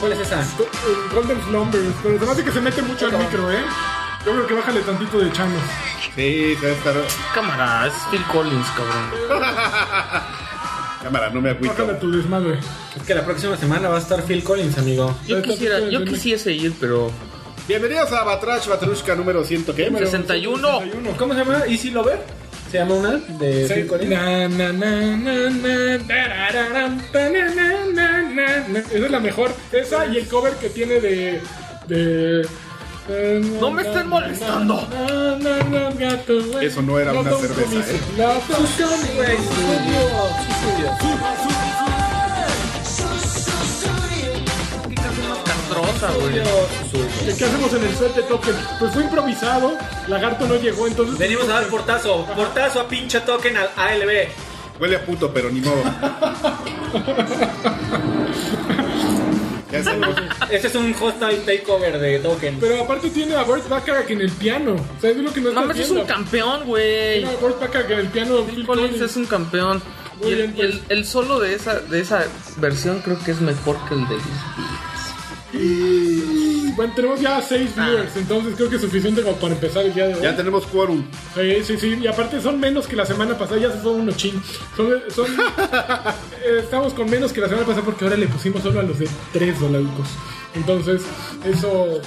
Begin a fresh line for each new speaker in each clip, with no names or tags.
¿Cuál es esa?
El Golden Slumbers, pero además de que se mete mucho al micro, ¿eh? Yo creo que bájale tantito de chano.
Sí, debe estar.
Cámara, es Phil Collins, cabrón.
Cámara, no me
Bájale
agüito.
tu desmadre.
Es que la próxima semana va a estar Phil Collins, amigo.
Yo quisiera, yo quisiese ir, pero.
Bienvenidos a Batrash Batrushka número 100, ¿qué?
Número
61.
61.
¿Cómo se llama? ¿Easy Lover? ¿Se llama una? ¿De Phil Collins?
Na, na, na, na, na, tarararam, ta, na, na, na, na, na. Esa es la mejor. Esa y el cover que tiene de. de eh,
No me estén molestando.
Na, na, na, gato, eh. güey.
Eso no era una
don't
cerveza,
commit-
¿eh?
No, don't commit-
Güey, sí, sí,
Qué canción más
Ah,
castrosa, güey.
sí, sí.
¿Qué hacemos en el set de token? Pues fue improvisado, Lagarto no llegó, entonces.
Venimos a dar portazo, portazo a pinche token al ALB.
Huele a puto, pero ni modo. ¿Qué hacemos?
Este es un hostile takeover de token.
Pero aparte tiene a Burt Bacharach en el piano. O sea, es lo que no
No
está
mames, es un campeón, güey.
Tiene a Burt Bacharach en el piano. Phil
Phil Collins es un campeón.
Muy
Y el,
bien,
y el-
pues.
el solo de esa, de esa versión creo que es mejor que el de
Y- Bueno, tenemos ya seis
Ah.
viewers, entonces creo que es suficiente como para empezar el día de hoy.
Ya tenemos quórum.
Sí, sí, sí. Y aparte son menos que la semana pasada, ya se son unos chin. Son, son- Eh, estamos con menos que la semana pasada porque ahora le pusimos solo a los de 3 dolarucos. Entonces, eso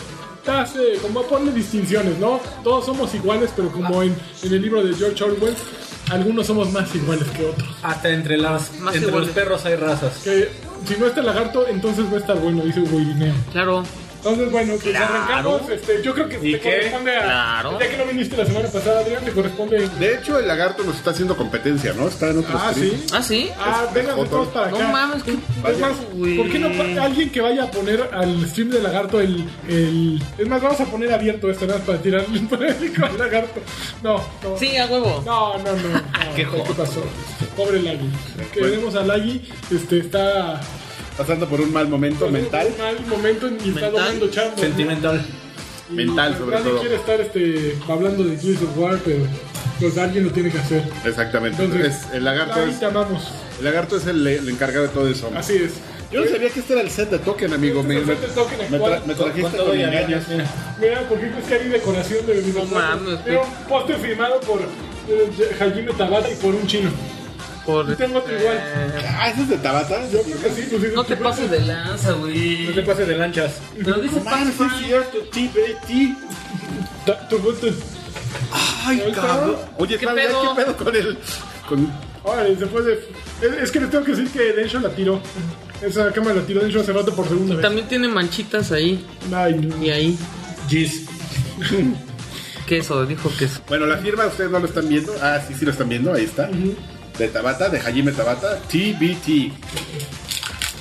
hace como pone distinciones, ¿no? Todos somos iguales, pero como en, en el libro de George Orwell, algunos somos más iguales que otros.
Hasta entre las
Más
entre los
iguales.
perros hay razas.
Que si no está el lagarto, entonces va a estar bueno, dice Guirineo.
Claro.
Entonces, bueno, pues
Claro.
arrancamos. Este, yo creo que
¿Y
te
qué?
corresponde a.
Claro.
Ya que no viniste la semana pasada, Adrián, te corresponde.
De hecho, el lagarto nos está haciendo competencia, ¿no? Está en otro
Ah,
stream.
sí.
¿Ah, sí?
Ah,
Es-
vengan
es
de
otro.
todos para
No
acá.
mames, qué
Es más,
güey.
¿por qué no pa- alguien que vaya a poner al stream de lagarto el, el- Es más, vamos a poner abierto esto, nada más para tirarle un polémico al lagarto. No, no.
Sí, a huevo.
No, no, no. no,
Qué
no,
joder.
pasó? Pobre Lagui. Que
Bueno.
vemos a Lagui, este, está...
Pasando por un mal momento mental.
Un mal momento y está
Mental.
domando chambos. ¿no?
Sentimental.
Y
Mental, sobre
nadie
todo.
quiere estar este, hablando de Gears of War, pero pues alguien lo tiene que hacer.
Exactamente.
Entonces,
Es- el lagarto
ahí
es,
te amamos.
el, lagarto es el, el encargado de todo eso.
Así es.
Yo no sabía que este era el set de token, amigo. Me,
Ah, Este
me,
es el set de token
me tra-
actual.
me trajiste
todo
con
y
engaños.
aviones, mira.
Mira, ¿por qué crees que hay decoración de mi papá?
mames,
Mira, un poste firmado por eh, Hajime Tabata y por un chino.
Por-
Yo tengo otro igual.
Eh,
Ah, ¿ese es de Tabata?
Yo creo que sí, pues, sí,
No te
sí,
pases de lanza,
No te
güey.
pases de lanchas.
Pero dice
Man, sí es
Pac-Man.
cierto, TBT.
ta- Tu gusto.
Ay,
Ahí está.
cabrón. Oye,
¿Qué
¿Qué pedo?
pedo?
¿qué pedo con el...? Con...
Órale, después de. Es, es que les tengo que decir que Densho la tiró. Esa cámara la tiró Densho hace rato por segunda vez.
También tiene manchitas ahí
Ay, no.
y ahí.
Jeez.
Queso, dijo queso.
Bueno, la firma ustedes no lo están viendo. Ah, sí, sí lo están viendo. Ahí está. De Tabata, de Hajime Tabata. TBT.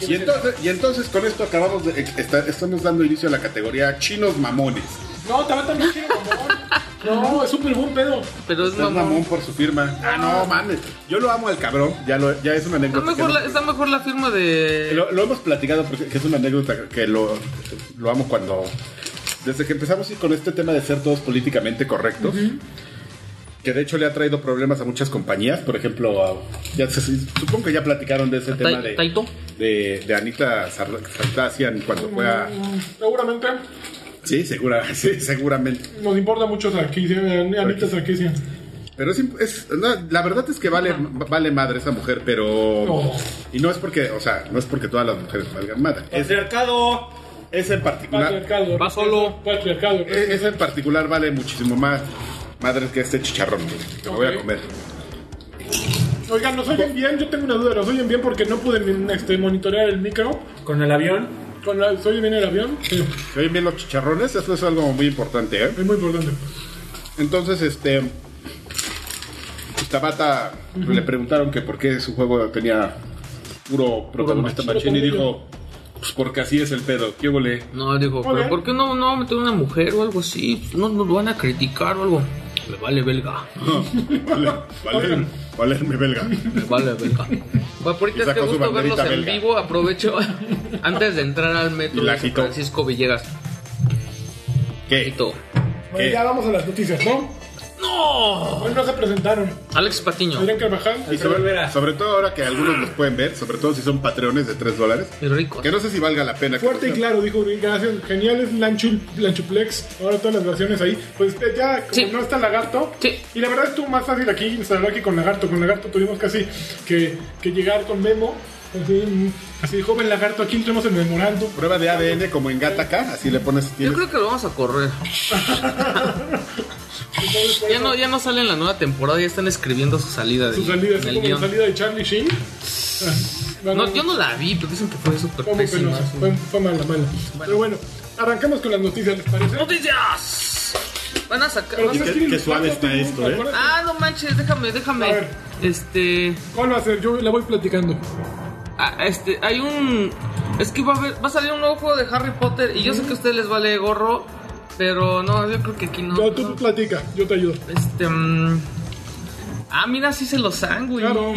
Y entonces, y entonces con esto acabamos de... está- estamos dando inicio a la categoría chinos mamones.
No, Tabata no quiere mamón. No, es súper buen pedo.
Pero es
Está mamón.
mamón.
por su firma. Ah, no, mames. Yo lo amo al cabrón. Ya, lo, ya es una
Está
anécdota. que
mejor
no-
la, está mejor la firma de.
Lo, lo hemos platicado porque que es una anécdota que lo, lo amo cuando. Desde que empezamos y con este tema de ser todos políticamente correctos, que de hecho le ha traído problemas a muchas compañías, por ejemplo, a- ya se- supongo que ya platicaron de ese tema
Tai-
de,
Taito.
de, de Anita Sar- Sarkisian cuando fue a.
Mm, Seguramente
Sí, segura, sí, seguramente.
nos importa mucho Sarkisian, Anita Sarkisian.
Pero es, imp- es- no, la verdad es que vale, vale madre esa mujer, pero.
No.
Y no es porque, o sea, no es porque todas las mujeres valgan madre. Es,
Patriarcado.
es en particular.
Patriarcado.
Va solo. Eh.
Patriarcado.
E- Ese en particular vale muchísimo más madres que este chicharrón. Te lo voy a
Ok.
comer.
Oigan, ¿nos oyen bien? Yo tengo una duda. ¿Nos oyen bien? Porque no pude mm, este, monitorear el micro.
Con el avión.
Con la, ¿Se oye bien el avión? Sí,
¿Se oyen bien los chicharrones? Eso es algo muy importante, ¿eh?
es muy importante.
Entonces, este... Tabata le preguntaron que por qué su juego tenía puro protagonista
macho.
machín y dijo... Pues porque así es el pedo. ¿Qué volé?
No,
Muy
dijo,
bien.
pero ¿por qué no, no meter una mujer o algo así? No nos van a criticar o algo. Me vale belga,
Vale, vale, vale, me belga.
me vale belga. Bueno,
Y
ahorita es que
sacó su
gusto verlos
banderita
en
belga.
vivo, aprovecho antes de entrar al
Y
metro
la
de San
quitó.
Francisco Villegas.
¿Qué?
Quito.
Bueno,
¿Qué?
ya vamos a las noticias, ¿no?
¡No!
Hoy no se presentaron.
Alex Patiño,
Adrián Carvajal.
Y sobre,
volverá.
sobre todo ahora que algunos los pueden ver, sobre todo si son patreones de 3 dólares.
el rico.
Que no sé si valga la pena. que
Fuerte y
lo sean.
claro, dijo Uri, gracias. Genial es Lanchul, Lanchuplex. Ahora todas las versiones ahí. Pues eh, ya, como
Sí.
no está Lagarto.
Sí.
Y la verdad estuvo más fácil aquí instalarlo aquí con Lagarto. Con Lagarto tuvimos casi que, que llegar con Memo. Así, mm, así, joven Lagarto, aquí entremos en memorando.
Prueba de ADN como en Gataca, así le pones.
Yo
tienes-
creo que lo vamos a correr.
Entonces, por
Ya
eso,
no, ya no sale en la nueva temporada, ya están escribiendo su salida de,
Su salida, así
del
como la
guión.
salida de Charlie Sheen. Ah,
No, yo no la vi, pero dicen que fue súper
Fue muy
pésima.
penoso,
sí.
fue, fue mala, mala. Pero bueno, arrancamos con las noticias, ¿les parece?
¡Noticias! Van a sacar.
Pero
van a-
tienes
qué-
que ir
qué
buscando
suave está
tú,
esto, ¿eh?
acuérdate.
Ah, no manches, déjame, déjame.
A ver.
Este.
¿Cuál va a ser? Yo la voy platicando.
ah, este, hay un. Es que va a, haber- va a salir un nuevo juego de Harry Potter y yo sé que a ustedes les vale gorro, pero no, yo creo que aquí no.
No, tú
no.
platica, yo te ayudo.
Este. mm, ah, mira, sí se los sándwich.
Claro.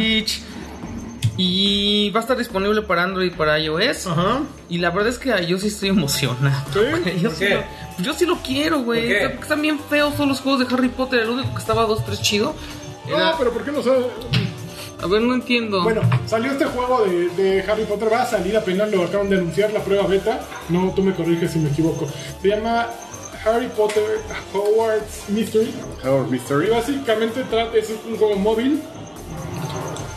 Y va a estar disponible para Android y para iOS.
Ajá.
Y la verdad es que ah, yo sí estoy emocionado.
¿Sí?
güey. Yo,
¿Por
sí
qué?
lo, yo sí lo quiero, güey.
¿Por qué?
Está- Están, bien feos todos los juegos de Harry Potter. El único que estaba dos, tres chido. era-
No, pero ¿por qué no sabe?
A ver, no entiendo.
Bueno, salió este juego de, de Harry Potter, va a salir apenas, lo acaban de anunciar, la prueba beta. No, tú me corriges si me equivoco. Se llama Harry Potter Hogwarts Mystery.
Horror
Y
Mystery.
básicamente trata- es un juego móvil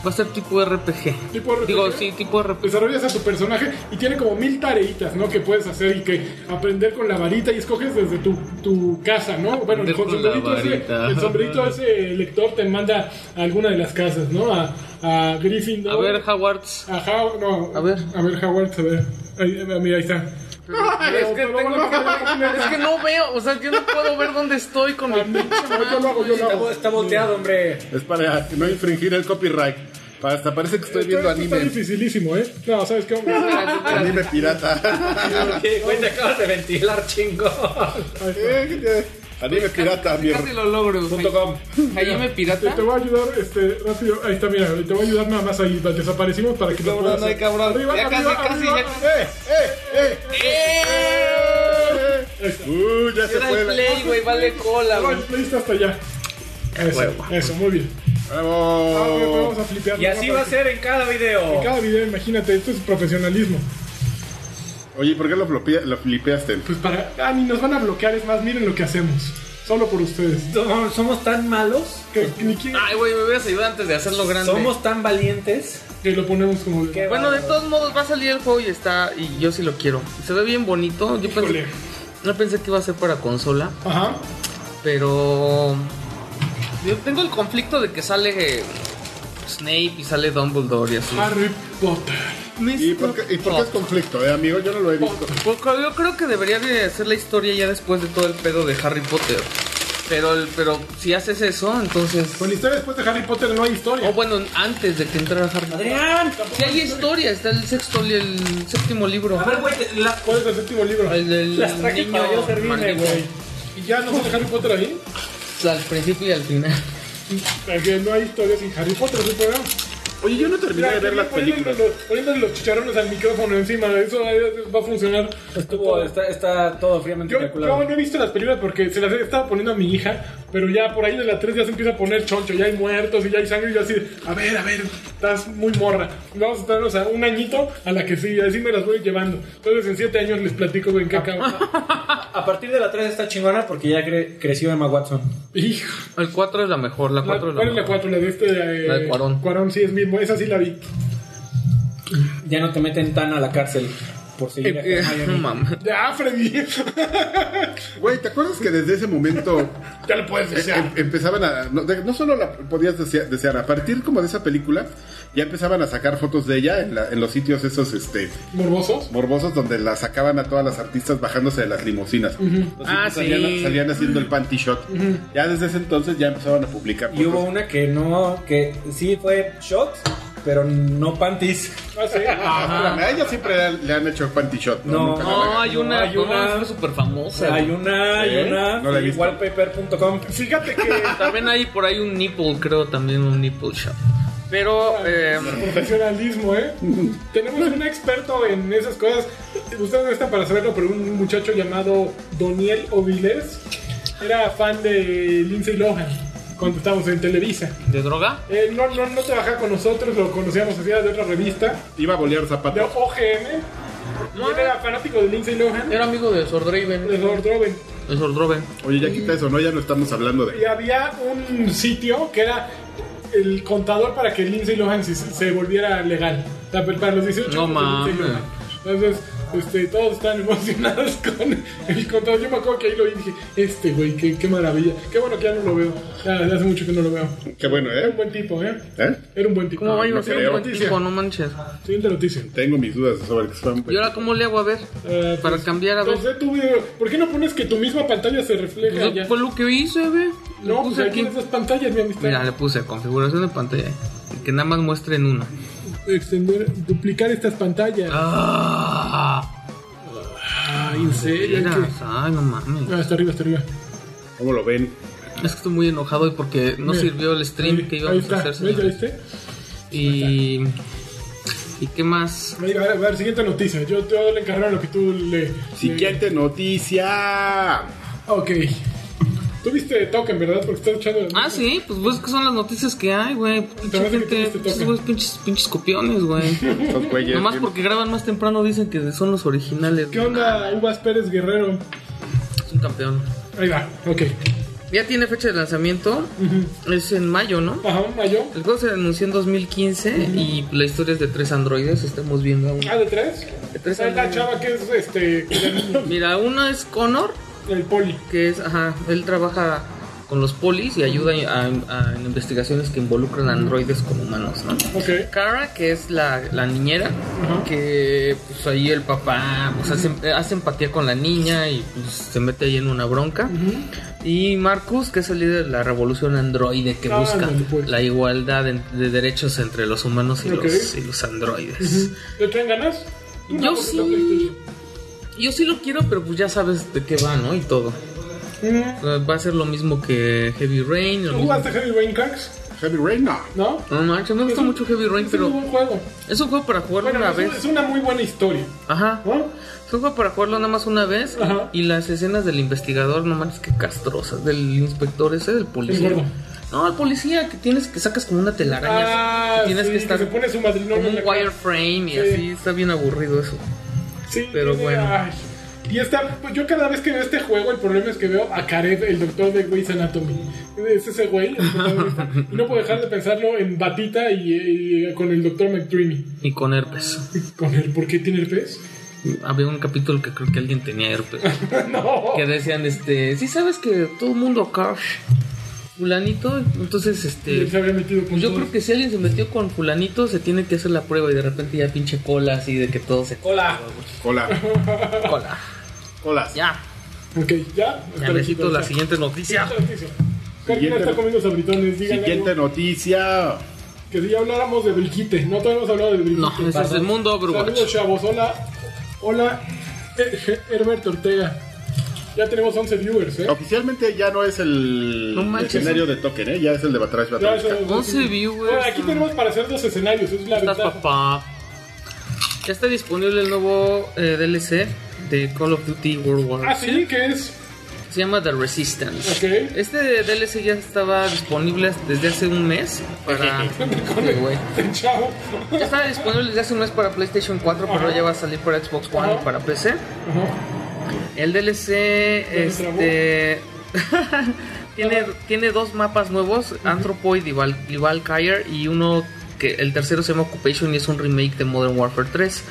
Va a ser tipo RPG.
Tipo RPG.
Digo, sí, tipo RPG.
desarrollas a tu personaje y tiene como mil tareitas, ¿no? Que puedes hacer y que aprender con la varita y escoges desde tu, tu casa, ¿no? Bueno,
Aprender
con
con la
sombrerito ese,
varita.
el sombrerito ese lector te manda a alguna de las casas, ¿no? A, a Gryffindor.
A ver, Howards.
a How- no,
A ver.
A ver, Howard, a ver. Ahí, eh, mira, ahí está.
Es que,
Pero
tengo-
bueno, pero-
es que no veo, o sea, yo no puedo ver dónde estoy con el pinche
Yo lo
mapa.
hago, yo lo
Está,
hago.
bo- está volteado, hombre.
Es para no infringir el copyright. Para- hasta parece que estoy
Esto-
viendo
esto Está
anime.
dificilísimo, ¿eh? No, ¿sabes qué? Hombre?
Anime pirata.
Qué güey, te acabas de ventilar, chingón.
anime pirata,
Casi
mierda.
lo logro.
Punto com.
Ahí me
Te,
pirata.
te voy a ayudar, este, rápido. Ahí está, mira, te voy a ayudar nada más ahí. Desaparecimos para que lo
Cabrón,
puedas.
ay, cabrón.
Arriba,
Ya casi,
arriba,
casi,
arriba.
ya-
¡Eh, eh, eh! Uh, ya se
Era el
fue.
play, güey, vale cola,
No,
güey.
el play está hasta allá. Eso,
huevo.
eso, muy bien. Ahora
Vamos.
vamos a flipear.
Y así va a ser en cada video.
Cada video, imagínate, esto es profesionalismo.
Oye, ¿por qué lo, flopea- lo flipeaste?
Pues para. Ah, ni nos van a bloquear, es más, miren lo que hacemos. Solo por ustedes.
No, Somos tan malos.
Que, que ni quieren
Ay, güey, me hubieras ayudado antes de hacerlo grande.
Somos tan valientes.
que lo ponemos como.
Qué
Bueno, de
bárbaros.
todos modos va a salir el juego y está. Y yo sí lo quiero. Se ve bien bonito. Yo
Híjole.
pensé, no pensé que iba a ser para consola.
Ajá.
Pero. Yo tengo el conflicto de que sale eh, Snape y sale Dumbledore y así.
Harry Potter.
¿Y por, qué, y por qué es conflicto, eh, amigo? Yo no lo he visto.
Pues, yo creo que debería de hacer la historia ya después de todo el pedo de Harry Potter. Pero, el- pero si haces eso, entonces.
Con la historia después de Harry Potter no hay historia.
O
pues,
bueno, antes de que entrara Harry Potter.
Adrián.
Si hay historia, está el sexto, li- el séptimo libro.
A ver, Ah, güey, te- la-
¿Cuál es el séptimo libro?
El del
las traje
niño
para yo servirme,
maldito.
güey.
¿Y ya no sale Harry Potter ahí?
Al principio y al final.
Porque no hay historia sin Harry Potter, es un programa.
Oye, yo no terminé de
Mira,
ver las
poniéndole
películas.
los- Poniéndole los chicharrones al micrófono encima, eso va a funcionar.
Estuvo, está, está todo fríamente
Yo,
calculado.
yo no he visto las películas porque se las estaba poniendo a mi hija, pero ya por ahí de la 3 ya se empieza a poner choncho, ya hay muertos y ya hay sangre y yo así, de, a ver, a ver, estás muy morra. Vamos a traernos a un añito a la que sí, así me las voy llevando. Entonces en 7 años les platico güey, en qué acabo.
A partir de la 3 está chingona porque ya cre- creció Emma Watson.
Hijo.
El 4 es la mejor, la
La,
4 es la
¿Cuál es la
mejor.
4? La de este... eh,
La de Cuarón.
Cuarón, sí, es mismo, esa sí la vi.
Ya no te meten tan a la cárcel por seguir a
Eh, No
Hermione.
mames.
Ya, Freddy.
Güey, ¿te acuerdas que desde ese momento
ya lo puedes
Eh,
desear.
em- empezaban a no, de- no solo la podías desear, desear, a partir como de esa película ya empezaban a sacar fotos de ella en, la- en los sitios esos este
¿Morbosos?
morbosos donde la sacaban a todas las artistas bajándose de las limusinas Entonces,
Ah,
salían,
sí.
salían haciendo el panty shot ya desde ese entonces ya empezaban a publicar
Y hubo
fotos.
una que no, que sí fue shot, pero no panties.
Ah, sí.
Ah, espérame, a ella siempre le han, le han hecho panty shot
No.
Nunca la
No,
hagan.
hay una,
hay una-
no, súper famosa.
Hay
güey.
una, hay
¿Eh?
una.
No la he
sí,
visto.
wallpaper.com.
Fíjate que
También hay por ahí un nipple, creo, también un nipple shop. Pero, eh,
profesionalismo, ¿eh? Tenemos un experto en esas cosas. Ustedes no están para saberlo, pero un muchacho llamado Daniel Oviles era fan de Lindsay Lohan cuando estábamos en Televisa.
¿De droga?
Eh, no, no, no trabajaba con nosotros, lo conocíamos hacía de otra revista,
Iba a bolear
de
zapatos.
OGM. Y él era fanático de Lindsay Lohan,
Era amigo de Sordraven.
de Lord Robin.
De Sordroven.
Oye, ya quita eso, ¿no? Ya no estamos hablando
Y
de...
había un sitio que era el contador para que Lindsay Lohan se, se volviera legal. O sea, para los 18
No
años de Lindsay
mames.
Lohan. Entonces, este, todos están emocionados con el contador. Yo me acuerdo que ahí lo vi y dije, este güey, qué, qué maravilla. Qué bueno que ya no lo veo. Ya, ya hace mucho que no lo veo.
Qué bueno,
Era un
¿eh?
buen tipo, ¿eh?
¿Eh?
Era un buen tipo.
¿Cómo va a
no
ir a ser
creo.
un buen
Noticia.
tipo? No manches.
Siguiente noticia.
Tengo mis dudas sobre que pues, son...
¿Y ahora cómo le hago a ver?
Eh,
Para
pues,
cambiar a ver.
entonces, tú, eh, ¿Por qué no pones que tu misma pantalla se refleja
Pues
allá?
fue lo que hice, ve. Lo
No, pues
puse
aquí
aquí.
en esas pantallas, mi amistad.
Mira, le puse configuración de pantalla. Que nada más muestren una.
Extender, duplicar estas pantallas.
Ah,
Ay, en serio. hay
mira,
que-
ay, no mames.
Ah, hasta arriba, hasta arriba.
¿Cómo lo ven?
Es que estoy muy enojado hoy porque no
Mira,
sirvió el stream
ahí-
que
ahí
íbamos
está.
a hacer.
¿Ves? ¿Ya
señores.
viste?
Y. ¿Y qué más?
Ahí va, a ver, siguiente noticia. Yo te voy a encargar lo que tú le. le...
Siguiente noticia.
Ok. Tú viste Token, ¿verdad? Porque estás echando.
Ah, sí, pues ves que son las noticias que hay, güey.
Te
Pinche
parece que
gente,
tienes que
pinches,
tocar.
güeyes, pinches, pinches copiones, güey.
Esos güeyes.
Nomás
bien-
porque graban más temprano dicen que son los originales.
¿Qué
güey.
onda, Uvas Pérez Guerrero?
Es un campeón.
Ahí va, ok.
Ya tiene fecha de lanzamiento. Es en mayo, ¿no?
Ajá, Mayo.
El juego se anunció en 2015 y la historia es de tres androides. Estamos viendo a uno.
Ah, de tres.
De tres
Ah, es la
años.
chava que es este. que era
Mira, uno es Connor,
El poli.
que es, ajá, él trabaja con los polis y ayuda a- a- en investigaciones que involucran androides con humanos, ¿no?
Ok.
Cara, que es la, la niñera,
Ajá.
que pues ahí el papá pues, hace, hace empatía con la niña y pues, se mete ahí en una bronca. Y Marcus, que es el líder de la revolución androide que
Ah,
busca
ándale, pues.
la igualdad en- de, derechos entre los humanos y,
Ok.
los, y los androides.
¿Le traen ganas? Tú
Yo
porque
sí.
está PlayStation.
Yo sí lo quiero, pero pues ya sabes de qué va, ¿no? Y todo.
Mm.
Eh, Va a ser lo mismo que Heavy Rain. Lo
¿Tú
mismo.
jugaste Heavy Rain Cracks?
Heavy Rain, no.
¿No?
No manches, me gusta mucho Heavy
Es
Rain,
un
pero
buen juego.
es un juego para jugarlo
Bueno, pues,
una
es, un-
vez.
es una muy buena historia,
Ajá.
¿no?
Es un juego para jugarlo nada más una vez.
Ajá.
Y las escenas del investigador, no manches, que castrosas. Del inspector ese, del policía.
El gordo.
no, el policía que tienes que sacas como una telaraña.
Ah,
así, que tienes
sí,
que estar
se pone su madrinón
como
en
un
la cara.
wireframe y
Sí.
así. Está bien aburrido eso.
Sí,
pero
tiene-
bueno.
ay. Y está, pues yo cada vez que veo este juego, el problema es que veo a Karev, el doctor de Grey's Anatomy. Es ese güey, el protagonista. Y no puedo dejar de pensarlo en Batita y, y con el doctor McDreamy.
Y con herpes.
Con el por qué tiene herpes.
Había un capítulo que creo que alguien tenía herpes.
no.
que decían, este, sí sabes que todo el mundo acá, fulanito, entonces,
Él se
este,
había metido con
pues yo
todos.
creo que si alguien se metió con fulanito, se tiene que hacer la prueba y de repente ya pinche cola así de que todo se
Hola.
Hola.
cola.
Hola.
Ya,
Ok, ya.
ya necesito la siguiente noticia.
Carmen está comiendo sabritones. Díganle
Siguiente
algo.
noticia.
que si ya habláramos de Brigitte. No, todavía hemos hablado de Brigitte.
No, ese es el mundo
Saludos,
Overwatch.
chavos. Hola, hola, eh, Herbert Ortega. Ya tenemos 11 viewers, ¿eh?
Oficialmente ya no es el
No manches.
escenario de Token, ¿eh? ya es el de Batrash
Ya,
Batrushka.
eso-
11 viewers.
Bueno, aquí tenemos para hacer dos escenarios, es la
Estás
ventaja.
papá. Ya está disponible el nuevo eh, DLC de Call of Duty World War
Ah, sí, que es.
Se llama The Resistance.
Ok.
Este DLC ya estaba disponible desde hace un mes para... Sí, güey.
El chavo.
Ya estaba disponible desde hace un mes para PlayStation 4, pero
Ajá.
ya va a salir para Xbox One
Ajá.
y para PC.
Ajá.
El DLC este tiene, tiene dos mapas nuevos, Anthropoid y Val, y Valkyrie, y uno que el tercero se llama Occupation y es un remake de Modern Warfare 3.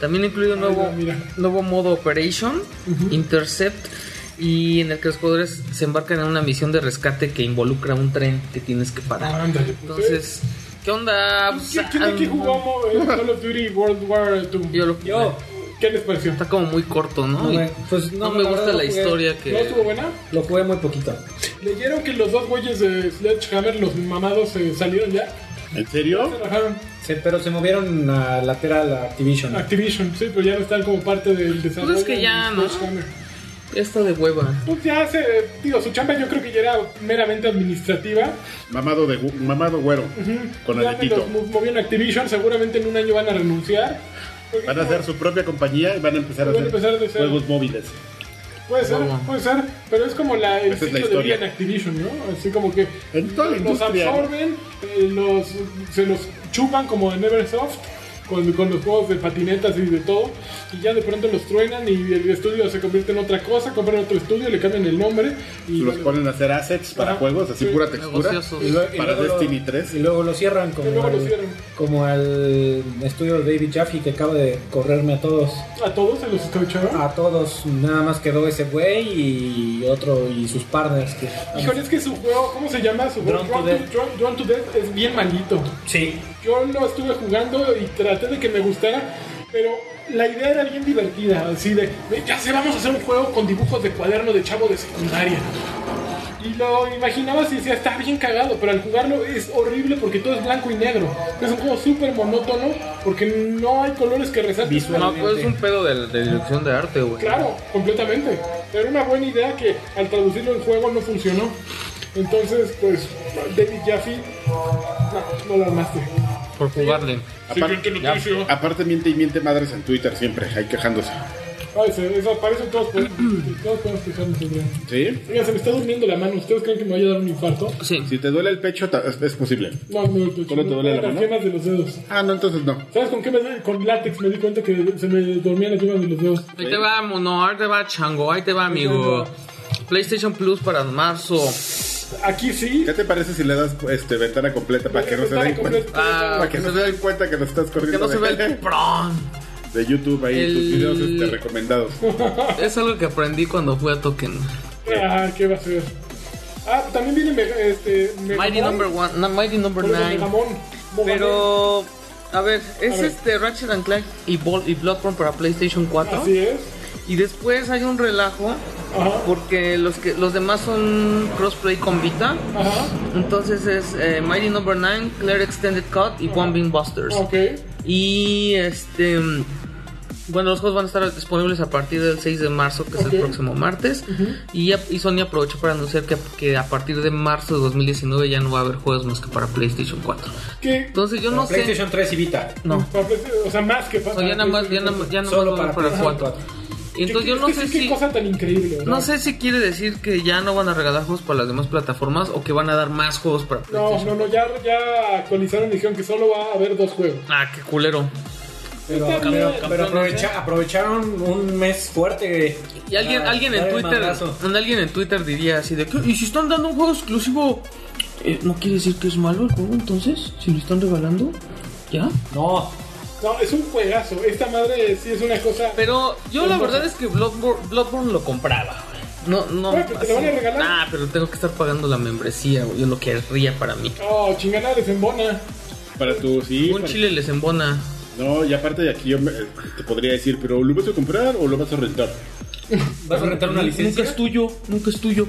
También incluye un
Ay,
nuevo,
no, mira.
nuevo modo Operation, Intercept, y en el que los jugadores se embarcan en una misión de rescate que involucra un tren que tienes que parar.
Ándale, pues.
Entonces, ¿qué onda?
¿Qué, qué, de qué jugamos en Call of Duty World War
Yo
2?
lo-
Yo.
¿Qué les pareció?
Está como muy corto, ¿no?
No,
Y-
güey, pues, no,
no, me
la
gusta
verdad
la
no jugué.
historia
¿No estuvo
que...
buena?
Lo jugué muy poquito.
¿Leyeron que los dos güeyes de Sledgehammer, los mamados, eh, salieron ya?
¿En serio?
Trabajaron
Sí, pero se movieron a lateral a Activision.
Activision, sí, pero ya no están como parte del desarrollo.
Pues es que ya,
de
¿no?
Sledgehammer.
Esta de hueva.
Pues ya se, digo, su chamba yo creo que ya era meramente administrativa.
Mamado de gu- mamado güero. Con
ya me los
aletito.
mo- movieron a Activision, seguramente en un año van a renunciar. Porque
Van a
como-
hacer su propia compañía y van a empezar a
Van a
hacer
empezar de cero.
juegos móviles.
Puede ser,
Bueno.
puede ser, pero es como la, el
Esa es la
ciclo de vida
historia.
en Activision, ¿no? Así como que
En toda la
los
industria, ¿no?
absorben, eh, los, se los chupan como en Eversoft, con, con los juegos de patinetas y de todo, y ya de pronto los truenan y el estudio se convierte en otra cosa, compran otro estudio, le cambian el nombre y
Los
bueno,
ponen a hacer assets para
Ajá.
juegos, así
Sí.
pura textura.
Negociosos.
Y luego- y
Para
luego lo-
Destiny 3.
Y luego lo cierran como,
Y luego lo
al-
cierran.
como al estudio de David Jaffe que acaba de correrme a todos.
a todos se los escucharon.
A todos, nada más quedó ese güey y otro y sus partners. Que,
Híjole, es que su juego, ¿cómo se llama? Su juego
Ah. Drawn to Death.
Drawn- Drawn to Death es bien malito.
Sí,
Yo lo estuve jugando y traté de que me gustara, pero la idea era bien divertida, así de, "Ve, ya sé, vamos a hacer un juego con dibujos de cuaderno de chavo de secundaria. Y lo imaginabas y decía, está bien cagado, pero al jugarlo es horrible porque todo es blanco y negro. Es un juego súper monótono porque no hay colores que resalten.
Visual.
No, pues es un pedo de, de dirección de arte, güey.
Claro, completamente. Era una buena idea que al traducirlo en juego no funcionó. Entonces, pues, David Jaffe, no, no lo armaste.
Por jugarle.
Aparte,
Ya. noticia.
aparte miente y miente madres en Twitter siempre, ahí quejándose.
Ay, se desaparecen todos, pues, todos podemos fijarnos en él.
¿Sí?
Oigan, se me está durmiendo la mano. ¿Ustedes creen que me vaya a dar un infarto?
Sí.
Si te duele el pecho, ta- es, es posible.
No, no, no.
¿Solo te duele la
las
mano?
yemas de los dedos.
Ah, no, entonces no.
¿Sabes con qué me duele? Con látex me di cuenta que se me dormían las yemas de los dedos.
Ahí te va, mono, ahí te va, chango, ahí te va, amigo. PlayStation Plus para marzo.
Aquí sí.
¿Qué te parece si le das este, ventana completa para que no se
Está
den cuenta?
completo.
Ah,
Para que no se den cuenta que nos estás
que
corriendo
no se ve
de,
el pron.
de YouTube ahí, tus
El-
videos este, recomendados.
Es algo que aprendí cuando fui a Token.
Ah, ¿qué va a ser? Ah, también viene Mega- este,
Mighty Number One, no, Mighty Number Nine. Pero, a ver, es
ver.
este Ratchet and Clank y, Bol- y Bloodborne para PlayStation 4.
Así es.
Y después hay un relajo
Ajá.
porque los que los demás son crossplay con Vita.
Ajá.
Entonces es eh, Mighty Number 9, Claire Extended Cut y One Beam Busters.
Ok.
Y este. mm, Bueno, los juegos van a estar disponibles a partir del 6 de marzo, que es
Ok.
el próximo martes. y, ya- y Sony aprovechó para anunciar que, que a partir de marzo de 2019 ya no va a haber juegos más que para PlayStation 4.
¿Qué?
Entonces yo no sé.
PlayStation 3 y Vita.
No.
O sea, más que para.
O sea, ya nada más, ya nada más- ya nada
Solo
más va a haber
para
para
PlayStation
4. Y entonces yo no sé
Qué
si.
cosa tan increíble.
No sé si quiere decir que ya no van a regalar juegos para las demás plataformas o que van a dar más juegos para
No,
PlayStation.
no, no, ya, ya actualizaron y dijeron que solo va a haber dos juegos.
Ah, qué culero.
Pero,
Está bien.
pero- pero
Campeones,
aprovecha- aprovecharon un mes fuerte.
¿eh? Y alguien,
Ah,
alguien en
dale
Twitter,
madrazo.
alguien en Twitter diría así de que, ¿y si están dando un juego exclusivo? eh, ¿No quiere decir que es malo el juego entonces? Si lo están regalando, ¿ya?
No,
No, es un juegazo. Esta madre sí es una cosa.
Pero yo la verdad es que Bloodborne, Bloodborne lo compraba. güey. No, no.
Bueno, pero te lo van a
así.
regalar.
Ah, pero tengo que estar pagando la membresía, güey. Yo lo querría para mí.
Oh, chingada desembona.
Para tu, sí.
Un
para-
chile les embona.
No, y aparte de aquí yo me- te podría decir, pero ¿lo vas a comprar o lo vas a rentar?
vas a rentar una licencia.
Nunca es tuyo, nunca es tuyo.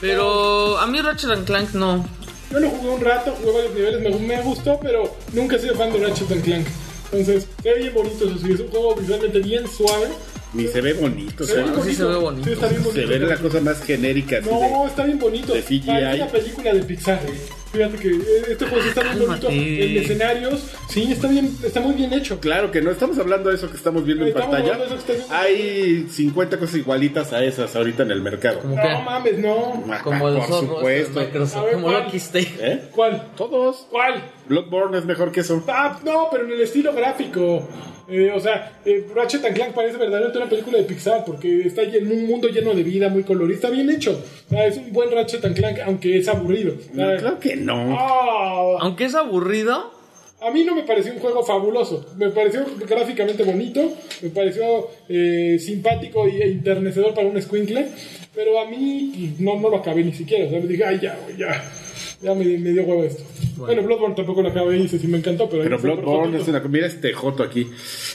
Pero a mí Ratchet and Clank no.
Yo lo jugué un rato, jugué varios niveles, me, me gustó, pero nunca he sido fan de Ratchet and Clank. Entonces, se ve bien bonito eso sí, es un juego visualmente bien suave.
Ni se ve bonito, o
Se ve
sea,
bien
Pues sí se ve bonito.
Sí, está bien bonito.
se ve la cosa más genérica. así de-
No, está bien bonito.
de CGI.
Parece una película de Pixar. Fíjate que eh, este juego sí está bien bonito.
Cálmate.
En escenarios, sí, está bien, está muy bien hecho.
Claro que no, estamos hablando de eso que estamos viendo en
Estamos
pantalla.
hablando de eso que está
Hay 50 cosas igualitas a esas ahorita en el mercado.
Como
No
que.
mames, no.
Ajá,
Como el
por
zorro,
supuesto.
este, Microsoft,
A ver,
como lo
¿cuál?
quiste.
¿Eh?
¿Cuál?
Todos.
¿Cuál?
Bloodborne es mejor que eso.
Ah, no, pero en el estilo gráfico. Eh, o sea, eh, Ratchet and Clank parece verdaderamente una película de Pixar porque está en un mundo lleno de vida, muy colorido. Está bien hecho. O sea, es un buen Ratchet and Clank, aunque es aburrido. O sea,
Claro que no.
ah,
Aunque es aburrido,
a mí no me pareció un juego fabuloso. Me pareció gráficamente bonito, me pareció eh, simpático y- e internecedor para un squinkle. Pero a mí no, no lo acabé ni siquiera. O sea, me dije, ay, ya, güey, ya. Ya me, me dio huevo esto. Bueno, Bloodborne tampoco lo acabé y sí me encantó, pero...
Pero
ahí fue por
Bloodborne
poquito.
es una. Mira este Joto aquí.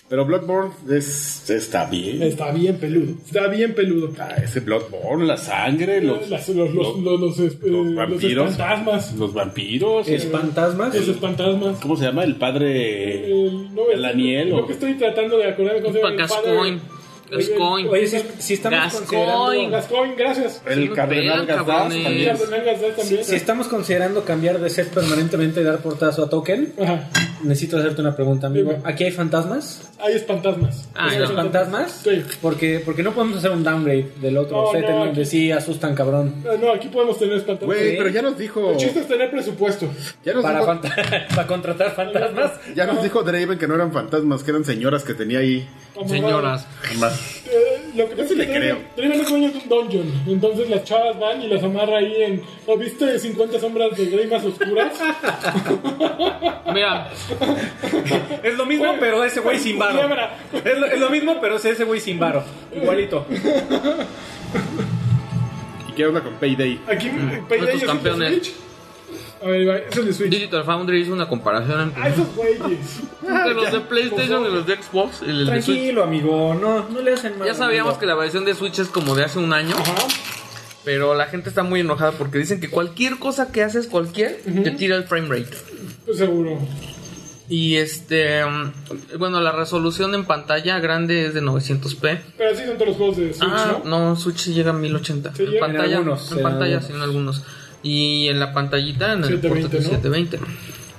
Pero Bloodborne es, está bien.
Está bien peludo. Está bien peludo.
Ah, ese Bloodborne, la sangre, los,
Las- los, los, los, los, es- eh,
los
los
vampiros.
espantasmas.
los vampiros.
Eh.
el-
Espantasmas.
Los espantasmas.
¿Cómo se llama? El padre.
El, no,
El Daniel,
Lo
o-
que estoy tratando de acordarme con
Gascoigne. Gascoigne.
Oye, si, si estamos
Gascoigne.
considerando.
Gascoigne, gracias.
Sí,
El
no
cardenal
vean,
Gazdas
cabrones.
Y
también.
las nalgas de él también.
Si estamos considerando cambiar de set permanentemente y dar portazo a token,
Ajá.
necesito hacerte una pregunta, amigo.
Dime.
¿Aquí hay fantasmas?
Hay espantasmas.
Ah,
Hay
no.
¿Fantasmas?
Sí.
Porque, porque no podemos hacer un downgrade del otro
No,
set
no,
en donde
aquí-
sí asustan cabrón.
Ah, No, aquí podemos tener espantasmas.
Güey, pero ya nos dijo.
El chiste es tener presupuesto.
Ya nos
Para,
dijo,
fanta- para contratar fantasmas.
ya nos dijo Draven que no eran fantasmas, que eran señoras que tenía ahí.
Como,
Señoras.
Más.
Eh, lo que pasa
sí
es que
le creo.
Draven Draven es dueño de un dungeon. Entonces las chavas van y las amarra ahí en. ¿No viste 50 sombras de Grey más oscuras?
Mira,
Es lo mismo, pero ese güey sin varo.
Culebra.
Es lo, es lo mismo, pero es ese güey sin varo. Igualito.
¿Y qué onda con Payday?
Aquí, eh,
Mm. Nuestros
Payday es el de
campeones.
Switch. A ver, ahí va, es el de Switch.
Digital Foundry hizo una comparación
Ah, esos güeyes.
entre los de PlayStation y los de Xbox y el de Switch.
Tranquilo, amigo. No, no le hacen mal.
Ya sabíamos que la versión de Switch es como de hace un año,
Ajá.
pero la gente está muy enojada porque dicen que cualquier cosa que haces, cualquier, te tira el frame rate.
Pues seguro.
Y este, mm, bueno, la resolución en pantalla grande es de 900p.
Pero así son todos los juegos de Switch,
Ah,
¿no?
no, Switch sí llega a 1080.
Sí
en
llega.
pantalla,
En algunos,
en
en
pantalla,
algunos.
sí, en algunos. Y en la pantallita, en el
720,
portátil
¿no?
720.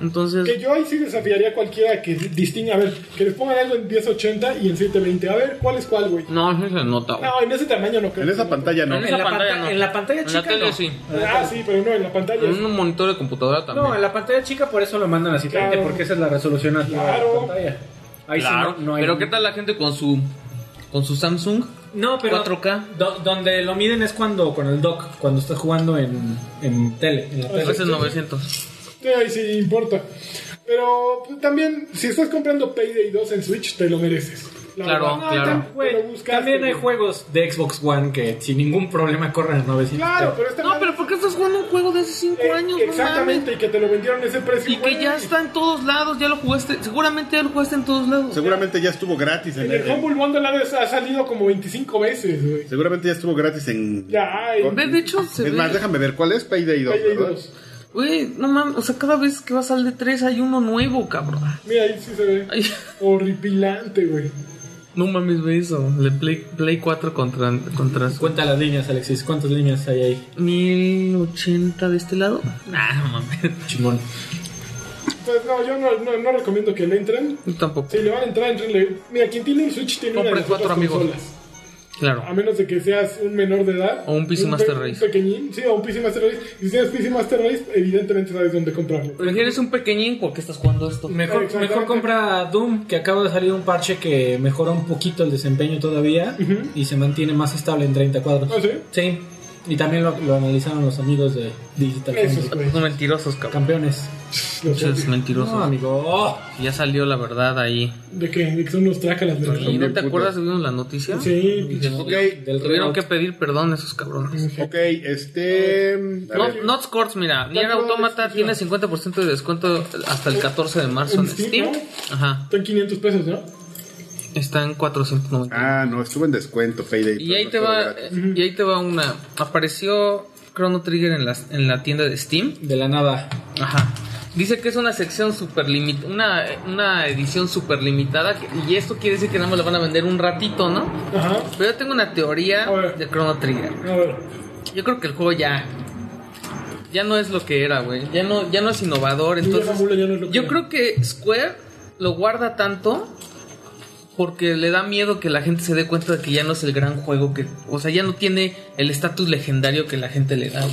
Entonces,
Que yo ahí sí desafiaría a cualquiera que distinga. A ver, que les pongan algo en 1080 y en 720. A ver, ¿cuál es cuál, güey?
no, no se nota. güey.
No, en ese tamaño no creo.
En esa pantalla no.
En
En,
esa
la
pantalla
pantalla,
no.
en la pantalla
En la
chica.
tele
no.
sí.
Ah, sí, pero no, en la pantalla.
En un monitor de computadora también.
No, en la pantalla chica por eso lo mandan así 30,
Claro.
porque esa es la resolución a
Claro.
la pantalla. Ahí sí
Claro,
no, no hay.
pero ¿qué tal la gente con su con su Samsung?
No, pero
4K?
do- donde lo miden es cuando con el dock, cuando estás jugando en, en tele,
Ah,
en la
A
tele.
veces 900.
Sí, ahí sí importa. Pero pues, también, si estás comprando Payday 2 en Switch, te lo mereces. La
Claro,
verdad.
No,
claro.
tam- güey,
Pero buscaste,
también hay
güey.
juegos de Xbox One que sin ningún problema corren a 900.
Claro, pero esta
No,
madre-
pero ¿por qué estás jugando un juego de hace 5
eh,
años? No
Exactamente, y que te lo vendieron a ese
mames.
precio.
Y que
güey.
ya está en todos lados, ya lo jugaste, seguramente ya lo jugaste en todos lados.
Seguramente ya estuvo gratis en
En el Humble Bundle ha ha salido como 25 veces, güey.
Seguramente ya estuvo gratis en.
Ya, ay.
De, de hecho, se
Es
ve-
más, déjame ver cuál es Payday 2.
Payday
¿verdad?
2.
Güey, no mames, o sea, cada vez que vas al de 3 hay uno nuevo, cabrón.
Mira, ahí sí se ve.
Ay,
Horripilante, güey.
no mames, ve eso. El de Play, Play 4 contra, contra su-
Cuenta las líneas, Alexis. ¿Cuántas líneas hay ahí?
1080 de este lado. Nah, no mames.
Chingón.
Pues no, yo no, no, no recomiendo que le entren.
Yo tampoco.
Si le van a entrar, entrenle. Mira, quien tiene un Switch tiene
Compre
una de las
cuatro
otras
amigos.
consolas.
Claro.
A menos de que seas un menor de edad.
O un PC
pe-
Master
un
Race.
Pequeñín, sí, o un PC Master Race. Y si tienes PC Master Race, evidentemente sabes dónde comprarlo.
Pero si eres un pequeñín, ¿por qué estás jugando esto?
Mejor,
Exactamente.
mejor compra Doom, que acaba de salir un parche que mejora un poquito el desempeño todavía
Ujú.
y se mantiene más estable en 30 cuadros.
¿Ah, sí?
Sí, y también lo, lo analizaron los amigos de Digital
Esos,
Foundry.
güey.
Son mentirosos, cabrón.
Campeones.
Los
Muchos
odio.
mentirosos.
No, amigo. Oh,
Ya salió la verdad ahí.
¿De qué? De que son unos trácalas, ¿verdad?
¿Y no
bien
te
putos.
acuerdas? ¿Vimos la noticia?
Sí, pinche-
Ok,
del
Tuvieron
reloj.
que pedir perdón a esos cabrones.
ok, este. a
No,
ver,
Not Scores, mira, Nier
Tanto
Automata tiene 50% de descuento hasta el 14 de marzo en
¿En Steam,
Steam. Ajá,
Están 500 pesos, ¿no?
está en 490.
Ah, no, estuvo en descuento Payday.
Y
Ah, pero
ahí
no
te
estuvo
va,
eh,
gratis.
y ahí te va una. Apareció Chrono Trigger en la, en la tienda de Steam.
De la nada.
Ajá. Dice que es una sección super limitada, una, una edición super limitada. Y esto quiere decir que nada más la van a vender un ratito, ¿no?
Ajá.
Pero yo tengo una teoría
A ver.
de Chrono Trigger.
A ver.
Yo creo que el juego ya. Ya no es lo que era, güey. Ya no, ya no es innovador.
Entonces,
Entonces. Yo creo que Square lo guarda tanto. Porque le da miedo que la gente se dé cuenta de que ya no es el gran juego que. O sea, ya no tiene el estatus legendario que la gente le da. güey.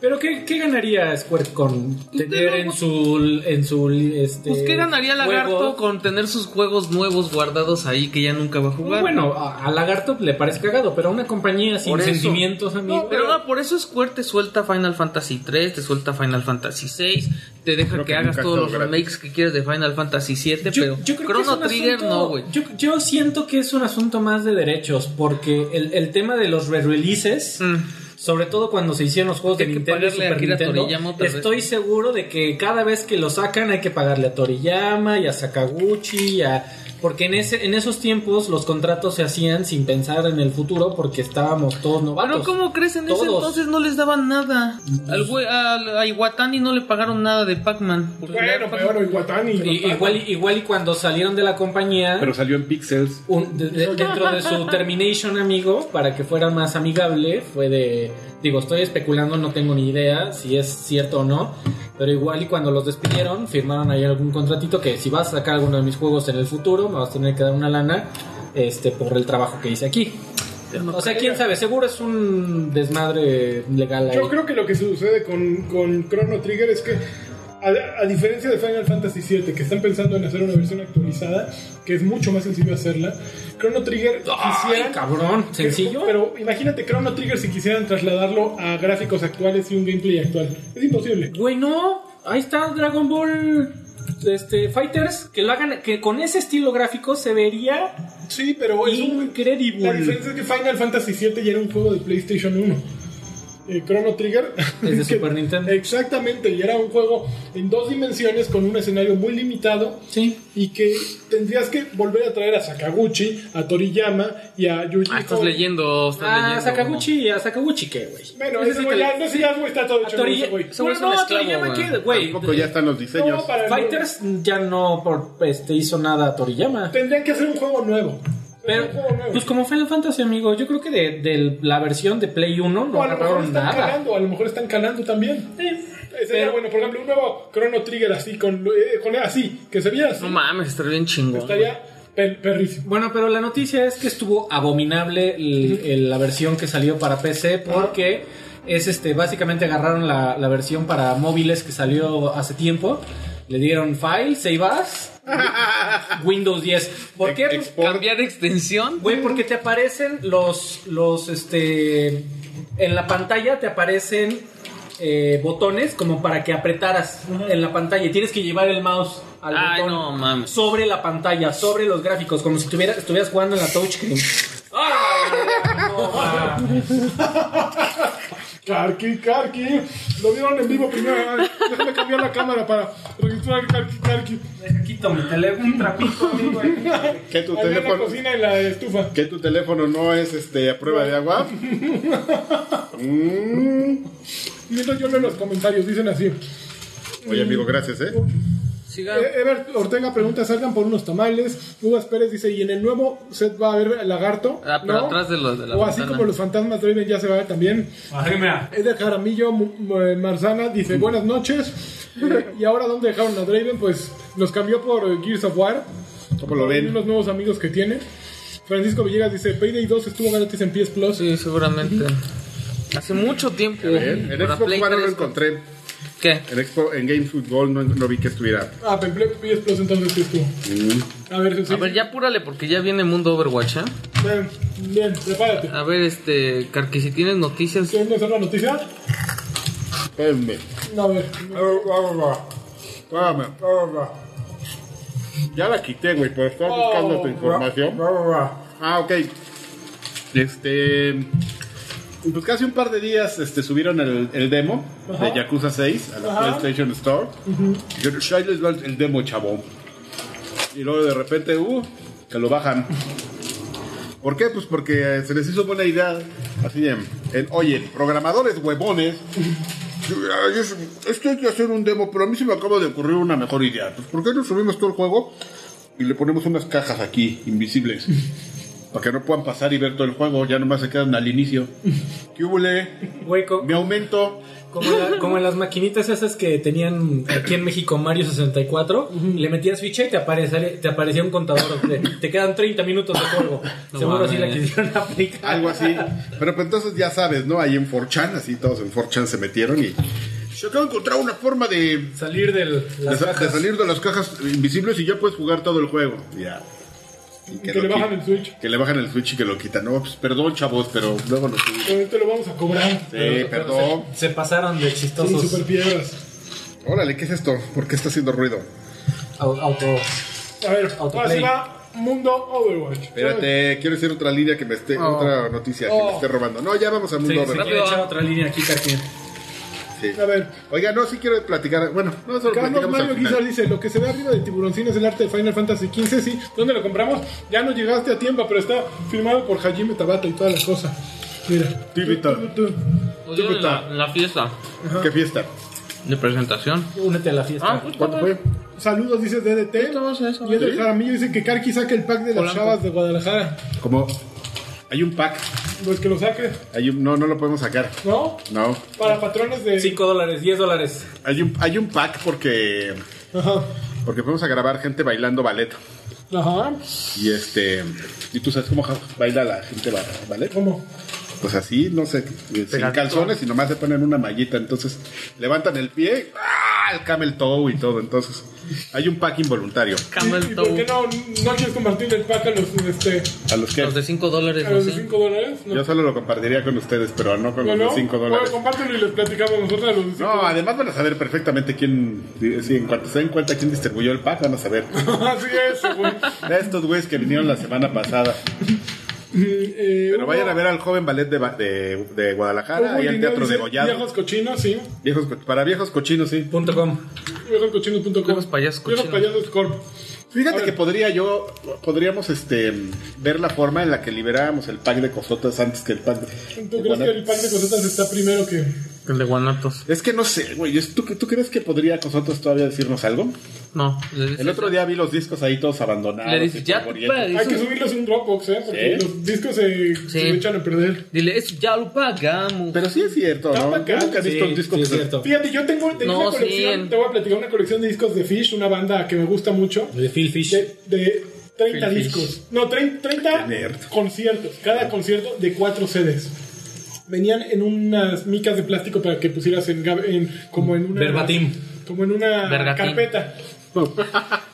¿Pero qué, qué ganaría Square con tener
no,
en
pues-
su... En su este,
Pues, ¿qué ganaría Lagarto
juego?
con tener sus juegos nuevos guardados ahí que ya nunca va a
Pues
jugar?
Bueno, a, a Lagarto le parece cagado, pero a una compañía sin
Por eso.
sentimientos, amigo.
Pero ahora por eso Square te suelta Final Fantasy 3, te suelta Final Fantasy 6, te deja
Creo
que,
que
hagas
nunca
todos los
estuvo gratis.
remakes que quieras de Final Fantasy 7, pero
creo que
Chrono
es un
Trigger
asunto-
no, güey.
Yo, yo siento que es un asunto más de derechos, porque el, el tema de los re-releases,
Mm.
sobre todo cuando se hicieron los juegos de
Hay que
Nintendo y
pagarle a
Super
Akira
Nintendo,
Toriyama otra vez.
estoy seguro de que cada vez que lo sacan hay que pagarle a Toriyama y a Sakaguchi y a... Porque en, ese, en esos tiempos los contratos se hacían sin pensar en el futuro porque estábamos todos novatos.
Pero ¿cómo crees? En ese
Todos.
entonces no les daban nada. Al güey, al- a Iwatani no le pagaron nada de Pac-Man. porque
Bueno,
era Pac-Man.
pero Iguatani.
Y- igual, y- igual y cuando salieron de la compañía...
Pero salió en Pixels.
un- de- de- dentro de su termination, amigo, para que fuera más amigable, fue de. Digo, estoy especulando, no tengo ni idea si es cierto o no. Pero igual y cuando los despidieron, firmaron ahí algún contratito que si vas a sacar alguno de mis juegos en el futuro, me vas a tener que dar una lana este, por el trabajo que hice aquí. O sea, quién sabe, seguro es un desmadre legal ahí.
Yo creo que lo que sucede con, con Chrono Trigger es que, a, a diferencia de Final Fantasy VII, que están pensando en hacer una versión actualizada, que es mucho más sencillo hacerla, Chrono Trigger
Ay,
quisieran-
cabrón, sencillo.
Pero imagínate Chrono Trigger si quisieran trasladarlo a gráficos actuales y un gameplay actual. Es imposible.
Güey, no. Ahí está Dragon Ball este, Fighters. Que lo hagan, que con ese estilo gráfico se vería
Sí, pero Oh, es un... La
increíble.
diferencia es que Final Fantasy VII ya era un juego de PlayStation 1. Eh, Chrono Trigger.
Es de
que-
Super Nintendo.
Exactamente, y era un juego en dos dimensiones con un escenario muy limitado.
Sí.
Y que tendrías que volver a traer a Sakaguchi, a Toriyama y a Yuji.
Ah, estás
Horii.
leyendo. Estás
Ah,
leyendo.
Sakaguchi, a Sakaguchi, ¿qué, güey?
Bueno,
Ese
ese
sí
güey
te-
ya, no sé, ya está todo
A
hecho.
Toriya-
ese güey.
Bueno,
Seguro es un
no, a
esclavo,
Toriyama,
güey.
¿qué? Güey,
Tampoco ya están los diseños.
No, para-
Fighters ya no por, este, hizo nada a Toriyama.
Tendrían que hacer un juego nuevo.
Pero,
un juego nuevo.
pues como Final Fantasy, amigo, yo creo que de, de la versión de Play 1
O
no
a lo mejor
agarraron
están
nada.
calando, a lo mejor están calando también. Sería
Pero-
bueno, por ejemplo, un nuevo Chrono Trigger así, con, eh, con- así, que se viera así.
No mames, estaría bien chingón.
estaría per- perrísimo.
Bueno, pero la noticia es que estuvo abominable el- el- la versión que salió para PC porque es este básicamente agarraron la, la versión para móviles que salió hace tiempo, le dieron file, save as, Windows 10. ¿Por qué? Pues,
Export.
Cambiar de extensión.
Güey, porque te aparecen los, los, este, en la pantalla te aparecen eh, botones como para que apretaras en la pantalla y tienes que llevar el mouse al
Ay,
botón
no mames.
sobre la pantalla, sobre los gráficos, como si tuviera- estuvieras jugando en la touchscreen. Ay, no, ma.
Karki, Karki. Lo vieron en vivo primero. Ay, Déjame cambiar la cámara para registrar Karki, Karki.
Deja, quito mi teléfono, un trapito, amigo, ahí.
Que tu,
Allá en la
teléfono,
cocina en la estufa.
que tu teléfono no es este, a prueba de agua. Mm.
Mientras yo leo los comentarios, dicen así.
Oye, amigo, gracias, ¿eh?
Siga.
Eh, Ebert Ortega pregunta, salgan por unos tamales. Uvas Pérez dice, ¿y en el nuevo set va a haber lagarto?
Ah, pero
No.
atrás de los de la
O así
ventana.
como los fantasmas Draven ya se va a ver también.
Ay, mira.
Eder Jaramillo Mu- Mu- eh, Marzana dice buenas noches. Eh, ¿Y ahora dónde dejaron a Draven? Pues los cambió por eh, Gears of War.
¿Cómo Pues lo ven?
Unos nuevos amigos que tiene. Francisco Villegas dice Payday 2 estuvo gratis en PS Plus.
Sí, seguramente. Hace mucho tiempo.
Bien. ¿Eh? En
Para
Xbox
Play
One no lo
3.
encontré.
¿Qué?
En, Expo, en Game Football no, no vi que estuviera.
Ah, pero en Play- PS Plus entonces sí estuvo. A ver, sí.
A ver, ya apúrale porque ya viene Mundo Overwatch, ¿eh?
Bien, bien, prepárate.
A ver, este, Carqui, si tienes noticias.
¿Quieres hacer la noticia?
Espérenme.
No, a ver.
Ya la quité, güey, pero estaba buscando tu información. Ah, ok. Este. Pues casi un par de días este, subieron el, el demo de Yakuza 6 a la
Ajá.
PlayStation Store. Y yo, "Shai, les va el demo, chavo. Y luego de repente, uh, que lo bajan. ¿Por qué? Pues porque eh, se les hizo buena idea. Así en, en, oye, programadores huevones. "Ay, es- Es que hay que hacer un demo, pero a mí se me acaba de ocurrir una mejor idea. Pues ¿por qué no subimos todo el juego y le ponemos unas cajas aquí, invisibles? Para que no puedan pasar y ver todo el juego, ya nomás se quedan al inicio. ¿Qué hubole?
Güey, co-
Me aumento.
Como, la- como en las maquinitas esas que tenían aquí en México Mario 64, le metías ficha y te aparecía, te aparecía un contador. de- te quedan 30 minutos de juego.
No
Seguro así la
mames.
quisieron aplicar.
Algo así. Pero pues, entonces ya sabes, ¿no? Ahí en 4chan, así todos en 4chan se metieron y... Se acaba de encontrar una forma de
Salir del.
de,
las
sa- de
cajas.
salir de las cajas invisibles y ya puedes jugar todo el juego. Ya. Y
Que
lo
le bajan
qui-
el Switch.
Que le bajan el Switch y que lo quitan. No, pues perdón, chavos, pero luego no subimos.
Con esto lo vamos a cobrar.
Sí, perdón.
Se, se pasaron de
Son
chistosos
super piedras.
Órale, ¿qué es esto? ¿Por qué está haciendo ruido?
au- auto.
A ver, ahora
Autoplay.
sí va Mundo Overwatch.
Espérate, quiero decir otra línea que me esté.
Oh.
Otra noticia que me esté robando. No, ya vamos a
Sí,
mundo
se
Overwatch.
quiere echar otra línea aquí, Cartier.
Sí.
A ver.
Oiga, no, sí quiero platicar. Bueno, no, eso lo
Carlos
platicamos al
Mario
final.
Guizar dice, lo que se ve arriba de Tiburoncín es el arte de Final Fantasy XV, sí. ¿Dónde lo compramos? Ya no llegaste a tiempo, pero está firmado por Hajime Tabata y toda la cosa. Mira.
Tibita.
Pues yo en la,
puta.
en la fiesta
¿Qué fiesta?
de presentación.
Únete a la
Ah,
fiesta.
pues,
¿Cuánto fue?
Saludos, dice DDT.
vas a eso?
Y Edel Jaramillo dice que Karki saca el pack de las
Polanco.
chavas de Guadalajara.
Como. Hay un pack
Pues que lo saque.
Hay un- no, no lo podemos sacar.
¿No?
No.
Para patrones de.
5 dólares, 10 dólares.
Hay un, hay un pack porque,
Ajá.
porque vamos a grabar gente bailando ballet.
Ajá.
Y este. ¿Y tú sabes cómo ja- baila la gente ba- ballet?
¿Cómo?
Pues así, no sé, eh, sin
Pegadito.
calzones y nomás se ponen una mallita. Entonces levantan el pie, ¡ah! el camel toe y todo. Entonces hay un pack involuntario.
¿Y,
Camel
y por qué
Toe.
no, no quieres compartir el pack a los, este,
A los que
Los de 5 dólares,
a
¿no?
los
Sí.
de 5 dólares? No.
yo solo lo compartiría con ustedes, pero no con
¿No,
los
no?
de 5
Bueno,
dólares.
compártelo y les platicamos nosotros a los de cinco
No, además van a saber perfectamente quién. Sí, en cuanto se den cuenta quién distribuyó el pack, van a saber.
Así es, güey.
Estos güeyes que vinieron la semana pasada.
Eh,
Pero
hubo-
vayan a ver al joven ballet de, Ba- de, de Guadalajara,
hubo
ahí al
dinero,
Teatro de
dice,
Gollado.
Viejos cochinos, sí.
Viejos co- para viejos cochinos, sí.
Punto com.
Viejoscochinos.com.
Viejos payasos
Viejos
cochinos.
payasos corp.
Fíjate que podría yo, podríamos este ver la forma en la que liberábamos el pack de cosotas antes que el pack de.
¿Tú
de
crees que
Guadalajara.
el pack de cosetas está primero que.?
El de Guanatos.
Es que no sé, güey. es- ¿tú, ¿Tú crees que podría cosotas todavía decirnos algo?
No. le dices-
El otro día vi los discos ahí todos abandonados.
Le dices,
y
ya
polvorientos.
te
Hay que
pagues.
subirlos en Dropbox, ¿eh? Porque
Sí.
los discos se, se echan a perder.
Dile, eso ya lo pagamos.
Pero sí es cierto, ¿no?
Tapa
Yo
acá.
nunca he visto
Sí,
un disco
sí,
que
es
se-
cierto.
Fíjate, yo tengo, tengo
No,
una colección.
sí.
Te voy a platicar una colección de discos de Fish, una banda que me gusta mucho.
De Phil Fish.
De, de 30
Phil
discos. No, 30, 30
Qué nerd. Ah.
conciertos. Cada concierto de 4 CDs. Venían en unas micas de plástico para que pusieras en, gab- en- como en una
Verbatim.
como en una
Vergatim.
carpeta.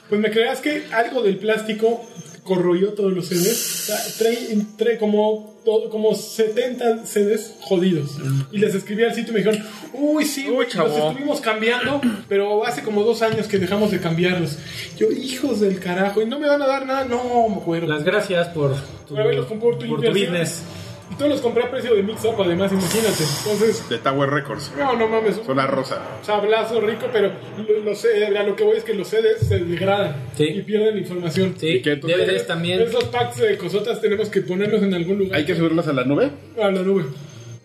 Pues me creas que algo del plástico corroyó todos los CDs. O sea, trae- trae como, to- como 70 CDs jodidos. Y les escribí al sitio y me dijeron, uy, sí,
Mm. Uy,
güey, los
chavo.
estuvimos cambiando, pero hace como dos años que dejamos de cambiarlos. Yo, hijos del carajo, y no me van a dar nada, no, me acuerdo.
Las gracias por tu,
Por haberlos comprado tu ¿eh?
por tu
inversión.
business.
Y todos los compré a precio de mix-up, además, imagínate. Entonces,
de Tower Records.
no, no mames.
Son la rosa.
Sablazo rico, pero lo, lo sé, a lo que voy es que los CDs se degradan
Sí.
y pierden información.
Sí,
¿Y qué, entonces?
DVDs también.
Esos packs de cosotas tenemos que ponerlos en algún lugar.
Hay que subirlos a la nube.
A la nube.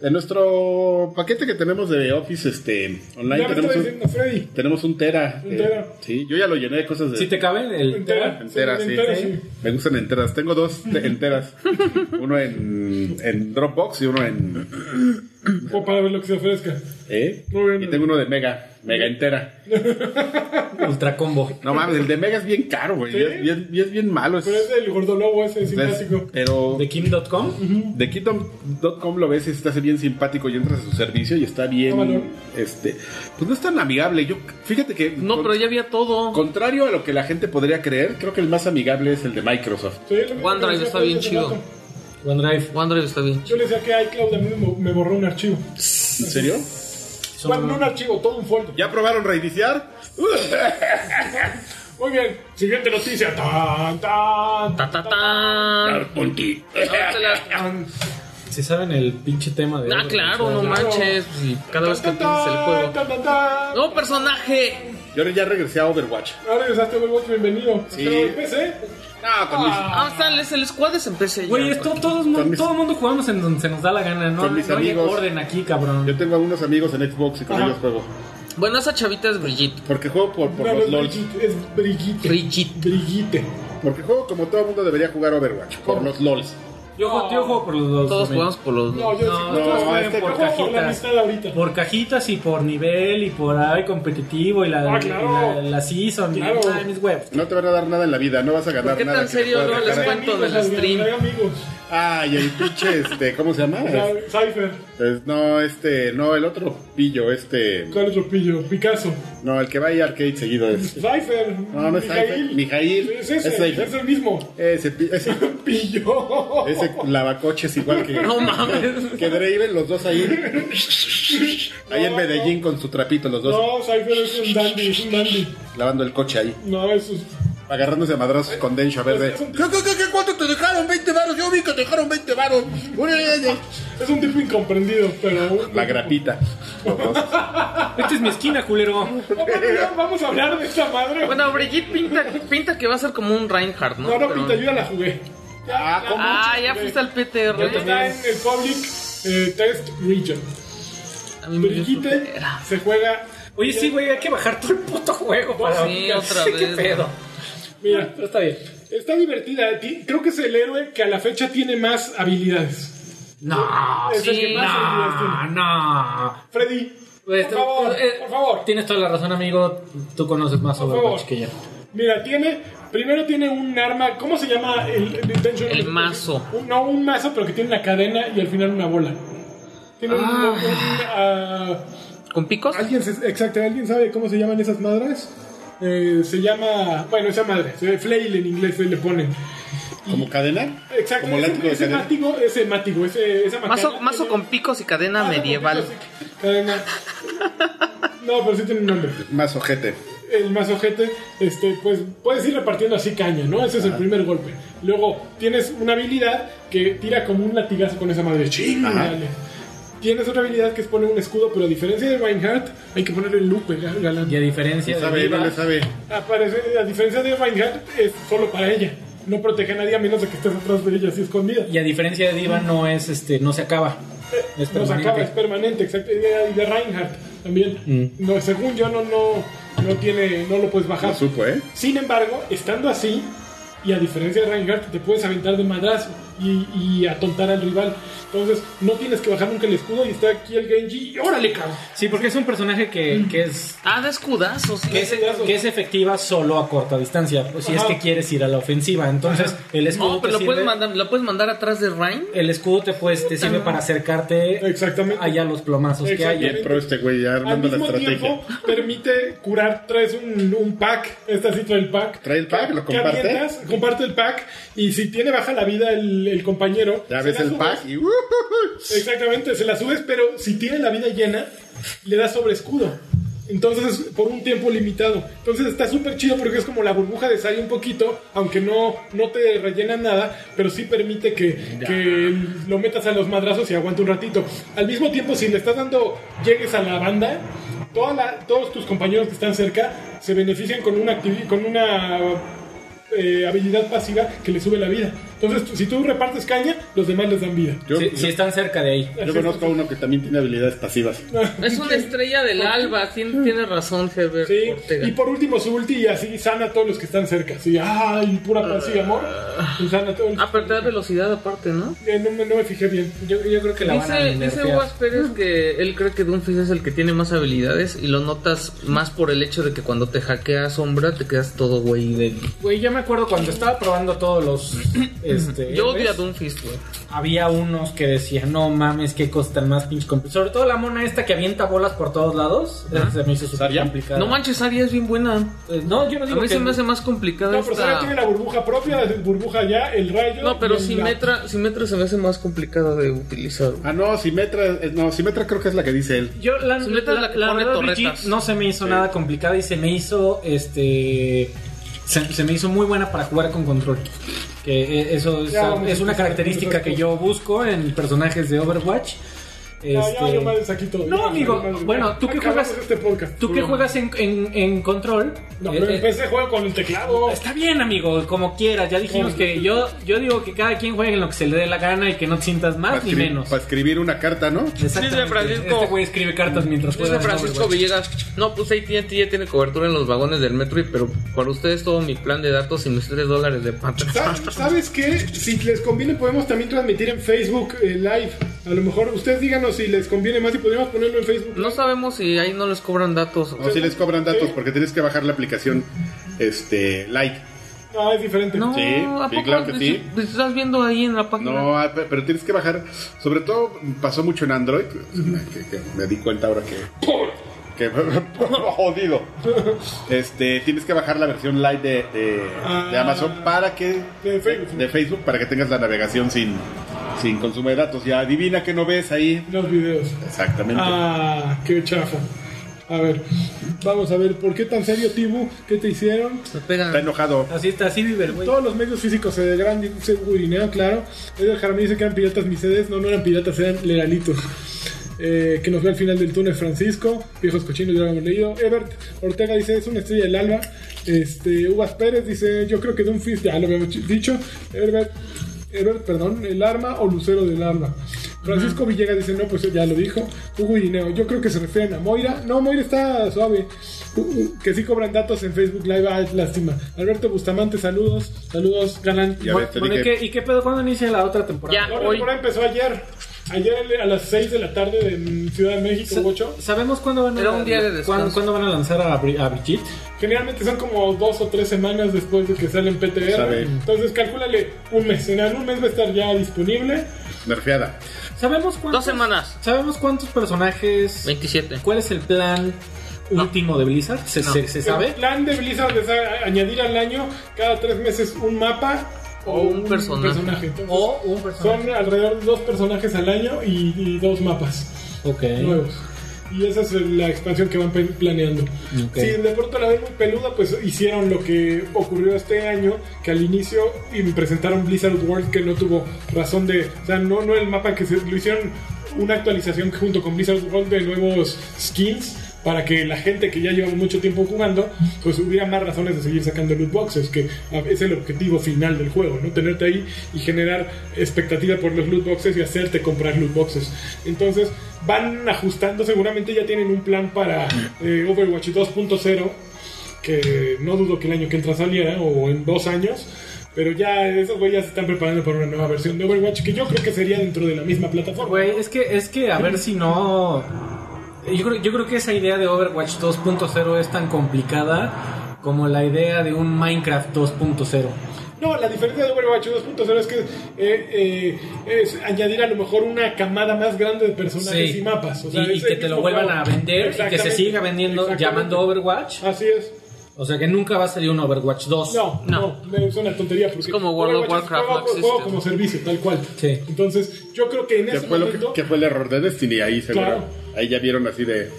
En nuestro paquete que tenemos de Office este online
Ya me
tenemos
está
un,
diciendo Freddy.
tenemos un tera.
Un
eh,
tera.
sí, yo ya lo llené de cosas de
¿Sí te cabe? El,
Entera.
enteras, sí.
Entera,
Sí.
sí.
Me gustan enteras. Tengo dos te- enteras. uno en, en Dropbox y uno en
O para ver lo que se ofrezca.
¿eh?
Muy bien.
Y tengo uno de Mega, Mega entera.
ultra combo.
No mames, el de Mega es bien caro, güey.
¿Sí?
Y, es, y es- y es bien malo. es-
Pero es el gordolobo ese
es-
simpático.
pero
De Kim.com.
De Kingdom.com lo ves y se te hace bien simpático y entras a su servicio y está bien.
Tómalo.
este Pues no es tan amigable. Yo, fíjate que.
No,
con-
pero ya había todo.
Contrario a lo que la gente podría creer, creo que el más amigable es el de Microsoft.
Sí, es lo mismo
OneDrive
que decía
está
Freddy
bien
hace
chido.
rato.
OneDrive.
OneDrive está bien.
Yo le decía que iCloud a mí me- me borró un archivo.
¿En serio?
Son-
Bueno, no un archivo, todo un folder.
¿Ya probaron reiniciar?
Ah.
Muy bien, siguiente noticia. Tan, tan,
Ta ta ta.
Ponti.
Si saben el pinche tema de.
Ah, claro, no
Claro.
manches. Y cada vez que empiezas el juego.
Tan, tan, tan.
¡No, personaje!
Yo ya regresé a Overwatch.
Ahora regresaste a Overwatch, bienvenido.
Sí.
Pero el PC,
No, con mis,
Ah, están, es el squad es empecé.
Güey, esto todo, mu-
Con mis-
todo el mundo jugamos en donde se nos da la gana, ¿no?
Con mis
no hay
amigos.
orden aquí, cabrón.
Yo tengo algunos amigos en Xbox y con
Ajá.
ellos juego.
Bueno, esa chavita es Brigitte.
Porque juego por, por
no,
los
es
LOLs.
Brigitte, es Brigitte.
Brigitte.
Brigitte.
Porque juego como todo mundo debería jugar Overwatch. Por los LOLs.
Yo, ju- yo juego por los dos.
Todos
también.
jugamos por los
No, yo
No,
sí,
no,
yo
este
juego
por
por la
cajitas.
amistad ahorita.
Por cajitas y por nivel y por ay competitivo y la,
Ah, claro.
y la, la season.
Claro.
Y, ay, mis huevos.
No te van a dar nada en la vida, no vas a ganar
¿Por qué
nada.
tan
que
serio
te pueda
no les
dejar-
cuento? cuento del
amigos,
stream.
hay amigos.
Ay, el pinche, este, ¿cómo se llama?
Ya, Cypher,
Pues, no, este, no, el otro pillo, este.
¿cuál otro pillo? Picasso.
No, el que va a ir a arcade seguido es.
Cypher.
No, no es Cypher, Mijail.
Es ese,
Es
es,
Cypher.
el mismo.
Ese, pi- ese,
Pillo.
ese lavacoches igual que.
No mames.
Que Draven, los dos ahí. Ahí en Medellín con su trapito, los dos
No, Cypher es un dandy, es un dandy.
lavando el coche ahí.
No, eso es.
Agarrándose a madrazos con Dencho, a ver de.
Es un,
¿Qué, qué, qué, qué? cuánto te dejaron? 20 varos. Yo vi que te dejaron 20 varos.
es un tipo incomprendido, pero.
La grapita. Los dos.
Esta es mi esquina, culero.
No, Oh, bueno, ya vamos a hablar de esta madre.
Bueno, Brigitte pinta, pinta que va a ser como un Reinhardt, ¿no?
no, no,
Pero-
pinta, yo ya la jugué. Ya,
Ah,
ya,
¿cómo?
Ah, ya fuiste al PTR.
Ahorita Está en el Public eh, Test Region.
A mí me dio
Brigitte
flojera.
se juega.
Oye, sí, güey, hay que bajar todo el puto juego para
Sí, otra
¿Qué
vez,
pedo?
Mira, eh,
Pero está bien.
está divertida. Ti- Creo que es el héroe que a la fecha tiene más habilidades.
No,
Es el
sí,
que más seguidores
no,
tiene.
no.
Freddy,
Pues,
por favor,
eh,
por favor.
Tienes toda la razón, amigo. Tú conoces más
Por
Overwatch
favor.
que yo.
Mira, tiene. Primero tiene un arma. ¿Cómo se llama el el Dungeon-
El mazo.
Un- no, un mazo, pero que tiene una cadena y al final una bola. Tiene un-
Ah.
un. ah,
¿Con picos?
¿Alguien, se- exacto, ¿Alguien sabe cómo se llaman esas madres? Eh, se llama. Bueno, esa madre. Se ve flail en inglés, le ponen.
¿Como cadena?
Exacto.
¿Como látigo
ese,
de
ese
cadena?
mátigo, ese mátigo, ese, esa
Mazo,
macana
mazo
tiene-
con picos y cadena
mazo Ah, con
medieval.
picos y cadena. No, pero sí tiene un nombre.
Más ojete.
el más ojete, este, pues puedes ir repartiendo así caña, ¿no? Ese es el primer golpe. Luego tienes una habilidad que tira como un latigazo con esa madre. ¡Ching!
Ajá.
dale. Tienes otra habilidad que es poner un escudo, pero a diferencia de Reinhardt, hay que ponerle el lupe, gal- galán.
Y a diferencia
¿Le
de
sabe?
Viva,
¿No le sabe?
Aparece, a diferencia de Reinhardt, es solo para ella. No protege a nadie a menos de que estés atrás de ella así escondida.
y a diferencia de Diva no es este, no se acaba. Es
Nos acaba, es
permanente.
permanente, exacto. Y de, y de Reinhardt también.
Mm.
No, según yo, no, no, no tiene, no lo puedes bajar.
No supo, ¿eh?
Sin embargo, estando así, y a diferencia de Reinhardt, te puedes aventar de madrazo y, y atontar al rival. Entonces, no tienes que bajar nunca el escudo y está aquí el Genji. y ¡Órale, cabrón!
Sí, porque es un personaje que, que es
Ah, de escudazo, sí.
que es,
Escudazo.
que es Mm. efectiva solo a corta distancia, pues, si es
Ajá.
que quieres ir a la ofensiva. Entonces, el escudo
No,
te
pero lo puedes
sirve-
mandar, lo puedes mandar atrás de Ryan.
el escudo te, pues, te sirve para acercarte
Exactamente.
allá a los plomazos que
Exacto.
haya.
Bien pro este güey, ya
Al
armando la
mismo
estrategia.
tiempo, permite curar. Traes un, un pack. Esta sí trae el pack.
Trae el pack, lo
Que
comparte.
avientas, comparte el pack. Y si tiene baja la vida el, el compañero.
Ya
se
ves
la
el
subes.
pack y... uh,
Exactamente, se la subes, pero si tiene la vida llena, le das sobre escudo. Entonces, es por un tiempo limitado. Entonces, está súper chido porque es como la burbuja de Sai un poquito, aunque no, no te rellena nada, pero sí permite que, que lo metas a los madrazos y aguante un ratito. Al mismo tiempo, si le estás dando llegues a la banda, toda la- todos tus compañeros que están cerca se benefician con una, activi- con una eh, habilidad pasiva que le sube la vida. Entonces, tú- si tú repartes caña, los demás les dan vida.
Yo,
si,
yo-
si están cerca de ahí.
yo conozco a uno que también tiene habilidades pasivas.
Es una estrella del alba, tien- tiene razón, Herbert
Sí,
Ortega.
y por último su ulti y así sana a todos los que están cerca. Así, ay, pura paz y amor. Y sana a todos.
Ah, pero te da velocidad aparte, ¿no?
Eh, no, me, no me fijé bien.
Yo, yo creo que la van a
Dice, dice
nerfear.
Uvas Pérez que él cree que Doomfist es el que tiene más habilidades y lo notas más por el hecho de que cuando te hackea sombra te quedas todo güey de...
Güey, yo me acuerdo cuando estaba probando todos los. este,
Yo odio a
héroes,
Doomfist, güey.
Había unos que decían, no mames, que costan más pinche compli-". Sobre todo la mona esta que avienta bolas por todos lados. esa Se me hizo súper
¿Saria?
complicada.
No manches, Aria es bien buena.
Eh, No, yo no
A
digo
mí
que-
se me hace más complicada
No, pero Sara tiene
esta...
la burbuja propia, la burbuja ya, el rayo.
No, pero
y el-
Simetra, Simetra se me hace más complicada de utilizar. güey.
Ah, no, Simetra... eh, No, Simetra creo que es la que dice
Ah,
él.
Yo la,
Su letra es la que
la
pone
verdad,
torretas.
Brigitte, no se me hizo nada complicada y se me hizo este se, se me hizo muy buena para jugar con control. Que eh, eso es,
Ya vamos a
es una
empezar
característica
con
que
esas
yo busco en personajes de Overwatch.
Ya, ya
Este,
valió madres aquí todo.
No,
Ya,
amigo,
valió madres.
bueno, tú que
Acabamos
juegas-
este podcast.
Tú que juegas en, en- en control.
No,
eh,
pero
eh,
empecé juego con el teclado.
Está bien, amigo, como quieras. Ya dijimos que yo, yo digo que cada quien juegue en lo que se le dé la gana y que no te sientas
Para
más ni
escribir-
menos.
Para escribir una carta, ¿no?
Exactamente.
Dice Francisco-
Este güey escribe cartas mientras juega.
Dice
en
Francisco
Overwatch.
Villegas, no, pues AT&T ya tiene cobertura en los vagones del metro, y- pero para ustedes todo mi plan de datos y mis 3 dólares de pata.
Sa- ¿Sabes qué? Si les conviene podemos también transmitir en Facebook eh, Live. A lo mejor ustedes díganos si les conviene más y podríamos ponerlo en Facebook.
No sabemos si ahí no les cobran datos.
O si les cobran datos porque tienes que bajar la aplicación este Like.
No, Ah, es diferente.
No,
Sí,
¿a
sí,
poco
claro que
te-
sí.
te estás viendo ahí en la página?
No, ah, pe- pero tienes que bajar. Sobre todo pasó mucho en Android. que- que me di cuenta ahora que. Que jodido. Este, tienes que bajar la versión light de, de- de Amazon para que.
Ah, De Facebook.
de Facebook, para que tengas la navegación sin, sin consumo de datos. Ya adivina que no ves ahí.
Los videos.
Exactamente.
Ah, qué chafa. A ver, vamos a ver, ¿por qué tan serio, Tibu? ¿Qué te hicieron?
Me pegan.
Está enojado.
Así está, así vive el güey.
Todos los medios físicos se degradan, se gurineo, claro. Edgar Jaramillo dice que eran piratas mis sedes. No, no eran piratas, eran legalitos. Eh, que nos ve al final del túnel Francisco. Viejos cochinos, ya lo hemos leído. Ebert Ortega dice, es una estrella del alba. Este, Uvas Pérez dice, yo creo que Doomfist, ya lo habíamos ch- dicho. Ebert, Ebert, perdón, el arma o lucero del alba. Francisco Villegas dice, no, pues ya lo dijo. Hugo Guineo, yo creo que se refieren a Moira. No, Moira está suave. U- u- que sí cobran datos en Facebook Live, ah, lástima. Alberto Bustamante, saludos. Saludos, ganan.
Ya ves, te
Bueno, ¿y
dije,
qué, y qué pedo? ¿Cuándo inicia la otra temporada?
Ya.
La
Hoy.
temporada empezó ayer. Ayer a las 6 de la tarde en Ciudad de México,
Sa-
Bocho.
¿Sabemos cuándo van a,
Era un día de
cuán-
descanso.
cuándo van a lanzar a, Bri- a Brigitte?
Generalmente son como dos o tres semanas después de que salen PTR.
Sabe.
Entonces, calcúlale un mes. En algún mes va a estar ya disponible.
Nerfeada.
¿Sabemos cuántos,
Dos semanas.
¿Sabemos cuántos personajes?
27.
¿Cuál es el plan
No.
último de Blizzard? ¿Se,
No.
se- se
El
sabe?
plan de Blizzard es a- añadir al año cada tres meses un mapa o,
O un personaje.
Entonces,
O un personaje.
Son alrededor de dos personajes al año y, y dos mapas
Ok.
nuevos. Y esa es la expansión que van pe- planeando.
Ok.
Si de pronto la ven muy peluda, pues hicieron lo que ocurrió este año, que al inicio y me presentaron Blizzard World que no tuvo razón de... O sea, no, no el mapa que se lo hicieron una actualización junto con Blizzard World de nuevos skins para que la gente que ya lleva mucho tiempo jugando, pues hubiera más razones de seguir sacando loot boxes, que es el objetivo final del juego, ¿no? Tenerte ahí y generar expectativa por los loot boxes y hacerte comprar loot boxes. Entonces, van ajustando, seguramente ya tienen un plan para eh, Overwatch 2.0, que no dudo que el año que entra saliera, o en dos años. Pero ya esos güeyes ya se están preparando para una nueva versión de Overwatch que yo creo que sería dentro de la misma plataforma.
Güey, es que, es que a ver si no. Yo creo, yo creo que esa idea de Overwatch 2.0 es tan complicada como la idea de un Minecraft 2.0.
No, la diferencia de Overwatch 2.0 es que eh, eh, es añadir a lo mejor una camada más grande de personajes
Sí.
y mapas. O sea,
Y- y
es
que
el
te lo
mismo
vuelvan
juego.
a vender y que se
Exactamente.
siga vendiendo
Exactamente.
llamando Overwatch.
Así es.
O sea que nunca va a salir un Overwatch 2.
No, no,
No.
es una tontería. Porque
como World of
Overwatch es
Warcraft,
juego-
no existe.
juego como servicio, tal cual.
Sí.
Entonces, yo creo que en
Que
ese
fue, lo que,
momento.
que fue el error de Destiny ahí, seguro.
Claro.
Ahí ya vieron así de,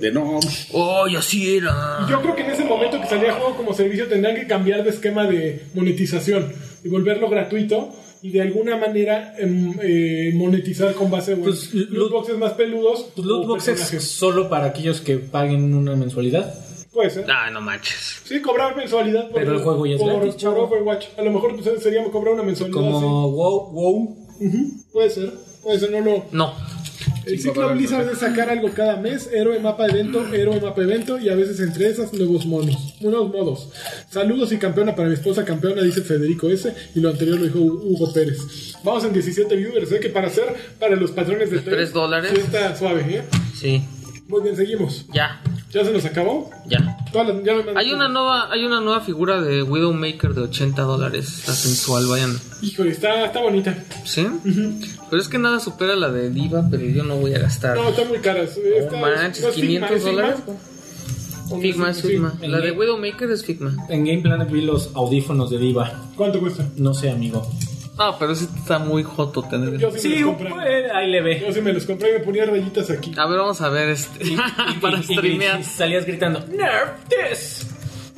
de no,
¡Oh, y así era!
Yo creo que en ese momento que salía juego como servicio tendrán que cambiar de esquema de monetización y volverlo gratuito y de alguna manera em, eh, monetizar con base en
Pues,
loot,
loot-
boxes más peludos.
Pues Loot
o
boxes
Uh, personajes.
solo para aquellos que paguen una mensualidad.
Puede ser.
Ah, no manches.
Sí, cobrar mensualidad por,
Pero el juego ya es
por-
gratis,
por
chavo.
Overwatch. A lo mejor pues, sería cobrar una mensualidad.
Como
sí.
wow, wow.
Ujú, Puede ser. Puede ser, no lo.
No.
El
Cinco
ciclo
dólares,
Blizzard es sacar algo cada mes, héroe mapa evento, héroe mapa evento y a veces entre esas nuevos monos, nuevos modos. Saludos y campeona para mi esposa campeona, dice Federico S. Y lo anterior lo dijo Hugo Pérez. Vamos en 17 viewers, ¿eh? que para hacer para los patrones de
Tres dólares.
sí Está suave, ¿eh?
Sí.
Muy bien, seguimos.
Ya.
¿Ya se nos acabó?
Ya.
Todas las- ya me mandaste-
Hay una nueva, hay una nueva figura de Widowmaker de 80 dólares. Está sensual, vayan.
Híjole, está, está bonita.
¿Sí? Pero es que nada supera la de Diva, pero yo no voy a gastar.
No, está muy cara. Está,
No manches,
¿no es Figma?
500
¿Es Figma?
dólares.
¿O no
Figma es
es
Figma.
Figma?
La de Widowmaker es Figma.
En Game Planet vi los audífonos de Diva.
¿Cuánto cuesta?
No sé, amigo.
Ah, pero sí está muy joto tener.
Yo sí, me
Sí,
los compré.
eh, ahí le ve.
Yo sí me los compré y me ponía rayitas aquí.
A ver, vamos a ver este. Para
Y- y- y-
streamear.
y salías gritando, Nerf this.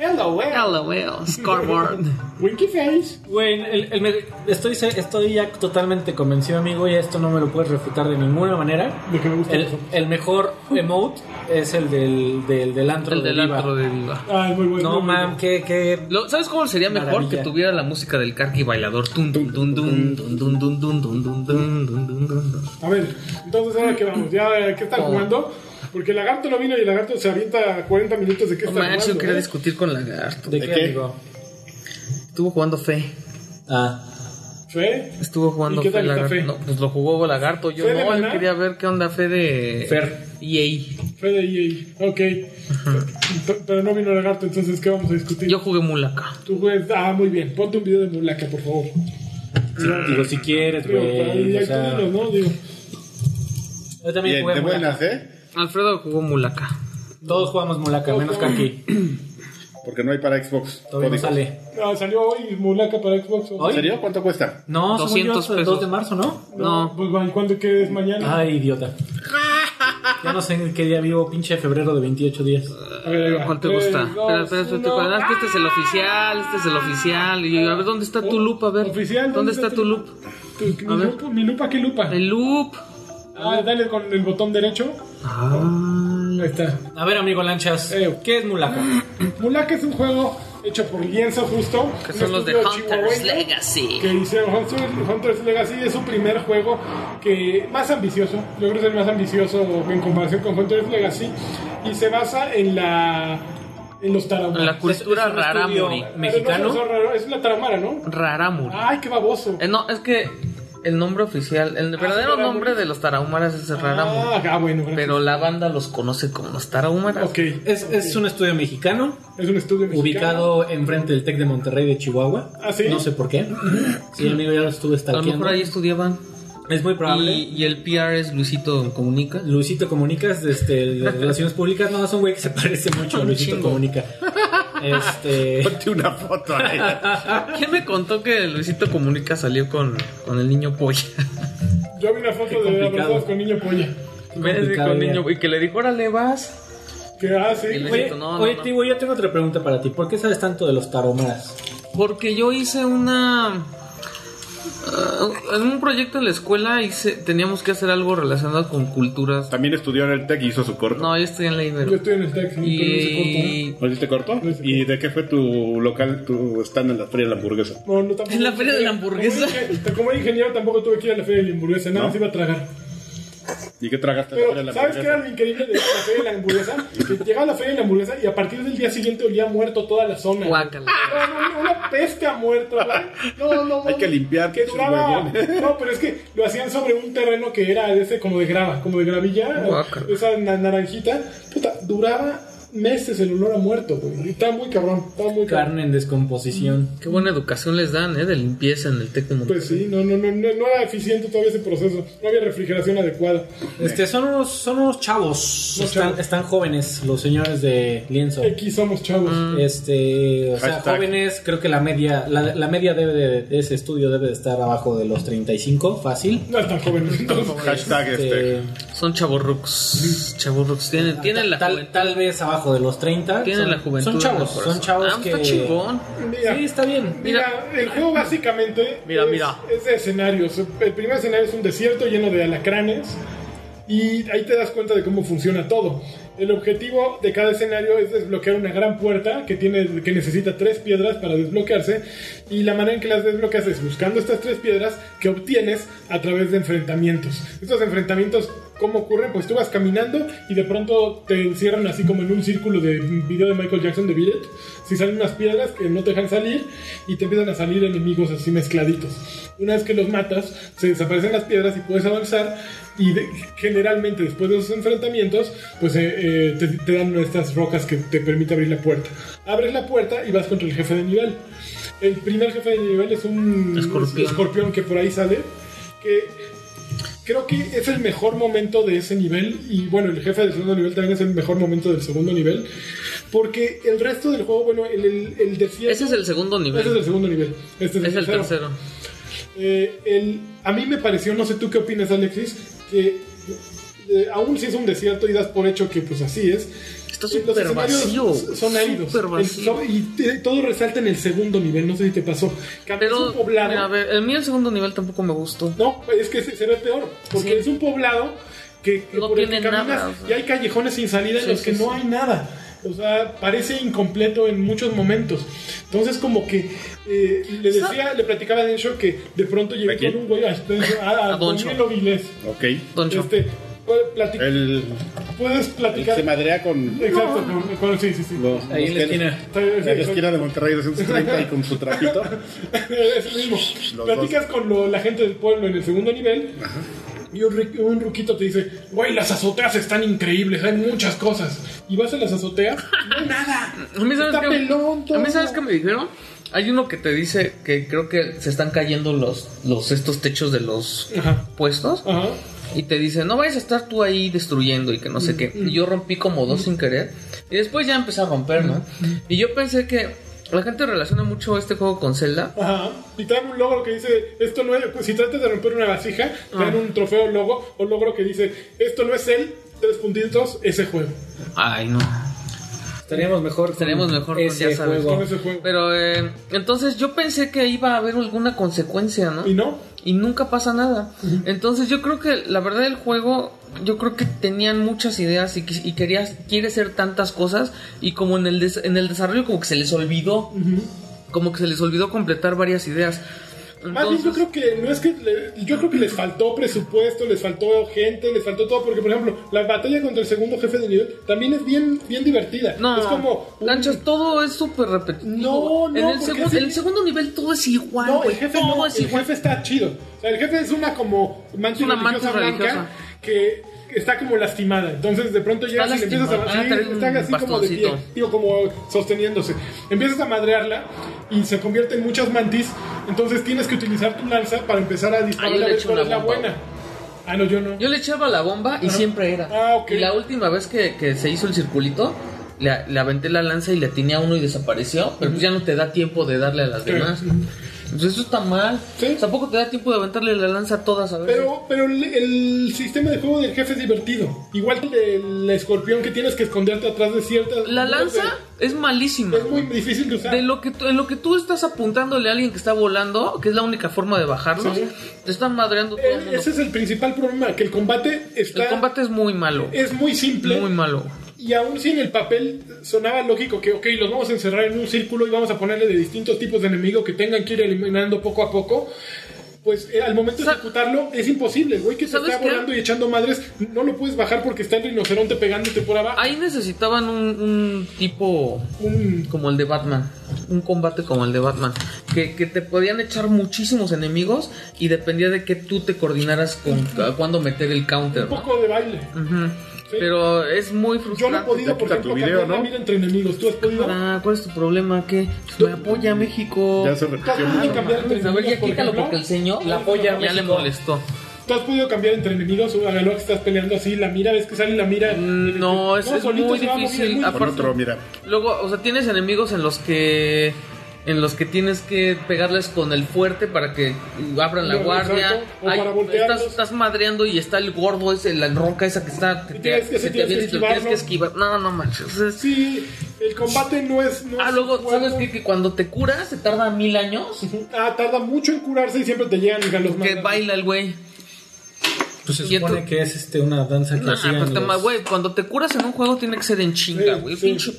Hello, eh.
LOL, scoreboard.
Winky Face.
Güey, el- el me- estoy, estoy ya totalmente convencido, amigo, y esto no me lo puedes refutar de ninguna manera.
Lo que me gusta.
El, el mejor emote es el del, del, del antro
El
de
del
Diva.
antro de Diva.
Ah, es muy bueno.
No,
muy bueno.
mam, que, que...
Lo- ¿Sabes cómo sería mejor
Maravilla.
que tuviera la música del Karki bailador? Tun, tun, tun, tun, tun, tun, tun, tun, tun, tun, tun, tun, tun, tun.
A ver, entonces ahora que vamos, ya eh, qué están
Oh.
jugando. Porque el lagarto no vino y el lagarto se avienta 40 minutos de qué
No
está
manches, yo
jugando.
quería
¿eh?
discutir con Lagarto.
¿De,
¿De
qué,
qué?
amigo?
Estuvo jugando Fe.
Ah,
Fe.
Estuvo jugando
¿Y qué
Fe
tal está
Lagarto.
Fe?
No, pues lo jugó Lagarto. Yo
¿Fe de
no, yo
Maná?
quería ver qué onda Fe de. E
Fer.
EA.
Fe de EA. Ok. P- Pero no vino el lagarto, entonces ¿qué vamos a discutir?
Yo jugué Mulaka.
Tú juegas. Ah, muy bien. Ponte un video de Mulaka, por favor.
digo, si quieres,
Digo,
güey.
para-
o sea,
tú dinos, ¿no? Digo,
yo también
bien,
jugué
de
Mulaka.
buenas, ¿eh?
Alfredo jugó Mulaka.
Todos jugamos Mulaka, menos Kanki.
Porque no hay para Xbox.
Todavía no
Código.
sale.
ah, salió hoy Mulaka para Xbox.
¿Hoy?
¿En serio? ¿Cuánto cuesta?
No,
200
200 pesos. El
pesos.
2 de marzo, ¿no?
No. Ah,
Pues va, ¿y cuándo que es mañana?
Ay, idiota. Ya no sé en qué día vivo, pinche febrero de 28 días.
A ver, ahí va.
¿Cuál te
Tres,
gusta?
dos,
Espera, espera, espera,
uno.
espera. Eh, Ah, es que este es el oficial, este es el oficial. Y a ver, ¿dónde está tu loop? A ver.
Oficial,
¿Dónde está tu loop?
Tu-
A
mi,
ver.
lupa, mi lupa, ¿qué lupa?
El loop.
Ah, dale con el botón derecho.
Ah.
Ahí está.
A ver, amigo Lanchas,
Eh.
¿qué es Mulaka?
Mulak es un juego hecho por lienzo justo.
Que
un
son los de
estudio
Hunter's
chihuahueño
Legacy.
Que hicieron Hunter- Hunter's Legacy. Es su primer juego que más ambicioso. Yo creo que es el más ambicioso en comparación con Hunter's Legacy. Y se basa en la. En los tarahumaras.
En la cultura
Es- es un
rara
estudio
muri.
Ah, no,
mexicano.
no, no, no, no, es la tarahumara, ¿no?
Raramur.
Ay, qué baboso.
Eh, no, es que El nombre oficial, el verdadero
Tarahumaras.
nombre de los tarahumaras es Raramu.
Ah, ah, bueno, gracias.
Pero la banda los conoce como los tarahumaras.
Ok.
Es, es un estudio mexicano,
Es un estudio mexicano.
ubicado enfrente del TEC de Monterrey de Chihuahua.
¿Ah, sí?
No sé por qué. Sí, amigo, ya lo estuve
A lo
stalkeando.
mejor ahí estudiaban.
Es muy
Y,
probable.
y el PR es Luisito Comunica.
Luisito Comunicas, este, el de Relaciones Públicas, no, es un güey que se parece mucho a
Un
Luisito
chingo.
Comunica. Este.
Ponte una foto ahí.
¿Quién me contó que Luisito Comunica salió con, con el niño polla?
Yo vi una foto de
complicado.
abrazados con niño polla.
Ves,
complicado,
con
ya.
niño- y que le dijo, órale, vas.
Que ah, sí.
Y
Oye,
le- Luisito, no, no,
oye,
no.
Tibo, yo tengo otra pregunta para ti. ¿Por qué sabes tanto de los taromaras?
Porque yo hice una... ah, en un proyecto en la escuela hice, teníamos que hacer algo relacionado con culturas.
También estudió en el TEC y hizo su corto.
No, yo estoy en la
Yo
Ibero.
estoy en el taxi, ¿eh?
Y
¿No hiciste corto?
No hice
¿Y de qué fue tu local, tu stand en la feria de la hamburguesa?
pero no se corta. No, no, tampoco.
En la feria de la hamburguesa.
Como, dije- este, como ingeniero tampoco tuve que ir a la feria de la hamburguesa, nada
¿No?
más iba a tragar.
¿Y qué tragaste en la feria de
Pero,
la
¿sabes qué era
hamburguesa?
lo increíble de la feria de la hamburguesa? Que llegaba la feria de la hamburguesa y a partir del día siguiente olía muerto toda la zona.
guácala.
No, no, no, una peste a muerto. güey. No, no, no.
Hay que limpiar,
Que
pinches
duraba.
huevones.
No, pero es que lo hacían sobre un terreno que era de ese como de grava, como de gravilla,
Guácala.
esa na- naranjita. Puta, duraba meses el olor a muerto, güey. Y Estaba muy cabrón, estaba muy cabrón.
Carne en descomposición.
Qué buena educación les dan, ¿eh? De limpieza en el Tec de Monterrey.
Pues sí, no, no, no, no, no era eficiente todavía ese proceso. No había refrigeración adecuada.
Este, son unos, son unos chavos.
Unos
están,
chavos.
están jóvenes los señores de Lienzo.
Aquí somos chavos.
Este, o sea,
Hashtag.
jóvenes, creo que la media, la, la media debe de, de ese estudio debe de estar abajo de los 35, fácil.
No es tan joven. entonces.
Hashtag este.
Este,
Son chavorrucos. Chavorrucos. Tienen, tienen la
Ah, tal,
juventud.
tal vez abajo de los 30.
Tienen
son,
la juventud.
Son
en el
chavos,
corazón.
son chavos
Ah,
que.
Está chingón.
Mira,
Sí, está bien.
Mira, el juego básicamente
Mira,
es,
mira.
es de escenarios. El primer escenario es un desierto lleno de alacranes y ahí te das cuenta de cómo funciona todo. El objetivo de cada escenario es desbloquear una gran puerta que, tiene, que necesita tres piedras para desbloquearse y la manera en que las desbloqueas es buscando estas tres piedras que obtienes a través de enfrentamientos. Estos enfrentamientos, ¿cómo ocurren? Pues tú vas caminando y de pronto te encierran así como en un círculo de video de Michael Jackson de Billet. Si salen unas piedras que no te dejan salir y te empiezan a salir enemigos así mezcladitos. Una vez que los matas, se desaparecen las piedras y puedes avanzar. Y de- generalmente después de esos enfrentamientos, pues eh, eh, te, te dan estas rocas que te permite abrir la puerta. Abres la puerta y vas contra el jefe de nivel. El primer jefe de nivel es un
Escorpión.
escorpión que por ahí sale. Que creo que es el mejor momento de ese nivel y bueno, el jefe del segundo nivel también es el mejor momento del segundo nivel porque el resto del juego, bueno, el, el, el desierto...
Ese es el segundo nivel.
Ese es el segundo nivel. Este es el
Es el
tercero.
tercero.
Eh, el- a mí me pareció, no sé tú qué opinas Alexis, que eh, aún si es un desierto y das por hecho que pues así es.
Está
eh,
súper
los escenarios
vacío,
Son áridos.
súper
El-
vacío.
y te- todo resalta en el segundo nivel, no sé si te pasó. Que aunque es
Pero,
un poblado,
mira, a ver, a mí el segundo nivel tampoco me gustó.
no, es que se, se ve peor, porque
Sí.
es un poblado que, que
No
por el que
tiene
caminas
nada, o sea.
y hay callejones sin salida en
Sí,
los
sí,
que no
sí.
hay nada. O sea, parece incompleto en muchos momentos. Entonces, como que eh, le
Sa-
decía, le platicaba a Densho que de pronto
¿A
llegué
quién?
con un güey a, este, a, a,
A Doncho.
Daniel Ovilés.
Ok.
Doncho.
Este, pu- plati-
El,
puedes
el
platicar.
se madrea con.
Exacto, con- con- sí, sí, sí.
los-
Ahí en la
los que-
esquina.
Está bien,
En la
sí,
esquina de Monterrey 230 y con su trapito.
es el mismo.
Los
Platicas con lo- la gente del pueblo en el segundo nivel. Y un, ri- un ruquito te dice, güey, las azoteas están increíbles, hay muchas cosas. Y vas a las azoteas, no hay nada.
A mí, ¿sabes
Está
qué?
pelón todo.
A mí, ¿sabes qué me dijeron? Hay uno que te dice que creo que se están cayendo los, los estos techos de los
Ajá.
puestos
Ajá.
y te dice, no vayas a estar tú ahí destruyendo y que no sé qué.
Mm,
Y yo rompí como dos sin querer y después ya empecé a romper, ¿no?
Mm,
Y yo pensé que la gente relaciona mucho este juego con Zelda.
Ajá. Y te dan un logro que dice, esto no es, pues, si tratas de romper una vasija, te dan un trofeo logo o logro que dice, esto no es él, tres puntitos, ese juego.
Ay, no.
Estaríamos mejor. con
Estaríamos mejor con,
ese
ya sabes.
juego.
Con ese juego.
Pero eh, entonces yo pensé que iba a haber alguna consecuencia, ¿no?
Y no,
y nunca pasa nada. Entonces yo creo que la verdad el juego, yo creo que tenían muchas ideas y, quis- y quería, quiere ser tantas cosas y como en el, des- en el desarrollo como que se les olvidó, como que se les olvidó completar varias ideas.
Más bien,
Entonces,
yo creo que no es que le- yo creo que les faltó presupuesto, les faltó gente, les faltó todo, porque por ejemplo, la batalla contra el segundo jefe de nivel también es bien, bien divertida.
no,
es como un-
Lanchas, todo es súper repetitivo.
No, no,
en el,
porque
segundo,
ese-
en el segundo nivel todo es igual,
No,
güey.
el jefe
todo
no,
es
el
igual.
jefe está chido. O sea, el jefe es una como mantis
Es una
religiosa
mantis
blanca
religiosa.
que está como lastimada. Entonces de pronto llegas y le empiezas a
lastimada. Ah,
sí,
trae un
está así como de pie,
bastoncito.
digo, como sosteniéndose. Empiezas a madrearla y se convierte en muchas mantis. Entonces tienes que utilizar tu lanza para empezar a disparar
yo
a
le
ver
echo
cuál
una
es la
bomba.
buena. Ah, no, yo no.
Yo le echaba la bomba y siempre era.
Ah, ok.
Y la última vez que, que se hizo el circulito, le, le aventé la lanza y le tenía a uno y desapareció. Pero pues ya no te da tiempo de darle a las
Sí.
demás. Pues eso está mal.
Sí.
Tampoco te da tiempo de aventarle la lanza a todas a ver.
Pero, pero el, el sistema de juego del jefe es divertido. Igual que el del escorpión que tienes que esconderte atrás de ciertas.
la lanza es malísima.
Es muy difícil de usar.
De lo que tú- en lo que tú estás apuntándole a alguien que está volando, que es la única forma de bajarlos,
Sí.
te están madreando todo el
Eh,
mundo.
Ese es el principal problema, que el combate está...
El combate es muy malo.
es muy simple.
Muy malo.
Y aún si en el papel sonaba lógico que, ok, los vamos a encerrar en un círculo y vamos a ponerle de distintos tipos de enemigo que tengan que ir eliminando poco a poco. Pues eh, al momento de
Sa-
ejecutarlo es imposible. El güey que se
¿Sabes
está
qué?
volando y echando madres no lo puedes bajar porque está el rinoceronte pegándote por abajo.
Ahí necesitaban un, un tipo
Un-
como el de Batman. Un combate como el de Batman. Que, que te podían echar muchísimos enemigos y dependía de que tú te coordinaras con a cuándo meter el counter.
un
¿no?
poco de baile.
Ujú.
Sí.
Pero es
Yo no
muy
he
frustrante.
podido, por
Quita
ejemplo,
tu video,
cambiar la
¿no?
mira entre enemigos. ¿Tú has podido?
Ah, ¿Cuál es tu problema? ¿Qué? Pues Me apoya México.
Ya se
¿Tú has
repitió
podido
mucho.
cambiar entre
A ver,
enemigos,
ya
por
quítalo
ejemplo?
porque el señor
La polla
ya le
México.
molestó.
¿Tú has podido cambiar entre enemigos? O a la hora que estás peleando así, la mira, ves que sale la mira.
Mm, no, es- es
solito
muy
se va moviendo,
difícil.
es muy-
Ah,
Con otro, mira.
Luego, o sea, tienes enemigos en los que en los que tienes que pegarles con el fuerte para que abran la
Exacto,
guardia.
o para voltearlos.
estás, estás madreando y está el gordo, ese, la roca esa que está que
Y tienes que- tienes
se te
que
avienta y lo tienes
esquivarlo.
que esquivar. No, no manches. es-
Sí, el combate no es. no
Ah,
es
luego,
bueno.
¿sabes qué? Que cuando te curas se tarda mil años.
Ah, tarda mucho en curarse y siempre te llegan hija, los
Que
mandan.
baila el güey.
Pues se
Y
supone
entonces-
que es este, una danza que
Nah,
hacían
pues,
los-
toma, güey, cuando te curas en un juego tiene que ser en chinga,
Sí,
güey.
sí.
Pinche.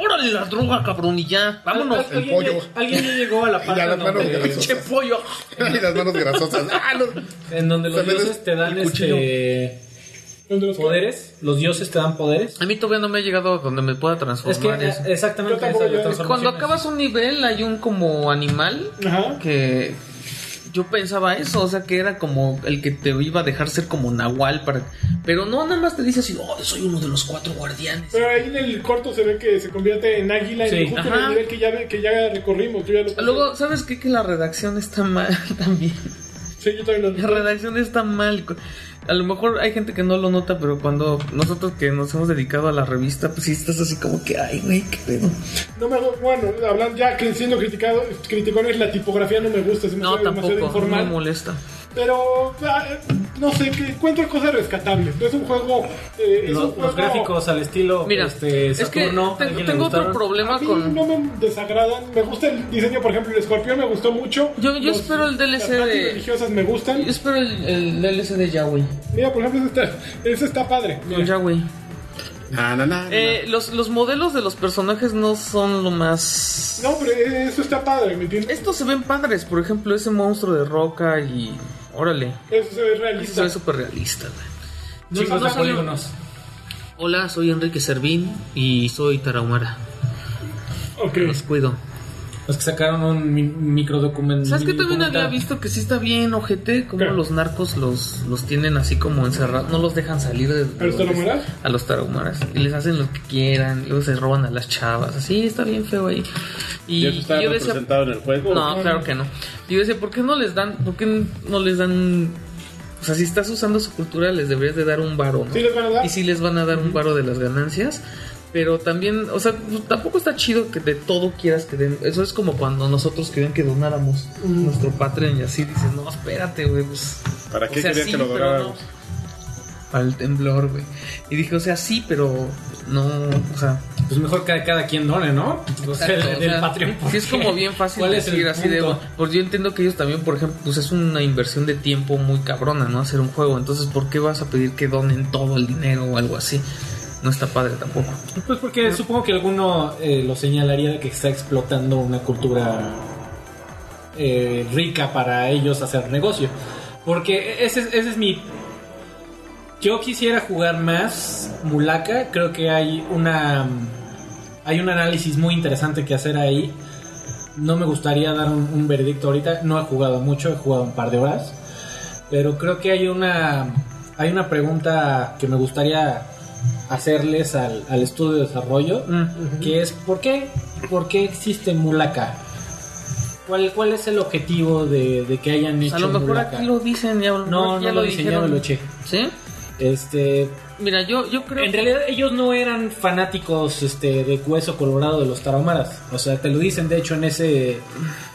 Órale la droga, cabrón, y ya. Vámonos.
Al- al-
el
alguien
pollo.
ya- Alguien ya llegó a la
ya
parte
las
en
manos de
donde,
las-
Pinche pollo.
Y las manos grasosas. Ah, los-
en donde los
También es
dioses te dan
el cuchillo.
este,
Donde los-
poderes. Los dioses te dan poderes.
A mí todavía no me ha llegado a donde me pueda
Es que
transformar eso.
eh,
Yo
exactamente
tampoco
esa, la
yo-
transformación
pues, Cuando
es-
acabas un nivel hay un como animal
Ajá.
que yo pensaba eso, o sea que era como el que te iba a dejar ser como nahual para pero no nada más te dice así, "Oh, soy uno de los cuatro guardianes."
Pero ahí en el corto se ve que se convierte en águila
Sí,
y justo en
ajá. Ah,
el nivel que ya, ve- que ya recorrimos. Yo ya lo pasé.
Luego, ¿sabes qué? Que la redacción está mal también.
Sí, yo también
La
lo
redacción está mal. A lo mejor hay gente que no lo nota, pero cuando nosotros que nos hemos dedicado a la revista, pues sí estás así como que, ay, güey, qué pedo.
No me bueno, hablando ya que siendo criticado, criticones, la tipografía no me gusta, se me
No,
hace demasiado
tampoco, no me
informal.
molesta.
Pero ah, eh, no sé, que encuentro cosas rescatables. No es un juego. eh, es
los,
un juego
los gráficos al estilo
Mira,
este,
es que
Saturno.
te-
¿alguien le
tengo otro
gustaron?
problema
A mí
con...
no me desagradan. Me gusta el diseño, por ejemplo, el escorpión me gustó mucho.
Yo- yo
Los-
espero el DLC
las partes
de-
religiosas me gustan.
Yo espero el, el DLC de Yahweh.
Mira, por ejemplo, ese está, ese está padre.
Con Yahweh.
Na, na, na, na.
Eh, los, los modelos de los personajes no son lo más...
No, pero eso está padre, ¿me entiendes?
Estos se ven padres, por ejemplo, ese monstruo de roca y... Órale.
Eso se ve
Eso se
realista.
ve súper realista, güey. No,
pues,
Chingos
no
de
salió-
polígonos.
Hola, soy Enrique Servín y soy Tarahumara.
Ok.
Los cuido.
Los que sacaron un mi- microdocumento.
¿Sabes qué? También
documental.
había visto que sí está bien, ojete, como
¿Qué?
los narcos los, los tienen así como encerrados, no los dejan salir de... de
¿A los tarahumaras?
A los tarahumaras. Y les hacen lo que quieran, luego se roban a las chavas, así está bien feo ahí. Y,
¿Y eso está
y yo decía...
representado en el juego?
No, claro que no. Y Yo decía, ¿por qué no les dan, por qué no les dan... O sea, si estás usando su cultura, les deberías de dar un varo, ¿no?
Sí les van a dar.
y sí les van a dar un varo de las ganancias. Pero también, o sea, pues, tampoco está chido que de todo quieras que den. Eso es como cuando nosotros querían que donáramos nuestro Patreon y así dices, no, espérate, güey, pues.
¿Para
o
qué
sea,
querían
sí,
que lo
pero
donáramos?
no. Para el temblor, güey. Y dije, o sea, sí, pero no, o sea.
Pues mejor que cada quien done, ¿no? O sea,
Exacto,
del
o sea,
Patreon.
Sí, es como bien fácil
¿Cuál es
decir
el
así de.
punto?
Porque yo entiendo que ellos también, por ejemplo, pues es una inversión de tiempo muy cabrona, ¿no? Hacer un juego. Entonces, ¿por qué vas a pedir que donen todo el dinero o algo así? No está padre tampoco.
Pues porque supongo que alguno eh, lo señalaría de que está explotando una cultura eh, rica para ellos hacer negocio. Porque ese, es- ese es mi... Yo quisiera jugar más Mulaka, creo que hay una... Hay un análisis muy interesante que hacer ahí. No me gustaría dar un, un veredicto ahorita, no he jugado mucho, he jugado un par de horas. Pero creo que hay una, hay una pregunta que me gustaría hacerles al, al estudio de desarrollo, que es ¿por qué, por qué existe Mulaka? ¿Cuál, ¿Cuál es el objetivo de, de que hayan hecho
A lo mejor
Mulaka?
aquí lo dicen, ya,
no,
ya
no lo dicen, ya me
dijeron.
lo eché.
¿Sí?
Este,
Mira, yo, yo creo
en
que-
realidad ellos no eran fanáticos este, de hueso colorado de los tarahumaras. O sea, te lo dicen de hecho en ese,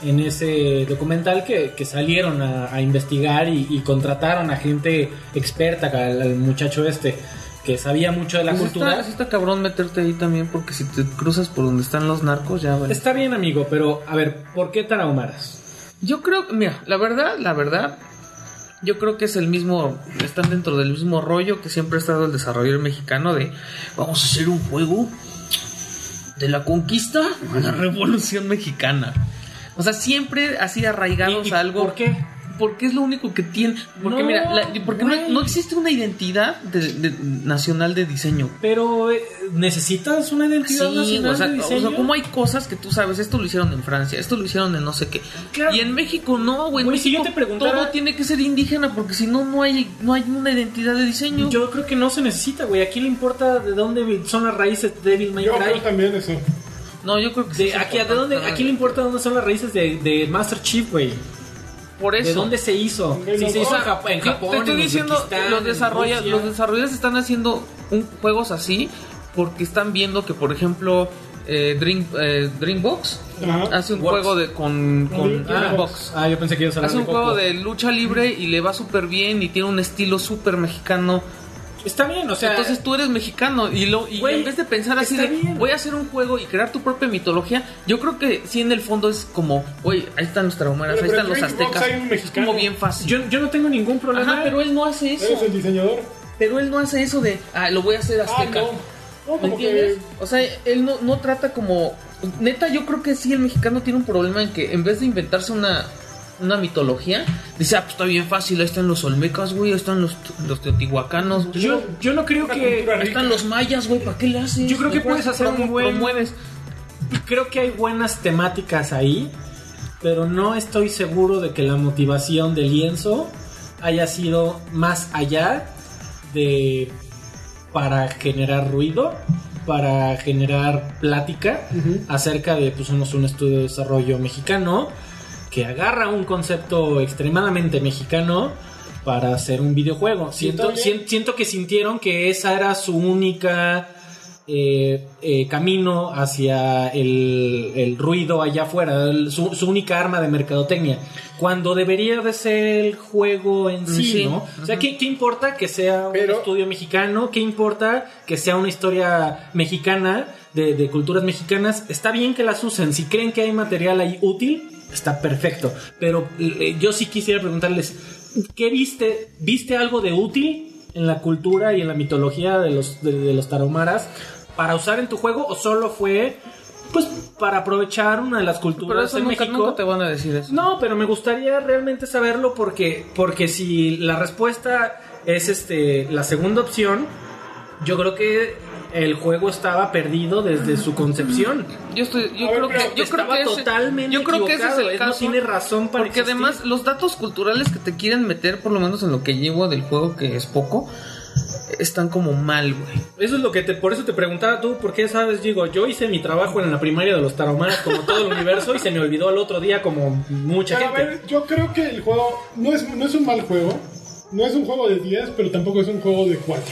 en ese documental que, que salieron a, a investigar y, y contrataron a gente experta, al, al muchacho este, que sabía mucho de la
pues
cultura.
Está, sí está cabrón meterte ahí también porque si te cruzas por donde están los narcos ya vale.
Está bien, amigo, pero a ver, ¿por qué tarahumaras?
Yo creo, mira, la verdad, la verdad, yo creo que es el mismo, están dentro del mismo rollo que siempre ha estado el desarrollador mexicano de vamos a hacer un juego de la conquista a la revolución mexicana. O sea, siempre así arraigados
¿Y- y
a algo.
¿Por qué?
Porque es lo único que tiene. Porque
No,
mira, la- porque no,
güey.
no existe una identidad de- de- nacional de diseño.
Pero eh, necesitas una identidad
Sí,
nacional
o sea,
de
o
diseño?
sea, como hay cosas que tú sabes, esto lo hicieron en Francia, esto lo hicieron en no sé qué.
Claro.
Y en México no, güey. en
Güey, si
México
yo te preguntara-
Todo tiene que ser indígena porque si no, no hay, no hay una identidad de diseño.
Yo creo que no se necesita, güey. ¿A quién le importa de dónde son las raíces de Devil May
Yo
Cry?
creo también eso.
no, yo creo que sí
De,
es
aquí, ¿a, de
importante,
dónde,
¿no?
¿A quién le importa dónde son las raíces de, de Master Chief, güey?
Por eso.
¿De dónde se hizo?
De
Si
los-
se hizo en
Ah,
Jap- en
Yo
Japón,
te estoy
en
diciendo,
Uzbekistán,
los,
en
desarrolla-
Rusia.
los desarrolladores están haciendo un- juegos así porque están viendo que, por ejemplo, eh, Dream, eh, Dreambox
Ajá.
hace un
Works.
juego de con, con
Ah,
Dreambox.
Ah, yo pensé que ibas a hablar
Hace un
de
juego
Coco.
de lucha libre y le va súper bien y tiene un estilo súper mexicano.
Está bien, o sea...
Entonces tú eres mexicano y, lo, y
Güey,
en vez de pensar así
está
de
bien.
voy a hacer un juego y crear tu propia mitología, yo creo que sí en el fondo es como, güey, ahí están los trahumaras, ahí
Pero, pero
están
en
los
Dreambox
aztecas.
hay un
Es
mexicano.
como bien fácil.
yo, yo no tengo ningún problema.
Ajá, pero él no hace eso.
Eres el diseñador.
Pero él no hace eso de, ah, lo voy a hacer
Ah,
azteca.
no. No,
¿Me
como que.
entiendes? O sea, él no, no trata como... Neta, yo creo que sí, el mexicano tiene un problema en que en vez de inventarse una, una mitología, dice, ah, pues está bien fácil, ahí están los olmecas, güey, ahí están los, los teotihuacanos, güey,
yo, yo no creo
Una
que...
cultura
ahí están los mayas, güey, ¿para qué le haces?
Yo creo que
Mejor
puedes hacer un
promu-
buen-
promueves.
Creo que hay buenas temáticas ahí, pero no estoy seguro de que la motivación del lienzo haya sido más allá de para generar ruido, para generar plática acerca de pues somos un estudio de desarrollo mexicano que agarra un concepto extremadamente mexicano para hacer un videojuego. Siento,
está bien.
sien- siento que sintieron que esa era su única eh, eh, camino hacia el, el ruido allá afuera, el- su, su única arma de mercadotecnia, cuando debería de ser el juego en sí,
Sí,
¿no? O sea, ¿qué, qué importa que sea un
Pero-
estudio mexicano? ¿Qué importa que sea una historia mexicana de, de culturas mexicanas? Está bien que las usen, si creen que hay material ahí útil, está perfecto, pero eh, yo sí quisiera preguntarles, ¿qué viste? ¿Viste algo de útil? en la cultura y en la mitología de los, de, de los tarahumaras para usar en tu juego o solo fue pues para aprovechar una de las culturas
Pero eso
en
nunca,
México?
nunca te van a decir eso.
No, pero me gustaría realmente saberlo porque, porque si la respuesta es este la segunda opción, yo creo que el juego estaba perdido desde su concepción.
Yo estoy, yo
A ver, pero
creo que, yo creo
Estaba
que ese-
totalmente
yo creo que ese es
equivocado,
el
él no
caso.
tiene razón para
Porque
existir.
además los datos culturales que te quieren meter, por lo menos en lo que llevo del juego, que es poco, están como mal, güey.
Eso es lo que te, por eso te preguntaba tú, ¿por qué sabes? Digo, yo hice mi trabajo en la primaria de los tarahumaras como todo el universo y se me olvidó el otro día como mucha
Pero, a
gente.
ver, yo creo que el juego no es, no es un mal juego. No es un juego de 10, pero tampoco es un juego de 4.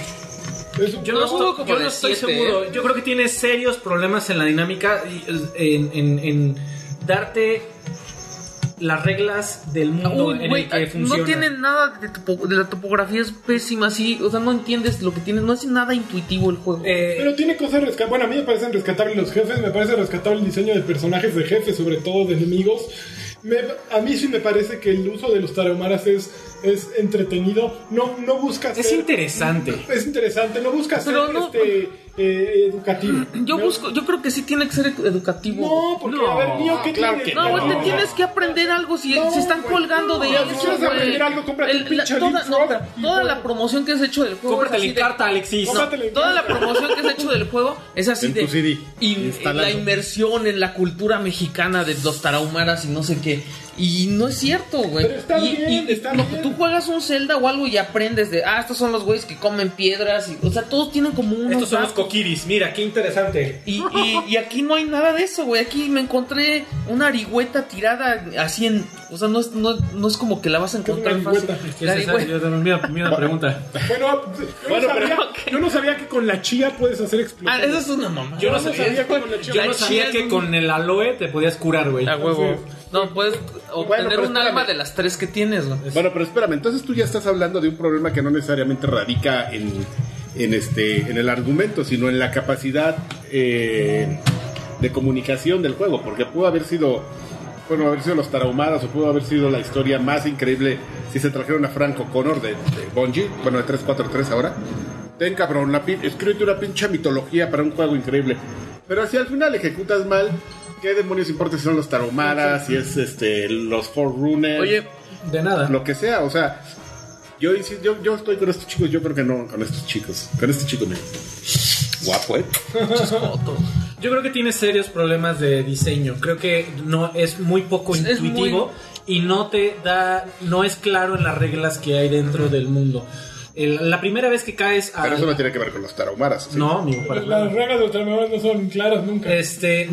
Es un
Yo no,
No,
estoy-
como
yo
de
no estoy
siete,
seguro.
¿eh?
Yo creo que tiene serios problemas en la dinámica y, eh, en, en- en darte las reglas del mundo
Uy,
en
güey,
el que funciona.
no tienen nada de, topo- de la topografía, es pésima, sí. O sea, no entiendes lo que tienes, no hace nada intuitivo el juego.
Eh,
Pero tiene cosas rescatables. Bueno, a mí me parecen rescatables los jefes, me parece rescatable el diseño de personajes de jefes, sobre todo de enemigos. Me- a mí sí me parece que el uso de los tarahumaras es, es entretenido. No, no busca
es
ser-
interesante.
Es interesante, no busca
Pero
ser
no-
este, eh, educativo.
Yo
¿no?
busco, yo creo que sí tiene que ser edu- educativo.
No, porque a ver, Neo, ¿qué
claro
tiene?
que
No, güey, te
no.
tienes que aprender algo si
No,
se están
güey,
colgando
no,
de
no,
eso.
si quieres
güey.
aprender algo, cómprate un
la-
pinche
toda,
Leapfrog
no, pero
y
toda
todo.
la promoción que has hecho del juego.
Cómprate
es así
la
de-
carta, Alexis.
No,
Cómpratele en
toda la
carta.
promoción que has hecho del juego es así
En
de
tu CD.
in-
Instálalo.
la inmersión en la cultura mexicana de los tarahumaras y no sé qué. Y no es cierto, güey.
Pero está
y,
bien,
y-
está
no,
bien.
tú juegas un Zelda o algo y aprendes de, ah, estos son los güeyes que comen piedras. y- o sea, todos tienen como unos
Estos son los
datos.
coquiris. Mira, qué interesante.
Y, y- y aquí no hay nada de eso, güey. Aquí me encontré una arigüeta tirada así en. O sea, no es, no, no es como que la vas a
¿Qué es una
encontrar fácil.
arigüeta?
La
Esa es
arigüeta.
la- Este, mira, mira la pregunta.
Bueno, yo,
Bueno,
no
pero-
sabía, yo no sabía que con la chía puedes hacer
Ah,
explosiones.
esa es una mamá.
Yo no
Yo no
sabía,
sabía cómo le echaba.
yo no
La
sabía
chía
que
es
con el aloe te podías curar, güey.
A huevo. No, puedes obtener
pero
un alma
espérame.
de las tres que tienes, güey.
Bueno, pero espérame, entonces tú ya estás hablando de un problema que no necesariamente radica en, en este, en el argumento, sino en la capacidad eh, de comunicación del juego, porque pudo haber sido, bueno, haber sido los tarahumadas o pudo haber sido la historia más increíble si se trajeron a Franco Connor de, de Bungie, bueno, de 343 ahora. Ten cabrón, una pin- escríbete una pinche mitología para un juego increíble. Pero si al final ejecutas mal, ¿qué demonios importa si son los tarahumaras, si es este los Forerunners?
Oye,
De nada.
lo que sea, o sea, yo insisto, yo, yo estoy con estos chicos, yo creo que no con estos chicos, con este chico mira. Guapo, eh.
foto.
Yo creo que tiene serios problemas de diseño. Creo que no es muy poco
Es muy-
intuitivo y no te da, no es claro en las reglas que hay dentro del mundo. El- la primera vez que caes a
Pero eso no tiene que ver con los tarahumaras. ¿sí?
Ah, no, amigo, para nada.
Las reglas de Ultraman no son claras nunca.
Este,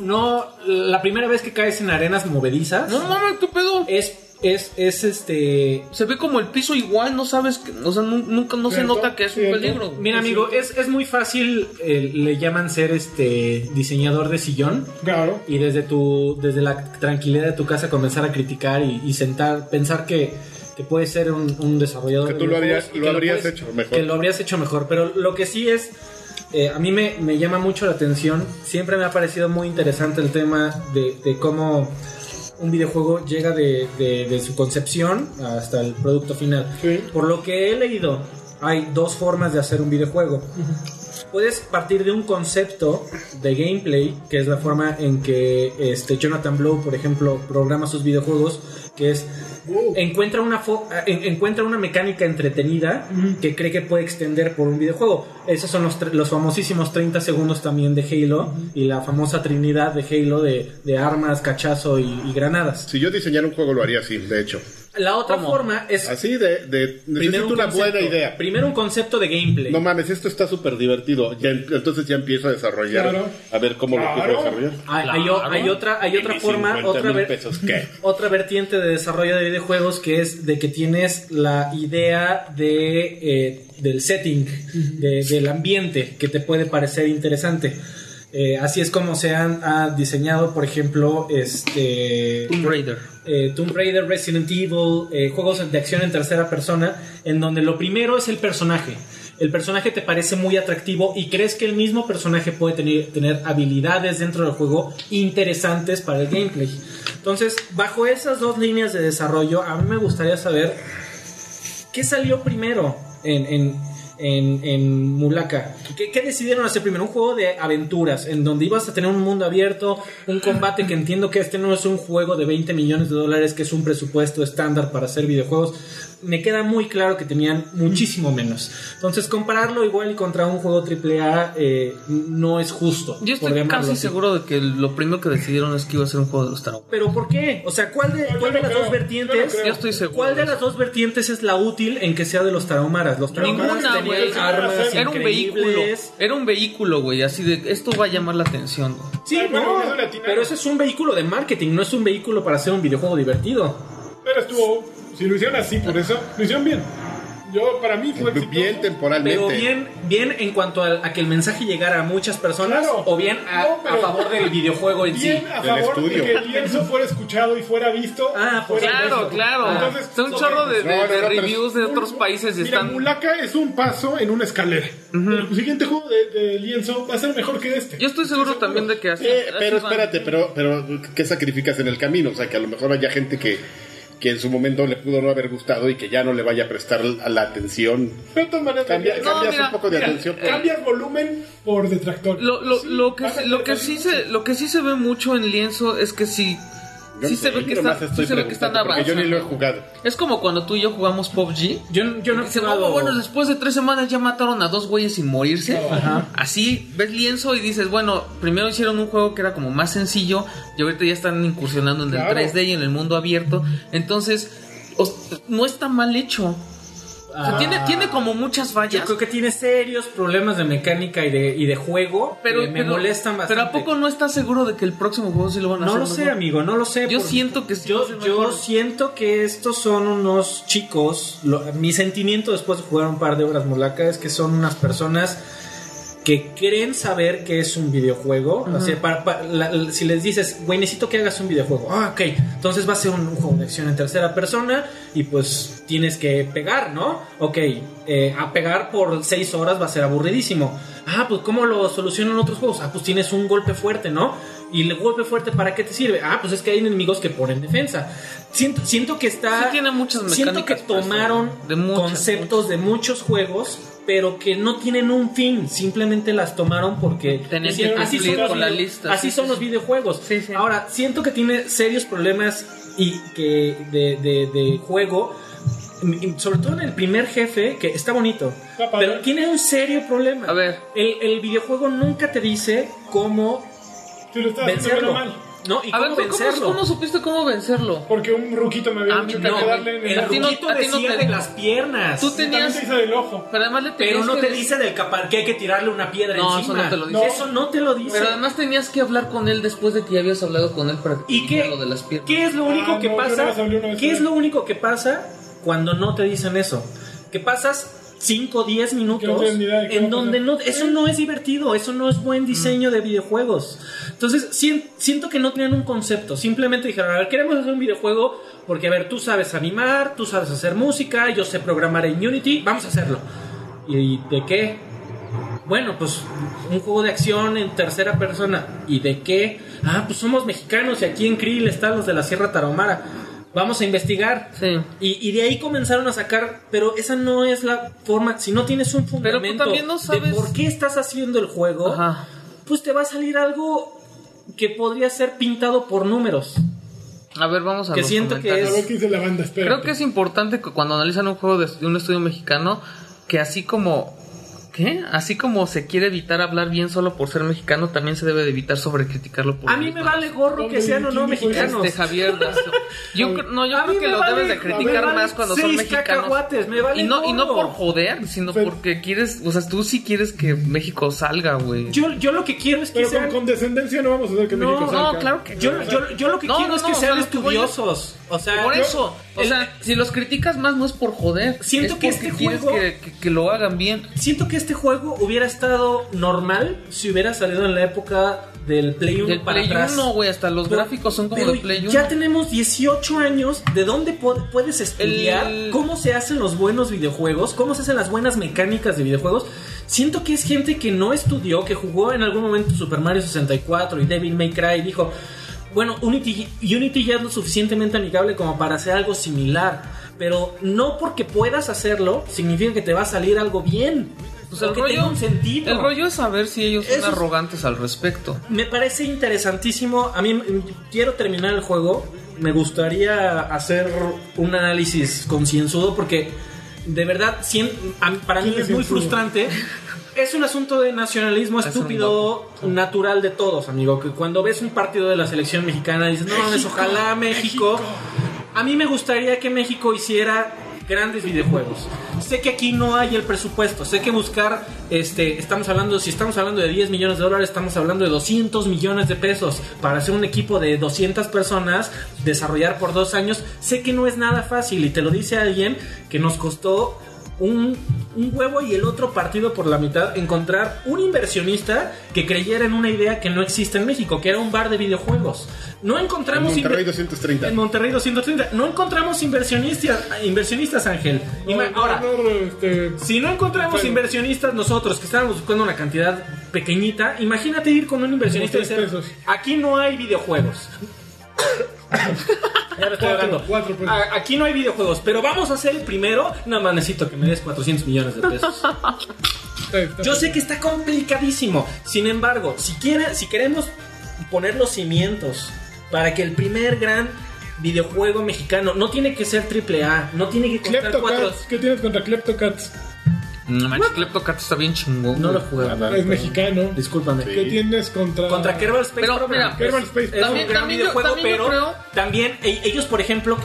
no, la primera vez que caes en arenas movedizas
No mames, qué pedo.
es, es, es este,
Se ve como el piso igual, no sabes. que- o sea, nu- nunca no se
Cierto,
nota que es un
cierto.
peligro. güey.
Mira, amigo, es, es muy fácil, eh, le llaman ser este diseñador de sillón
Claro.
y desde tu desde la tranquilidad de tu casa comenzar a criticar y, y sentar, pensar que, que puedes ser un, un desarrollador.
Que
de
tú lo
videojuegos
habrías-
y
lo
que
habrías
puedes-
hecho mejor.
Que lo habrías hecho mejor, pero lo que sí es, eh, a mí me, me llama mucho la atención, siempre me ha parecido muy interesante el tema de, de cómo un videojuego llega de, de- de su concepción hasta el producto final.
Sí.
Por lo que he leído, hay dos formas de hacer un videojuego. Puedes partir de un concepto de gameplay, que es la forma en que este Jonathan Blow, por ejemplo, programa sus videojuegos, que es encuentra una fo- eh, en- encuentra una mecánica entretenida que cree que puede extender por un videojuego. Esos son los, tre- los famosísimos 30 segundos también de Halo y la famosa trinidad de Halo de, de armas, cachazo y, y granadas.
Si yo diseñara un juego lo haría así, de hecho.
La otra forma es
Así de, de necesito una buena
concepto.
idea.
Primero un concepto de gameplay.
No mames, esto está súper divertido. Ya em- entonces ya empiezo a desarrollar.
Claro.
A ver cómo lo
Claro.
empiezo a desarrollar.
hay, hay o- hay otra, hay otra
Y
forma,
50
otra,
mil
ver-
pesos, ¿qué?
otra vertiente de desarrollo de videojuegos que es de que tienes la idea de, eh, del setting, de- del ambiente que te puede parecer interesante. Eh, así es como se han ha diseñado, por ejemplo, este
Tomb Raider.
eh, Tomb Raider, Resident Evil, eh, juegos de acción en tercera persona, en donde lo primero es el personaje. El personaje te parece muy atractivo y crees que el mismo personaje puede tener, tener habilidades dentro del juego interesantes para el gameplay. Entonces, bajo esas dos líneas de desarrollo, a mí me gustaría saber qué salió primero en, en, en, en Mulaka. ¿Qué, qué decidieron hacer primero? Un juego de aventuras, en donde ibas a tener un mundo abierto, un combate que entiendo que este no es un juego de 20 millones de dólares, que es un presupuesto estándar para hacer videojuegos. Me queda muy claro que tenían muchísimo menos. Entonces, compararlo igual contra un juego AAA eh, no es justo.
Yo
por
estoy
llamarlo
casi
así.
seguro de que lo primero que decidieron es que iba a ser un juego de los tarahumaras.
¿Pero por qué? O sea, ¿cuál de,
No, yo
cuál de
no
las dos
creo, yo no
vertientes?
creo.
Yo estoy seguro
¿Cuál
de
de
eso.
las dos vertientes es la útil en que sea de los tarahumaras? Los tarahumaras
Ninguna,
tenían
güey.
este armas
Era un vehículo.
increíbles.
Era un vehículo, güey. Así de, esto va a llamar la atención, güey.
Sí,
Ay, bueno,
no,
eso le atinaron.
pero eso es un vehículo de marketing, no es un vehículo para hacer un videojuego divertido.
Pero estuvo. Si lo hicieron así, por eso. Lo hicieron bien. Yo, para mí, fue exitoso.
Bien temporalmente.
Pues Pero bien, bien en cuanto a, a que el mensaje llegara a muchas personas
Claro.
o bien a,
No, pero-
a favor del videojuego en sí.
Bien a
Del
favor de
estudio.
que el lienzo fuera escuchado y fuera visto.
Ah, por
Fuera
supuesto.
pues Claro,
visto.
claro.
Entonces,
Está un
ok.
chorro de, de-
No, no,
de
no, pero
reviews de
Mul-
otros países.
Mira,
Están...
Mulaka es un paso en una escalera. El siguiente juego de, de lienzo va a ser mejor que este.
Yo estoy seguro también de que así.
Eh, pero
así van.
espérate, pero, pero ¿qué sacrificas en el camino? O sea, que a lo mejor haya gente que que en su momento le pudo no haber gustado y que ya no le vaya a prestar la la atención.
De todas maneras,
Cambia-
cambias-
No,
cambias
mira,
un poco de
mira,
atención. por-
cambias volumen por detractor.
Lo, lo,
Sí,
lo que,
vas a
se- lo, que
perder
sí
mucho.
se, lo que sí se ve mucho en lienzo es que sí,
Yo
sí
no sé,
se ve que,
yo nomás
están- sí
estoy
se ve que están
preguntando, porque
avanzando.
Yo ni lo he jugado.
Es como cuando tú y yo jugamos PUBG.
Yo, yo no he
Dice,
jugado-
"Oh, bueno, después de tres semanas ya mataron a dos güeyes sin morirse.
Ajá.
Así ves lienzo y dices, bueno, primero hicieron un juego que era como más sencillo y ahorita ya están incursionando en
Claro.
el 3D y en el mundo abierto. Entonces, os- no está mal hecho. O sea,
Ah,
tiene, tiene como muchas
Yo
fallas.
creo que tiene serios problemas de mecánica y de, y de juego
Pero,
que Eh, me
pero-
molestan bastante.
pero ¿a poco no estás seguro de que el próximo juego sí lo van a
No
hacer?
lo sé,
mejor?
amigo, no lo sé.
Yo
por-
siento que sí,
Yo,
es el
yo
mejor.
siento que estos son unos chicos. lo- mi sentimiento después de jugar un par de horas molaca es que son unas personas que creen saber que es un videojuego. O sea, para- para- la- la- si les dices, güey, necesito que hagas un videojuego. Ah, ok. Entonces va a ser un, un juego de acción en tercera persona y pues tienes que pegar, ¿no? Ok, eh, a pegar por seis horas va a ser aburridísimo. Ah, pues ¿cómo lo solucionan otros juegos? Ah, pues tienes un golpe fuerte, ¿no? ¿Y el golpe fuerte para qué te sirve? Ah, pues es que hay enemigos que ponen defensa. Siento, siento que está...
Sí tiene muchas
Siento que
mecánicas, pues,
tomaron
de muchas,
conceptos de muchos juegos, pero que no tienen un fin, simplemente las tomaron porque
Tenían
decían,
que
así son,
cumplir
los,
con la
vide-
lista,
así
sí,
son
sí,
los
sí.
videojuegos.
Sí, sí.
Ahora, siento que tiene serios problemas y que de, de- de juego, y sobre todo en el primer jefe, que está bonito,
Está padre.
pero tiene un serio problema.
A ver.
el, el videojuego nunca te dice cómo
Tú lo estás haciendo
vencerlo.
bien o mal.
¿no? Y
A ver,
cómo
¿tú ¿cómo,
vencerlo.
cómo supiste cómo vencerlo?
Porque un ruquito me había
Ah,
dicho que
no,
hay que darle en el,
el
a ti no-
ruquito
a ti no
decía
te-
de las piernas.
Tú
También
tenías...
te hizo del ojo.
Pero además le tenías
Pero no
que
te
decir-
dice del capar que hay que tirarle una piedra
No,
encima.
eso no te lo dice.
No. Eso no te lo dice.
Pero además tenías que hablar con él después de que ya habías hablado con él para que te
¿Y
dijera
qué,
lo de las piernas.
qué es lo único
Ah,
que
no, yo
pasa?
nada más hablé una vez
¿Qué
con
es
él.
lo único que pasa cuando no te dicen eso? Que pasas 5 o 10 minutos
tienes ni idea de qué
en
va a
donde
pasar.
no eso no es divertido, eso no es buen diseño de videojuegos. Entonces, sien- siento que no tienen un concepto, simplemente dijeron, "A ver, queremos hacer un videojuego porque a ver, tú sabes animar, tú sabes hacer música, yo sé programar en Unity, vamos a hacerlo." ¿Y de qué? Bueno, pues un juego de acción en tercera persona. ¿Y de qué? Ah, pues somos mexicanos y aquí en Krill están los de la Sierra Tarahumara. Vamos a investigar.
Sí.
Y, y de ahí comenzaron a sacar, pero esa no es la forma. Si no tienes un
Pero tú
fundamento
también no sabes-
de por qué estás haciendo el juego,
Ajá.
pues te va a salir algo que podría ser pintado por números.
A ver, vamos a
Que
los
siento que
comentarios.
A ver qué dice la banda, espera.
Creo que es importante que cuando analizan un juego de, de un estudio mexicano, que así como... ¿Qué? Así como se quiere evitar hablar bien solo por ser mexicano, también se debe de evitar sobrecriticarlo por...
A mí me vale gorro que
Hombre,
sean o no
¿quién dijo eso?
mexicanos.
Este Javier Dazo. Yo, cre- no, yo
A mí
creo que
me
lo
vale-
debes de criticar
me vale
más cuando son
seis
mexicanos.
cacahuates, me vale
y no, y no
gorro.
por joder, sino
Pero-
porque quieres, o sea, tú sí quieres que México salga, güey.
Yo, yo lo que quiero es que
Pero
sean
con condescendencia no vamos a hacer que
No,
México salga.
no, claro que
Yo, yo, yo lo que
No,
quiero
no,
es
no,
que
o sea,
sean
lo que voy a-
estudiosos. O sea,
Por
yo-
eso, o
el-
sea, si los criticas más no es por joder.
Siento
es
que
porque
este
quieres
juego-
que, que- que lo hagan bien.
siento que este juego hubiera estado normal si hubiera salido en la época del Play 1
Del
para
Play
atrás.
1, güey, hasta los
Pero-
gráficos son como
pero
de Play 1.
Ya tenemos 18 años. ¿De dónde po- puedes estudiar
El-
cómo se hacen los buenos videojuegos? ¿Cómo se hacen las buenas mecánicas de videojuegos? Siento que es gente que no estudió, que jugó en algún momento Super Mario 64 y Devil May Cry y dijo, bueno, Unity, Unity ya es lo suficientemente amigable como para hacer algo similar. Pero no porque puedas hacerlo significa que te va a salir algo bien.
Pues
O
el
que tenga
rollo,
un sentido.
el rollo es saber si ellos son
Eso es-
arrogantes al respecto.
Me parece interesantísimo. A mí mm, quiero terminar el juego. Me gustaría hacer un análisis concienzudo porque de verdad sien- a mí- para mí es muy
Concienzudo.
frustrante. Es un asunto de nacionalismo
Es un
estúpido, natural de todos, amigo. Que cuando ves un partido de la selección mexicana dices, no mames, ojalá México. A mí me gustaría que México hiciera grandes videojuegos. Sé que aquí no hay el presupuesto, sé que buscar, este, estamos hablando, si estamos hablando de 10 millones de dólares, estamos hablando de 200 millones de pesos para hacer un equipo de 200 personas, desarrollar por dos años, sé que no es nada fácil y te lo dice alguien que nos costó un, un huevo y el otro partido por la mitad encontrar un inversionista que creyera en una idea que no existe en México, que era un bar de videojuegos. No
En
encontramos...
Monterrey
inver-
230.
en Monterrey 230. No encontramos inversionistas, inversionistas Ángel.
No,
Ima-
no,
Ahora,
no, este,
si no encontramos
Bueno.
inversionistas nosotros, que estábamos buscando una cantidad pequeñita, imagínate ir con un inversionista y
Como
decir,
tres pesos.
aquí no hay videojuegos. Ya lo estoy
Cuatro,
hablando.
cuatro, pues.
A- Aquí no hay videojuegos, pero vamos a hacer el primero. Nada más necesito que me des 400 millones de pesos.
Está- está-
Yo sé que está complicadísimo. Sin embargo, si, quiere, si queremos poner los cimientos para que el primer gran videojuego mexicano no tiene que ser AAA, no tiene que costar cuatro.
Kleptocats, ¿qué tienes contra Kleptocats?
No manches, Kleptocat está bien chingón.
No lo
güey.
jugué.
Nada.
Ah, Es mexicano.
Discúlpame.
Sí.
¿Qué tienes contra.
Contra Kerbal Space
Pero,
Program.
mira,
Kerbal Space
Es
También-
un gran
también yo-
videojuego,
también yo
pero
creo-
también e- ellos, por ejemplo,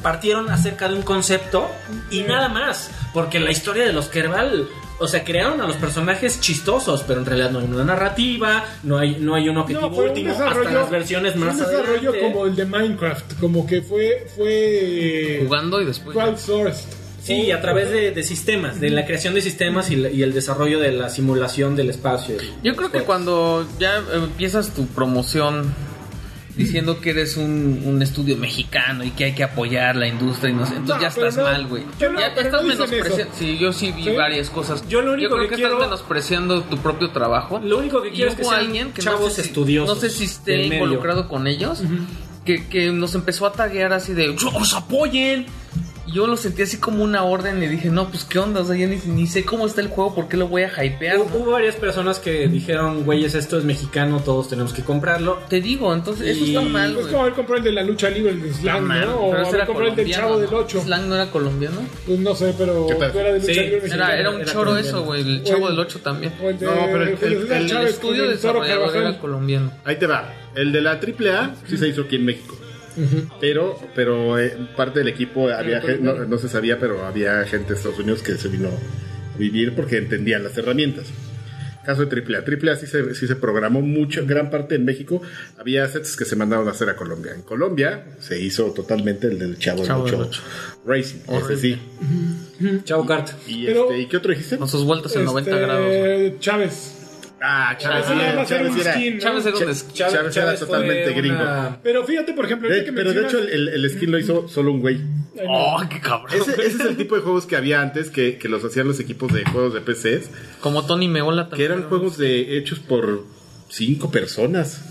partieron acerca de un concepto y nada más. Porque la historia de los Kerbal, o sea, crearon a los personajes chistosos, pero en realidad no hay una narrativa, no hay, no hay un objetivo
No, fue un
último.
desarrollo-
Hasta las versiones
fue
más
Un desarrollo
adelante.
como el de Minecraft, como que fue. fue
Jugando y después.
Crowdsourced. Oh,
Sí, a través de, de sistemas, de la creación de sistemas y, la- y el desarrollo de la simulación del espacio.
Yo creo
Pues-
que cuando ya empiezas tu promoción diciendo que eres un, un estudio mexicano y que hay que apoyar la industria y no sé, entonces
No,
ya
pero
estás
no,
mal, güey.
yo no,
ya
pero
estás
no dicen
menospreciando.
eso.
Sí, yo sí vi
¿Sí?
varias cosas.
Yo lo único
creo
que
que,
quiero-
estás menospreciando tu propio trabajo.
Lo único que
Y
quiero es que
hubo
sean
alguien que
chavos
no sé si,
estudiosos
No sé si esté
del medio.
involucrado con ellos, que, que nos empezó a taguear así de "¡Yo os apoyen! Y Yo lo sentí así como una orden y dije, no, pues qué onda, o sea, ya ni, ni sé cómo está el juego, por qué lo voy a hypear.
Hubo,
¿no?
hubo varias personas que dijeron, güeyes, esto es mexicano, todos tenemos que comprarlo.
Te digo, entonces, eso
Y-
está mal,
Es
güey.
pues, como haber comprado el de la lucha libre, el de Slang,
Man,
¿no? O
pero ese
haber
era
comprado el del
colombiano,
Chavo
¿no?
del 8.
¿Slang no era colombiano?
Pues no sé, pero
¿Qué tal?
tú eras de lucha
Sí.
libre mexicana.
Era, era un
era
choro
colombiano.
eso, güey, el
O
Chavo
el-
del 8 también.
O el de
No, pero el-
Julio César
el- el
El
Chávez con
estudio
el Toro
desarrollador era
Carvajal.
colombiano.
Ahí te va. El de la AAA sí se hizo aquí en México. Pero, pero eh, parte del equipo había gen- no, no se sabía, pero había gente de Estados Unidos que se vino a vivir porque entendían las herramientas. Caso de AAA. AAA sí se, sí se programó mucho, gran parte en México. Había assets que se mandaron a hacer a Colombia. En Colombia se hizo totalmente el del Chavo,
Chavo del
del Ocho
Ocho.
Racing. Ese sí.
Chao, Carta.
Y,
Pero-
este, ¿y qué otro dijiste?
Con sus vueltas en 90 grados. güey.
Este, Chávez.
Ah, Chávez.
Ese nada
era-
más era
Chávez
un
era-
skin, ¿no?
Chávez era un esquí.
Chávez era
Chávez fue
totalmente gringo.
una-
Pero fíjate, por ejemplo, ahorita
De-
que
pero de
mencionas-
hecho el, el- el skin lo hizo solo un güey.
Ay, no.
¡Oh, qué cabrón!
Ese, ese es el tipo de juegos que había antes que, que los hacían los equipos de juegos de PCs,
Como Tony Meola
que
también.
eran
¿no?
juegos de hechos por cinco personas.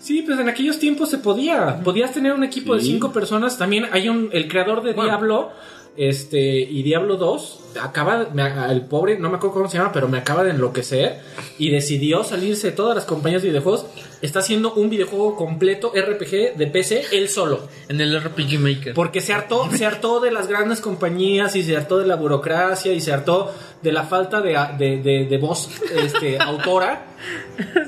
Sí, pues en aquellos tiempos se podía. Podías tener un equipo de
Sí.
cinco personas. También hay un. El creador de
Bueno.
Diablo. Este. Y Diablo 2. Acaba. me- el pobre. No me acuerdo cómo se llama. Pero me acaba de enloquecer. Y decidió salirse de todas las compañías de videojuegos. Está haciendo un videojuego completo RPG de PC. Él solo.
En el RPG Maker.
Porque se hartó, se hartó de las grandes compañías y se hartó de la burocracia y se hartó de la falta de, de- de- de voz este, autora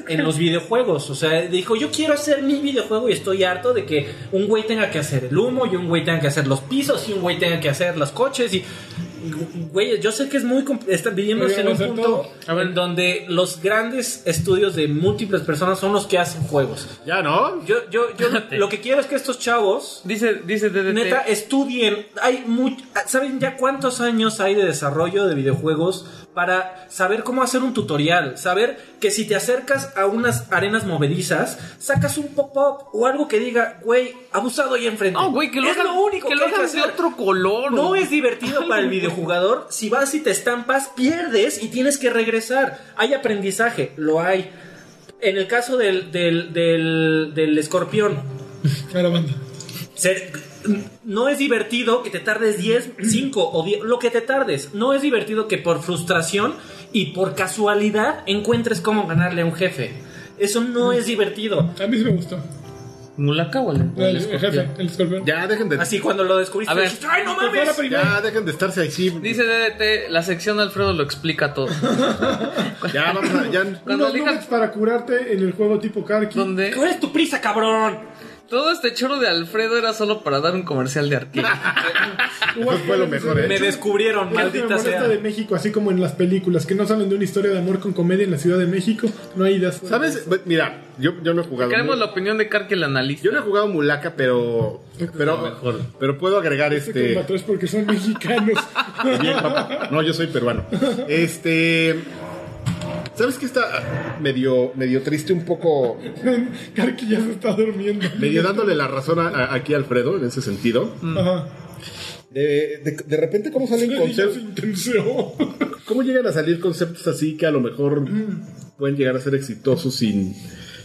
en los videojuegos. O sea, dijo, yo quiero hacer mi videojuego y estoy harto de que un güey tenga que hacer el humo y un güey tenga que hacer los pisos y un güey tenga que hacer los coches y... Güey, yo sé que es muy... compl- Están viviendo en un
Podríamos hacer
punto
todo.
A ver.
en donde los grandes estudios de múltiples personas son los que hacen juegos.
Ya, ¿no?
Yo, yo, yo lo que quiero es que estos chavos
Dice, dice DDT.
Neta, eh, estudien. Hay mu- ¿Saben ya cuántos años hay de desarrollo de videojuegos para saber cómo hacer un tutorial? Saber que si te acercas a unas arenas movedizas, sacas un pop-up o algo que diga, güey, abusado ahí enfrente.
No, güey, que lo
es
hagan,
lo único que,
que lo
hay que
hagan de
hacer.
otro color.
No
güey.
es divertido para el videojugador. Si vas y te estampas, pierdes y tienes que regresar. Hay aprendizaje, lo hay. En el caso del, del, del, del escorpión,
A la banda.
se- no es divertido que te tardes 10, 5 o 10, lo que te tardes. No es divertido que por frustración y por casualidad encuentres cómo ganarle a un jefe. Eso no es divertido.
A mí sí me gustó.
¿Mulaka o el, o
El,
el
el
escorpión?
jefe, el escorpión.
Ya dejen de,
Así cuando lo descubriste,
A ver.
dijiste, ¡ay, no
Pero fue la
mames!
primera.
ya dejen de estarse así.
Dice DDT, la sección Alfredo lo explica todo.
Ya, vamos a, ya.
Cuando
Unos
elijas-
nuggets para curarte en el juego tipo Karki.
Donde
¿Cuál es tu prisa, cabrón?
todo este choro de Alfredo era solo para dar un comercial de arcade.
Eso fue lo mejor, ¿eh?
Me descubrieron,
Maldita
maldita sea.
de México, así como en las películas, que no salen de una historia de amor con comedia en la Ciudad de México. No hay ideas.
¿Sabes? Mira, yo, yo no he jugado.
Queremos
mu-
la opinión de Kark el analista.
Yo no he jugado Mulaka, pero. Pero, pero puedo agregar
Este...
este.
combatrés porque son mexicanos.
Bien, papá. No, yo soy peruano. Este. ¿Sabes qué está medio, medio triste un poco?
Karki ya se está durmiendo.
Medio dándole la razón a- a- aquí a Alfredo en ese sentido.
Ajá.
De, de- de repente, ¿cómo salen
Y ya se
conceptos?
intenseó.
¿Cómo llegan a salir conceptos así que a lo mejor pueden llegar a ser exitosos sin,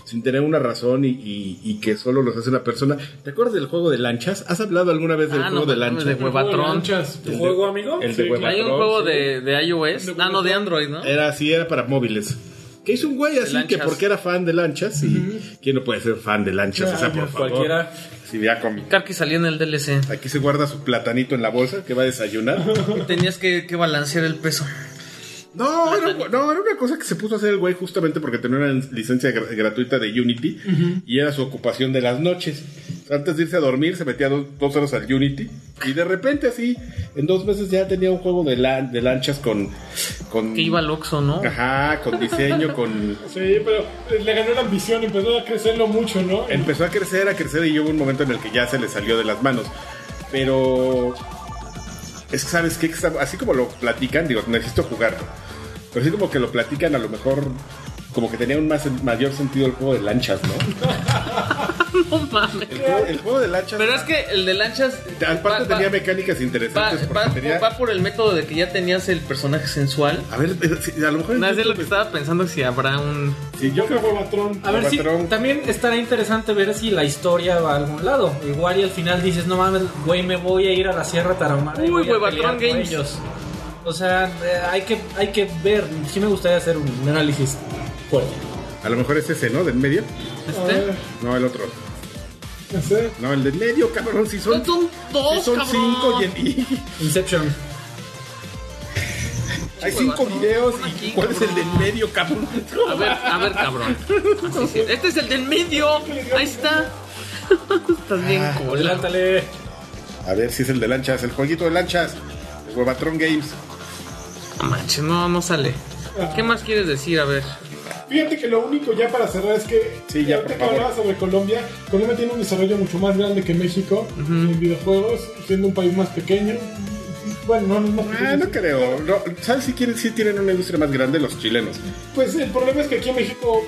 sin tener una razón y, y- y que solo los hace una persona. ¿Te acuerdas del juego de lanchas? ¿Has hablado alguna vez del
Ah,
juego
no,
de lanchas?
de hueva. Huevatron.
Lanchas.
¿Tu juego, amigo?
El de
Sí,
hueva.
Hay un
Patrón,
juego
sí.
de, de iOS.
De
ah, no, de Android, ¿no?
Era así, era para móviles. Que hizo un güey así que
lanchas.
porque era fan de lanchas y quién no puede ser fan de lanchas,
Ah,
o sea,
ya,
por favor.
Cualquiera.
Sí, ya con-
Car que salió en el DLC.
Aquí se guarda su platanito en la bolsa que va a desayunar.
Tenías que, que balancear el peso.
No, era, un- no, era una cosa que se puso a hacer el güey justamente porque tenía una licencia gra- gratuita de Unity y era su ocupación de las noches. Antes de irse a dormir se metía dos, dos horas al Unity y de repente así, en dos meses ya tenía un juego de, lan- de lanchas con... con
Que iba al Oxxo, ¿no?
Ajá, con diseño, con...
Sí, pero le ganó la ambición, empezó a crecerlo mucho, ¿no?
Empezó a crecer, a crecer y hubo un momento en el que ya se le salió de las manos. Pero... Es que sabes que así como lo platican, digo, necesito jugarlo. Pero así como que lo platican, a lo mejor como que tenía un más, mayor sentido el juego de lanchas, ¿no?
No mames.
El juego, el juego de lanchas...
Pero es que el de lanchas. va-
Aparte
va-
tenía mecánicas
va,
interesantes porque
va-
tenía-
va por el método de que ya tenías el personaje sensual.
A ver, eh, sí, a lo mejor...
No es de lo
YouTube
que
es-
estaba pensando si habrá un.
sí, yo creo que...
Huevatron.
A ver si
Patrón.
también estará interesante ver si la historia va a algún lado. Igual y al final dices, no mames, güey, me voy a ir a la Sierra Tarahumara. y
Uy,
voy a
Huevatron
pelear con
Games.
ellos". O sea, eh, hay que, hay que ver. Sí me gustaría hacer un un análisis fuerte.
A lo mejor es ese, ¿no? ¿Del medio?
Este.
No, el otro.
No sé.
No, el del medio, cabrón. Si son,
Son, son dos,
si son
cabrón.
cinco y, en- y-
Inception.
Hay cinco
Huevatón,
videos
pon
y
aquí,
¿cuál es el del
cabrón.
medio, cabrón?
A ver, a ver, cabrón. Así sí. Este es el del medio. Ahí está. Estás bien
Ah.
cola.
Adelántale.
A ver si es el de lanchas, el jueguito de lanchas. El Huevatron Games.
No manches, no, no sale. ¿Qué más quieres decir? A ver.
Fíjate que lo único ya para cerrar es que
Sí, ya,
ahorita
por
que
favor.
hablabas sobre Colombia, Colombia tiene un desarrollo mucho más grande que México en videojuegos, siendo un país más pequeño. Bueno, no, no es más pequeño.
Ah, no
sí.
creo. No, ¿Sabes si quieren, si tienen una industria más grande los chilenos?
Pues el problema es que aquí en México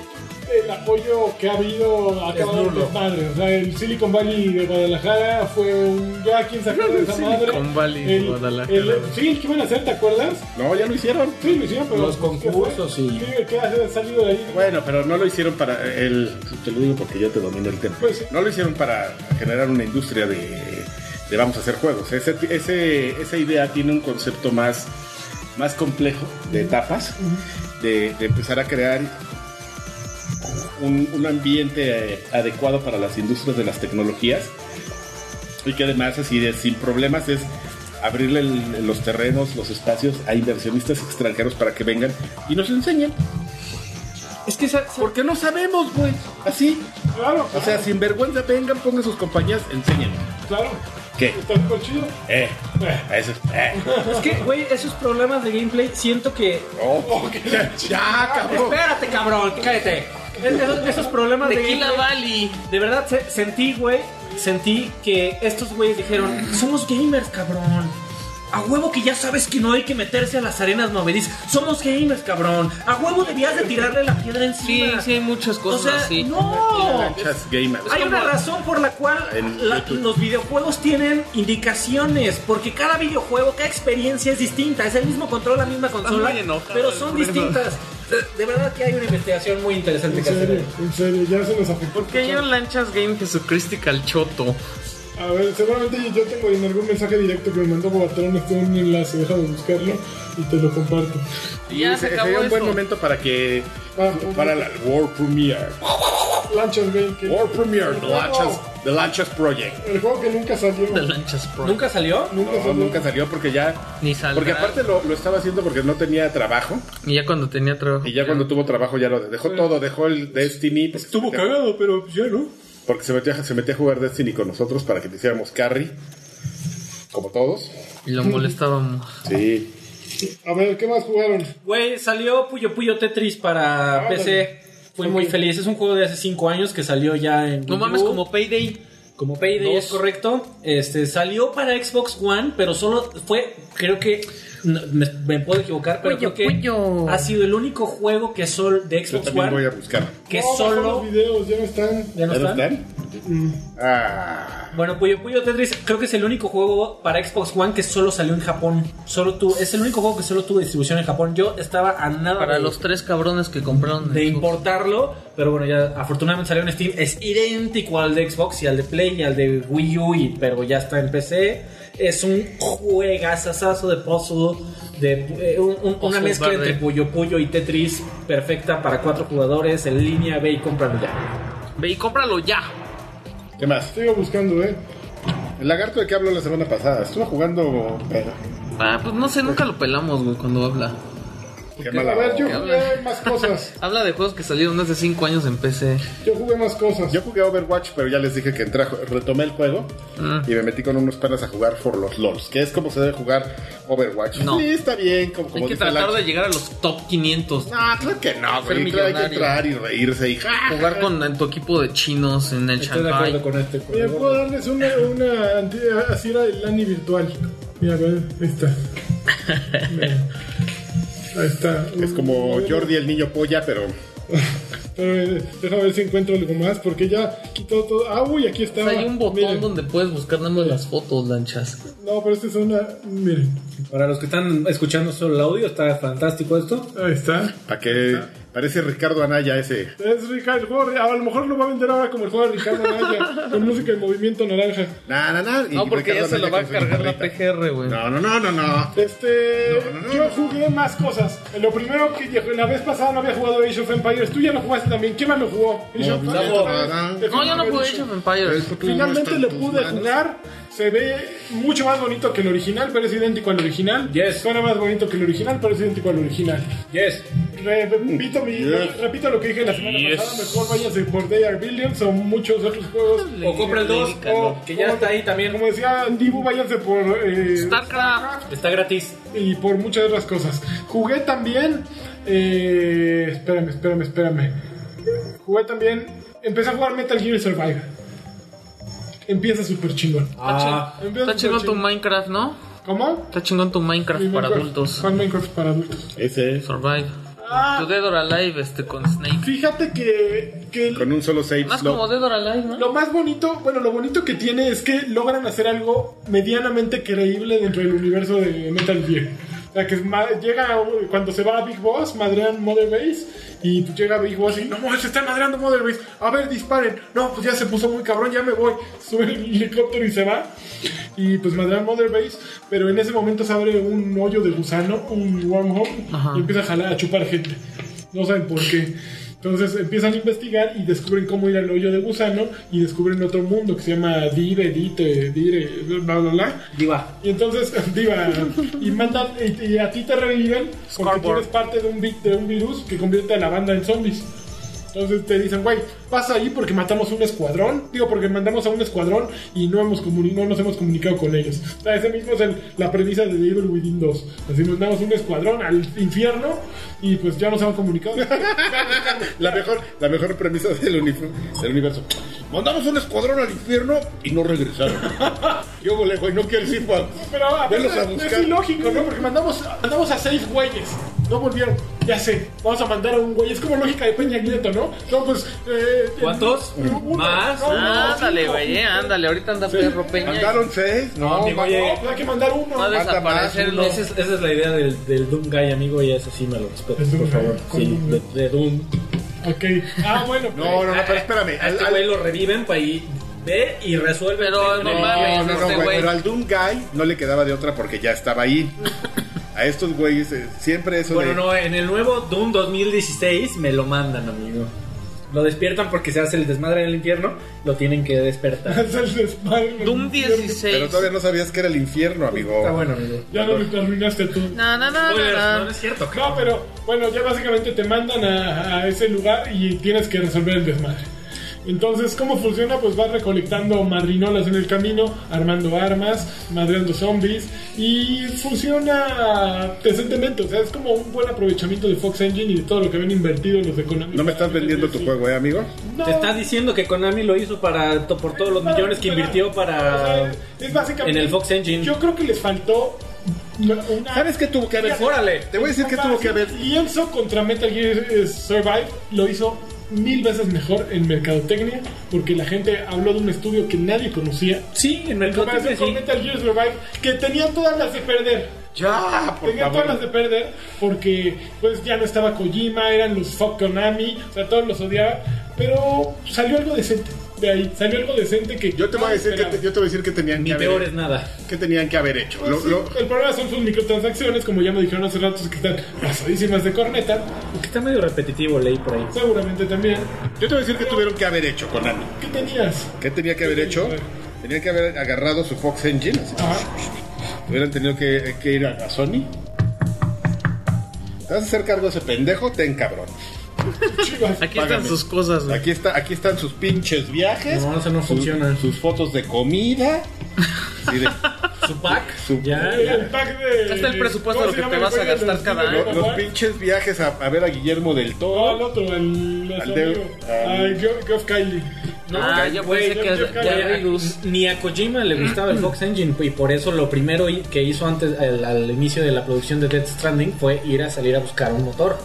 el apoyo que ha habido ha
Es
acabado
nulo.
en madre. O sea, el Silicon Valley de Guadalajara fue un ya quién se acuerda de esa madre.
Silicon Valley de
El-
Guadalajara.
el- sí, el que iban a hacer, ¿te acuerdas?
No, ya lo hicieron.
Sí, lo hicieron, pero
Los
pues, ¿qué fue?
concursos y-
Sí, ¿qué ha salido de ahí?
Bueno, pero no lo hicieron para el. Te lo digo porque yo te domino el tema.
Pues sí.
No lo hicieron para generar una industria de, de vamos a hacer juegos. Ese, ese- esa idea tiene un concepto más, más complejo de etapas, de, de empezar a crear un, un ambiente eh, adecuado para las industrias de las tecnologías y que además así de sin problemas es abrirle el- los terrenos, los espacios a inversionistas extranjeros para que vengan y nos enseñen.
Es que sa- sa-
Porque no sabemos, güey. Así.
Claro,
O sea, sin vergüenza, vengan, pongan sus compañías, enseñen.
claro.
¿Qué?
Está súper chido.
Eh,
Eh.
eso. Eh.
es que, güey, esos problemas de gameplay siento que
Oh, ya, ya, cabrón.
Espérate, cabrón, cállate. Es- Esos, esos problemas de
Tequila
gameplay,
Valley.
De verdad, se- sentí, güey, sentí que estos güeyes dijeron, somos gamers, cabrón. A huevo que ya sabes que no hay que meterse a las arenas movedizas. Somos gamers, cabrón. A huevo debías de tirarle la piedra
Sí,
encima.
sí, hay muchas
O
cosas
sea,
así.
no.
Lanchas gamers.
Hay una razón por la cual
En
la-
YouTube.
los videojuegos tienen indicaciones, porque cada videojuego, cada experiencia es distinta, es el mismo control, la misma consola,
muy enojado
pero
el
son
Bruno.
distintas. De- De verdad que hay una investigación muy interesante
En
que hacer.
serio,
ahí.
en serio, ya se nos afectó.
¿Por qué hay un Lanchas Game Jesucristical Choto?
A ver, seguramente yo tengo en algún mensaje directo que me mandó Bobatron este un enlace, déjame buscarlo y te lo comparto.
Y
Ya se
se-
acabó
sería un buen
eso.
momento para que.
Ah,
Para la World Premiere.
Lanchas Game,
Oh,
que-
World Premiere, The
No.
Lanchas, The Lanchas Project.
el juego que nunca salió.
De Lanchas Pro.
¿Nunca salió?
Nunca
No,
salió.
nunca salió porque ya.
Ni saldrá.
Porque aparte lo, lo estaba haciendo porque no tenía trabajo.
Y ya cuando tenía trabajo.
Y ya cuando tuvo trabajo ya lo dejó todo. Dejó el Destiny. pues, porque
Estuvo
se-
cagado, pero ya no.
Porque se metía, se metía a jugar Destiny con nosotros para que te hiciéramos carry. Como todos.
Y lo molestábamos.
Sí.
A ver, ¿qué más jugaron?
Güey, salió Puyo Puyo Tetris para
Ah,
PC. Fui muy
Ok.
feliz. Es un juego de hace 5 años que salió ya en.
No
Wii
mames,
U.
como Payday.
Como Payday
Dos.
es correcto. Este salió para Xbox One, pero solo fue, creo que no, me, me puedo equivocar, pero
Puyo,
creo que
puyo.
ha sido el único juego que sol de
Yo
Xbox
también voy
One
a buscar.
que
No, bajó
solo
Los videos ya no están.
ya no
¿Ya no
está.
están?
Mm.
Ah.
Bueno, Puyo Puyo Tetris creo que es el único juego para Xbox One que solo salió en Japón. Solo tú, es el único juego que solo tuvo distribución en Japón. Yo estaba a nada
Para
de,
los tres cabrones que compraron.
de
el-
importarlo, pero bueno, ya afortunadamente salió en Steam. Es idéntico al de Xbox y al de Play y al de Wii U, y- pero ya está en PC. Es un juegazazazo de puzzle, de eh, un- un- una
Puzzle
mezcla
verde.
entre Puyo Puyo y Tetris perfecta para cuatro jugadores en línea. Ve y cómpralo ya.
Ve y cómpralo ya.
¿Qué más?
Sigo buscando, ¿eh?
El lagarto de que habló la semana pasada. Estuvo jugando. pero
Ah, pues no sé, nunca lo pelamos, güey, cuando habla.
Qué
a
mala.
ver, yo
onda.
jugué más cosas.
Habla de juegos que salieron hace 5 años en PC.
Yo jugué más cosas.
Yo jugué Overwatch, pero ya les dije que entré, a ju- retomé el juego
Ah.
y me metí con unos panas a jugar For los LOLs, que es como se debe jugar Overwatch.
No.
Sí, está bien, como, como
Hay que
dice
tratar
Lanch.
de llegar a los top 500.
No, claro que no, güey.
Ser
Claro, hay que
millonario.
entrar y reírse y ja, ja,
Jugar
ja.
con tu equipo de chinos en el
Estoy de acuerdo
Shanghai.
con este
Mira,
juego.
Eh, puedo darles una, una anti- así era el Lani virtual. Mira, a ver, esta. Mira. Ahí está.
Es como Jordi el niño polla, pero
Pero, eh, déjame ver si encuentro algo más, porque ya quitó todo. Ah, uy, aquí
O
está.
sea, hay un botón donde puedes buscar nada más las fotos, lanchas.
No, pero esta es una. Miren,
Para los que están escuchando solo el audio, está fantástico esto.
ahí está.
para que parece Ricardo Anaya ese.
Es Ricardo, el juego de- a lo mejor lo va a vender ahora como el juego de Ricardo Anaya, con música y movimiento naranja.
Na, na, na, y
No, porque ya
Ricardo
se lo
Anaya
va a
con su
cargar la
guitarrita.
PGR, güey.
No, no, no, no, no.
Este,
No, no, no,
yo
no.
jugué más cosas. Lo primero que la vez pasada no había jugado Age of Empires. Tú ya lo jugaste también. ¿Quién más lo jugó? Age of
No,
Empires.
No, yo no jugué Age of Empires.
Finalmente le pude jugar. Se ve mucho más bonito que el original, pero es idéntico al original.
Yes.
Suena más bonito que el original, pero es idéntico al original.
Yes.
Re- Repito, mi-
Yes.
repito lo que dije la semana
Yes.
pasada. Mejor váyanse por Day Are Billions o muchos otros juegos.
O compra el 2,
Dedícalo.
que ya está ahí también.
Como decía Dibu, váyanse por... eh,
StarCraft.
Está gratis.
y por muchas otras cosas. Jugué también. eh, espérame, espérame, espérame. Jugué también. Empecé a jugar Metal Gear Survive. Empieza súper chingón.
Ah,
Está chi- Está chingón tu Minecraft, ¿no?
¿Cómo?
Está chingón tu Minecraft para adultos.
Juan Minecraft para adultos.
Ese.
Survive.
Ah.
Tu Dead or Alive este, con Snake.
Fíjate que, que
Con un solo save
Más
slot.
como Dead or Alive, ¿no?
lo más bonito, bueno, lo bonito que tiene es que logran hacer algo medianamente creíble dentro del universo de Metal Gear. O sea, que es ma- llega a- cuando se va a Big Boss, madrean Mother Base y llega Big Boss y no, mames, se están madreando Mother Base. A ver, disparen. No, pues ya se puso muy cabrón, ya me voy. Sube el helicóptero y se va. Y pues madrean Mother Base, pero en ese momento se abre un hoyo de gusano, un wormhole,
Ajá.
y empieza a jalar, a chupar gente. No saben por qué. Entonces empiezan a investigar y descubren cómo ir al hoyo de gusano y descubren otro mundo que se llama Dire, Dite, Dire, bla, bla, bla.
diva.
Y entonces, diva, y mandan, y, y a ti te reviven porque tú
Scoreboard.
eres parte de un, vi- de un virus que convierte a la banda en zombies. Entonces te dicen, güey, vas ahí porque matamos un escuadrón. Digo, porque mandamos a un escuadrón y no, hemos comuni- no nos hemos comunicado con ellos. O sea, ese mismo es el- la premisa de The Evil Within 2. Así mandamos un escuadrón al infierno y pues ya nos han comunicado.
La mejor, la mejor premisa del, uni- del universo. Mandamos un escuadrón al infierno y no regresaron. Yo volé, güey, no quieres ir pa-
Pero a
Velos
veces
a
es,
buscar.
ilógico, ¿no? Porque mandamos, mandamos a seis güeyes. No volvieron. Ya sé, vamos a mandar a un güey. Es como lógica de Peña Nieto, ¿no? No, pues. Eh,
¿Cuántos?
uno,
Más.
no, uno,
Ándale,
cinco.
güey, eh, ándale. Ahorita anda perro peña.
Mandaron seis.
No, amigo,
mandó-
oye.
No, pues hay que mandar uno.
Va a
Mata más,
desaparecer
uno.
los
Esa es, esa es la idea del, del Doom Guy, amigo, y eso sí me lo respeto,
¿El Doom
por
Guy?
favor.
¿Cuál
Sí,
Doom
de,
Guy?
de Doom.
Ok. Ah, bueno. pues,
No, no, no, pero espérame.
A
Al,
este
al-
güey lo reviven para ir. Ve y resuelve. el
Pero
tema.
no mames,
no, no, no,
este
güey,
güey.
Pero al Doom Guy no le quedaba de otra porque ya estaba ahí. A estos güeyes eh, siempre eso
Bueno,
de.
no, en el nuevo Doom 2016 me lo mandan, amigo. Lo despiertan porque se hace el desmadre en el infierno. Lo tienen que despertar.
es el desmadre.
Doom
Pero
16.
todavía no sabías que era el infierno, amigo.
Está bueno, amigo.
Ya lo arruinaste tú.
Na, na, na,
Spoilers,
na,
no, no
na.
es cierto. cabrón.
No, pero bueno, ya básicamente te mandan a, a ese lugar y tienes que resolver el desmadre. Entonces, ¿cómo funciona? Pues vas recolectando madrinolas en el camino, armando armas, madreando zombies y funciona decentemente. O sea, es como un buen aprovechamiento de Fox Engine y de todo lo que habían invertido los económicos.
No me estás vendiendo tu juego, eh, amigo.
No.
Te estás diciendo que Konami lo hizo para to- por todos los millones que invirtió
O
para.
sea, es básicamente-
en el Fox Engine.
Yo creo que les faltó una.
¿Sabes qué tuvo que haber?
Órale.
Te voy a decir qué tuvo que haber.
Y Enzo contra Metal Gear eh, Survive lo hizo mil veces mejor en mercadotecnia porque la gente habló de un estudio que nadie conocía.
Sí, en
En comparación
Mercadotecnia
con
sí.
Metal Gear Survive, que tenían todas las de perder.
Ya, por
Tenía todas las de
favor.
perder porque pues ya no estaba Kojima, eran los fuck Konami, o sea, todos los odiaba, pero salió algo decente de ahí, salió algo decente que
Yo te voy a decir que te- yo te voy a decir que tenían
Ni
que
peor es
haber,
nada.
que tenían que haber hecho.
Pues
Lo-
sí,
lo-
El problema son sus microtransacciones, como ya me dijeron hace ratos que están pasadísimas de corneta,
Porque está medio repetitivo, leí por ahí.
seguramente también.
yo te voy a decir que tuvieron que haber hecho Konami.
¿Qué tenías?
¿Qué tenía que haber hecho? Tenía que haber agarrado su Fox Engine. así.
Ajá.
Hubieran tenido que, que ir a, a Sony. Te vas a hacer cargo de ese pendejo, ten cabrón.
Chivas.
Aquí
Págame.
están sus cosas, güey.
Aquí, está, aquí están sus pinches viajes.
No, eso no
sus-
funciona.
Sus fotos de comida. Así de-
Su pack.
Su-
ya,
Eh, El,
ya.
el pack de.
Ya está el presupuesto de lo
¿cómo se
que te
llama
vas a
el juego
gastar
de
cada
los-
año?
Los, los pinches viajes a, a ver a Guillermo del
No, al
Toro.
otro, al.
Al
Al
de-
de.
al-
Geoff Kylie.
No,
ah, ya
güey,
pensé
ya-
que
ya-
ya,
Ya,
era Irus.
ni a Kojima le gustaba el Fox Engine y por eso lo primero i- que hizo antes al, al inicio de la producción de Death Stranding fue ir a salir a buscar un motor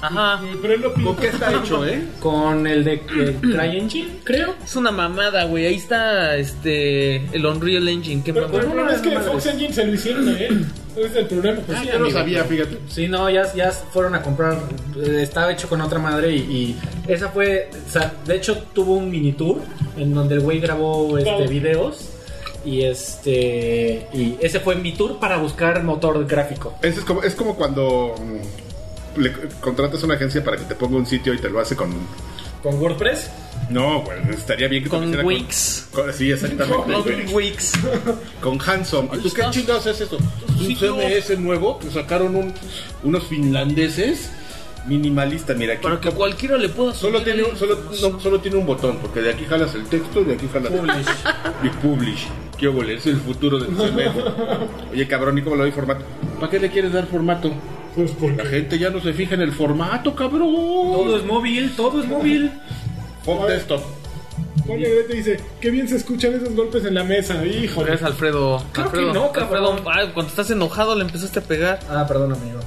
Ajá.
Pero él lo pintó.
¿Con qué está hecho, eh?
con el de el CryEngine, creo.
Es una mamada, güey. Ahí está este el Unreal Engine. Qué
Pero, pero el
mamada.
problema es que Fox Engine se lo hicieron a él. Ese es el problema. Pues,
Ah,
sí,
ya no
amigo.
sabía, fíjate.
Sí, no, ya, ya fueron a comprar. eh, Estaba hecho con otra madre y, y esa fue. o sea, de hecho, tuvo un mini tour en donde el güey grabó este,
Todo.
videos. Y este. Y ese fue mi tour para buscar motor gráfico.
Ese es como, es como cuando mm, le contratas a una agencia para que te ponga un sitio y te lo hace con.
Con WordPress.
No, güey, estaría bien que te lo
Con
hiciera
Wix.
Con, sí, exactamente. güey.
Con Wix.
con Handsome. ¿Y tú qué
está.
chingados es eso? Un
sitio.
CMS nuevo que sacaron un- unos finlandeses minimalista, mira aquí.
Para que cualquiera le pueda subir. ¿eh?
Solo tiene,
ahí.
un, solo, no, solo tiene un botón, porque de aquí jalas el texto y de aquí jalas
Publish.
y publish. ¿Qué óvole? Es el futuro del CMS. Oye, cabrón, ¿y cómo le doy formato? ¿Para qué le quieres dar formato?
Pues
La
porque.
gente ya no se fija en el formato, cabrón.
Todo es móvil, todo es móvil.
Pop desktop.
Juan Negrete dice: Qué bien se escuchan esos golpes en la mesa. Híjole.
Gracias, Alfredo.
Claro que
Alfredo,
no, cabrón.
Alfredo, ay, cuando estás enojado le empezaste a pegar.
Ah, perdón, amigo.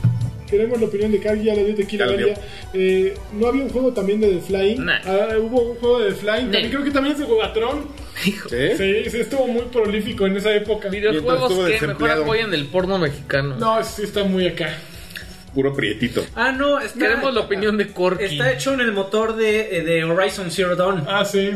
Queremos la opinión de Kagi, ya la dio Tequila
Ya la dio.
Verde. Eh, no había un juego también de The Flying.
Nah.
Ah, hubo un juego de The Flying.
Nah.
También creo que también se jugó a Tron.
Hijo.
¿Sí?
Sí, sí, estuvo muy prolífico en esa época.
Videojuegos
estuvo
que mejor
desempleado.
apoyan el porno mexicano.
No, sí está muy acá.
Puro prietito.
Ah, no, está,
Queremos la opinión de Corky.
Está hecho en el motor de, eh, de Horizon Zero Dawn.
Ah, sí.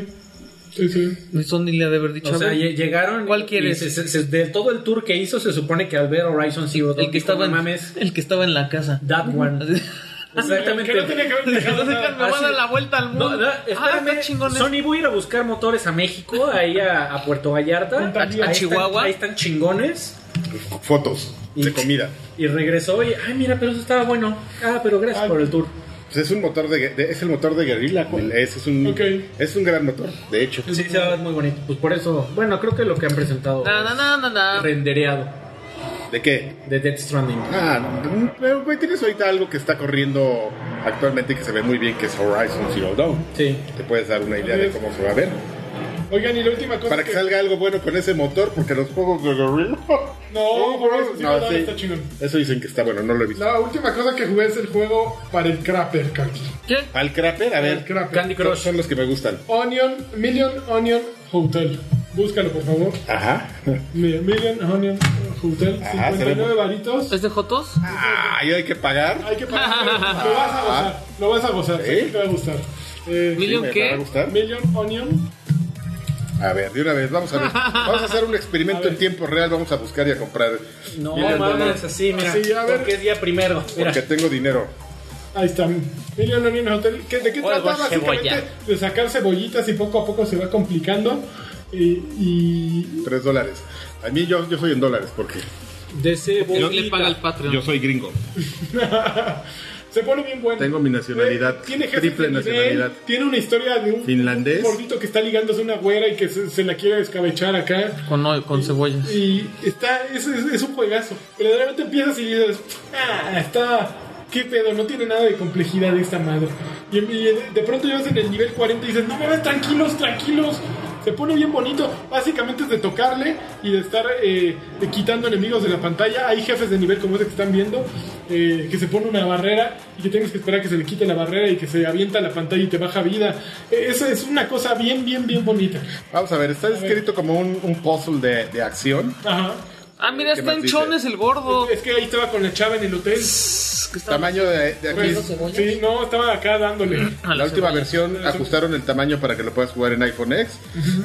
Sí, sí.
Eso ni le ha de haber dicho.
O sea,
a ver.
lle- llegaron.
¿Cuál
y
quieres?
se- se- se- de todo el tour que hizo, se supone que al ver Horizon Zero Dawn,
el que
dijo,
estaba,
"No
en,
mames.
el que estaba en la casa.
That one. Pues Exactamente.
Eh, Que no tenía que haber dejado
Entonces,
nada.
me va a dar la vuelta al mundo.
No, no,
ah,
espérame.
está chingón eso.
Sony voy a ir a buscar motores a México, ahí a, a Puerto Vallarta,
A- a
Ahí están-
Chihuahua.
ahí están chingones.
Fotos de
Y-
comida.
Y regresó y, ay, mira, pero eso estaba bueno. Ah, pero gracias
Ay.
por el tour.
Pues es un motor de, de- es el motor de guerrilla. el- Es, es un
Ok.
es un gran motor, de hecho.
Sí, se va a ver muy bonito. Pues por eso, bueno, creo que lo que han presentado
Na, na, na, na, na.
es rendereado
¿De qué?
de Death Stranding.
Ah, no, pero güey, tienes ahorita algo que está corriendo actualmente y que se ve muy bien, que es Horizon Zero Dawn.
Sí.
Te puedes dar una idea de cómo se va a ver.
Oigan, y la última cosa.
Para que salga algo bueno con ese motor, porque los juegos de guerrilla.
No, por eso sí,
No,
no,
sí.
está chingón.
Eso dicen que está bueno, no lo he visto.
La última cosa que jugué es el juego para el crapper, Kagi.
¿Qué?
Al Crapper, a
El
ver.
crapper.
Candy
Son-
Crush.
Son los que me gustan.
Onion, Million Onion Hotel. Búscalo, por favor.
Ajá.
Mira, Million Onion Hotel.
Ah,
59
será-
varitos.
¿Es de Jotos?
Ah, ¿y hay que pagar?
Hay que pagar. pero Lo vas a gozar. Lo vas a gozar.
¿Sí?
sé que Te va a gustar. Eh,
Million
¿Me va a
qué?
gustar?
Million Onion.
A ver, de una vez, vamos a ver. Vamos a hacer un experimento en tiempo real, vamos a buscar y a comprar.
No,
Mira,
mames, así, mira.
Así, a ver.
Porque es día primero. Mira.
Porque tengo dinero.
Ahí está. Million Onion Hotel. ¿Qué- ¿De qué
Juego
trata? Básicamente
cebolla.
de sacar cebollitas y poco a poco se va complicando. Y. y...
Tres dólares. A mí yo, yo soy en dólares porque
De
Él le paga
cebollita.
el Patreon.
yo soy gringo.
Se pone bien bueno. Eh,
Tengo mi nacionalidad,
Tiene jefes
triple
de nivel,
nacionalidad.
Tiene una historia de un
Finlandés.
gordito que está ligándose a una güera y que se, se la quiere descabechar acá.
Con, ol- con cebollas.
Y está, es, es, es un juegazo. Verdaderamente empiezas y dices, ah, está, qué pedo, no tiene nada de complejidad esta madre. Y, y de pronto llevas en el nivel 40 y dices, no mames, tranquilos, tranquilos. Se pone bien bonito. Básicamente es de tocarle y de estar eh, de quitando enemigos de la pantalla. Hay jefes de nivel como ese que están viendo. eh, que se pone una barrera y que tienes que esperar que se le quite la barrera y que se avienta la pantalla y te baja vida. Eh, Eso es una cosa bien, bien, bien bonita.
Vamos a ver, está escrito como un, un puzzle de, de acción.
Ajá.
Ah, mira,
¿Qué
está
más
en
dice?
chones el gordo.
Es que ahí estaba con la chava en el hotel.
Que está-
Tamaño de, de aquí.
Pues, sí, no, estaba acá dándole.
a
La última
cebolla.
versión ajustaron el tamaño para que lo puedas jugar en iPhone X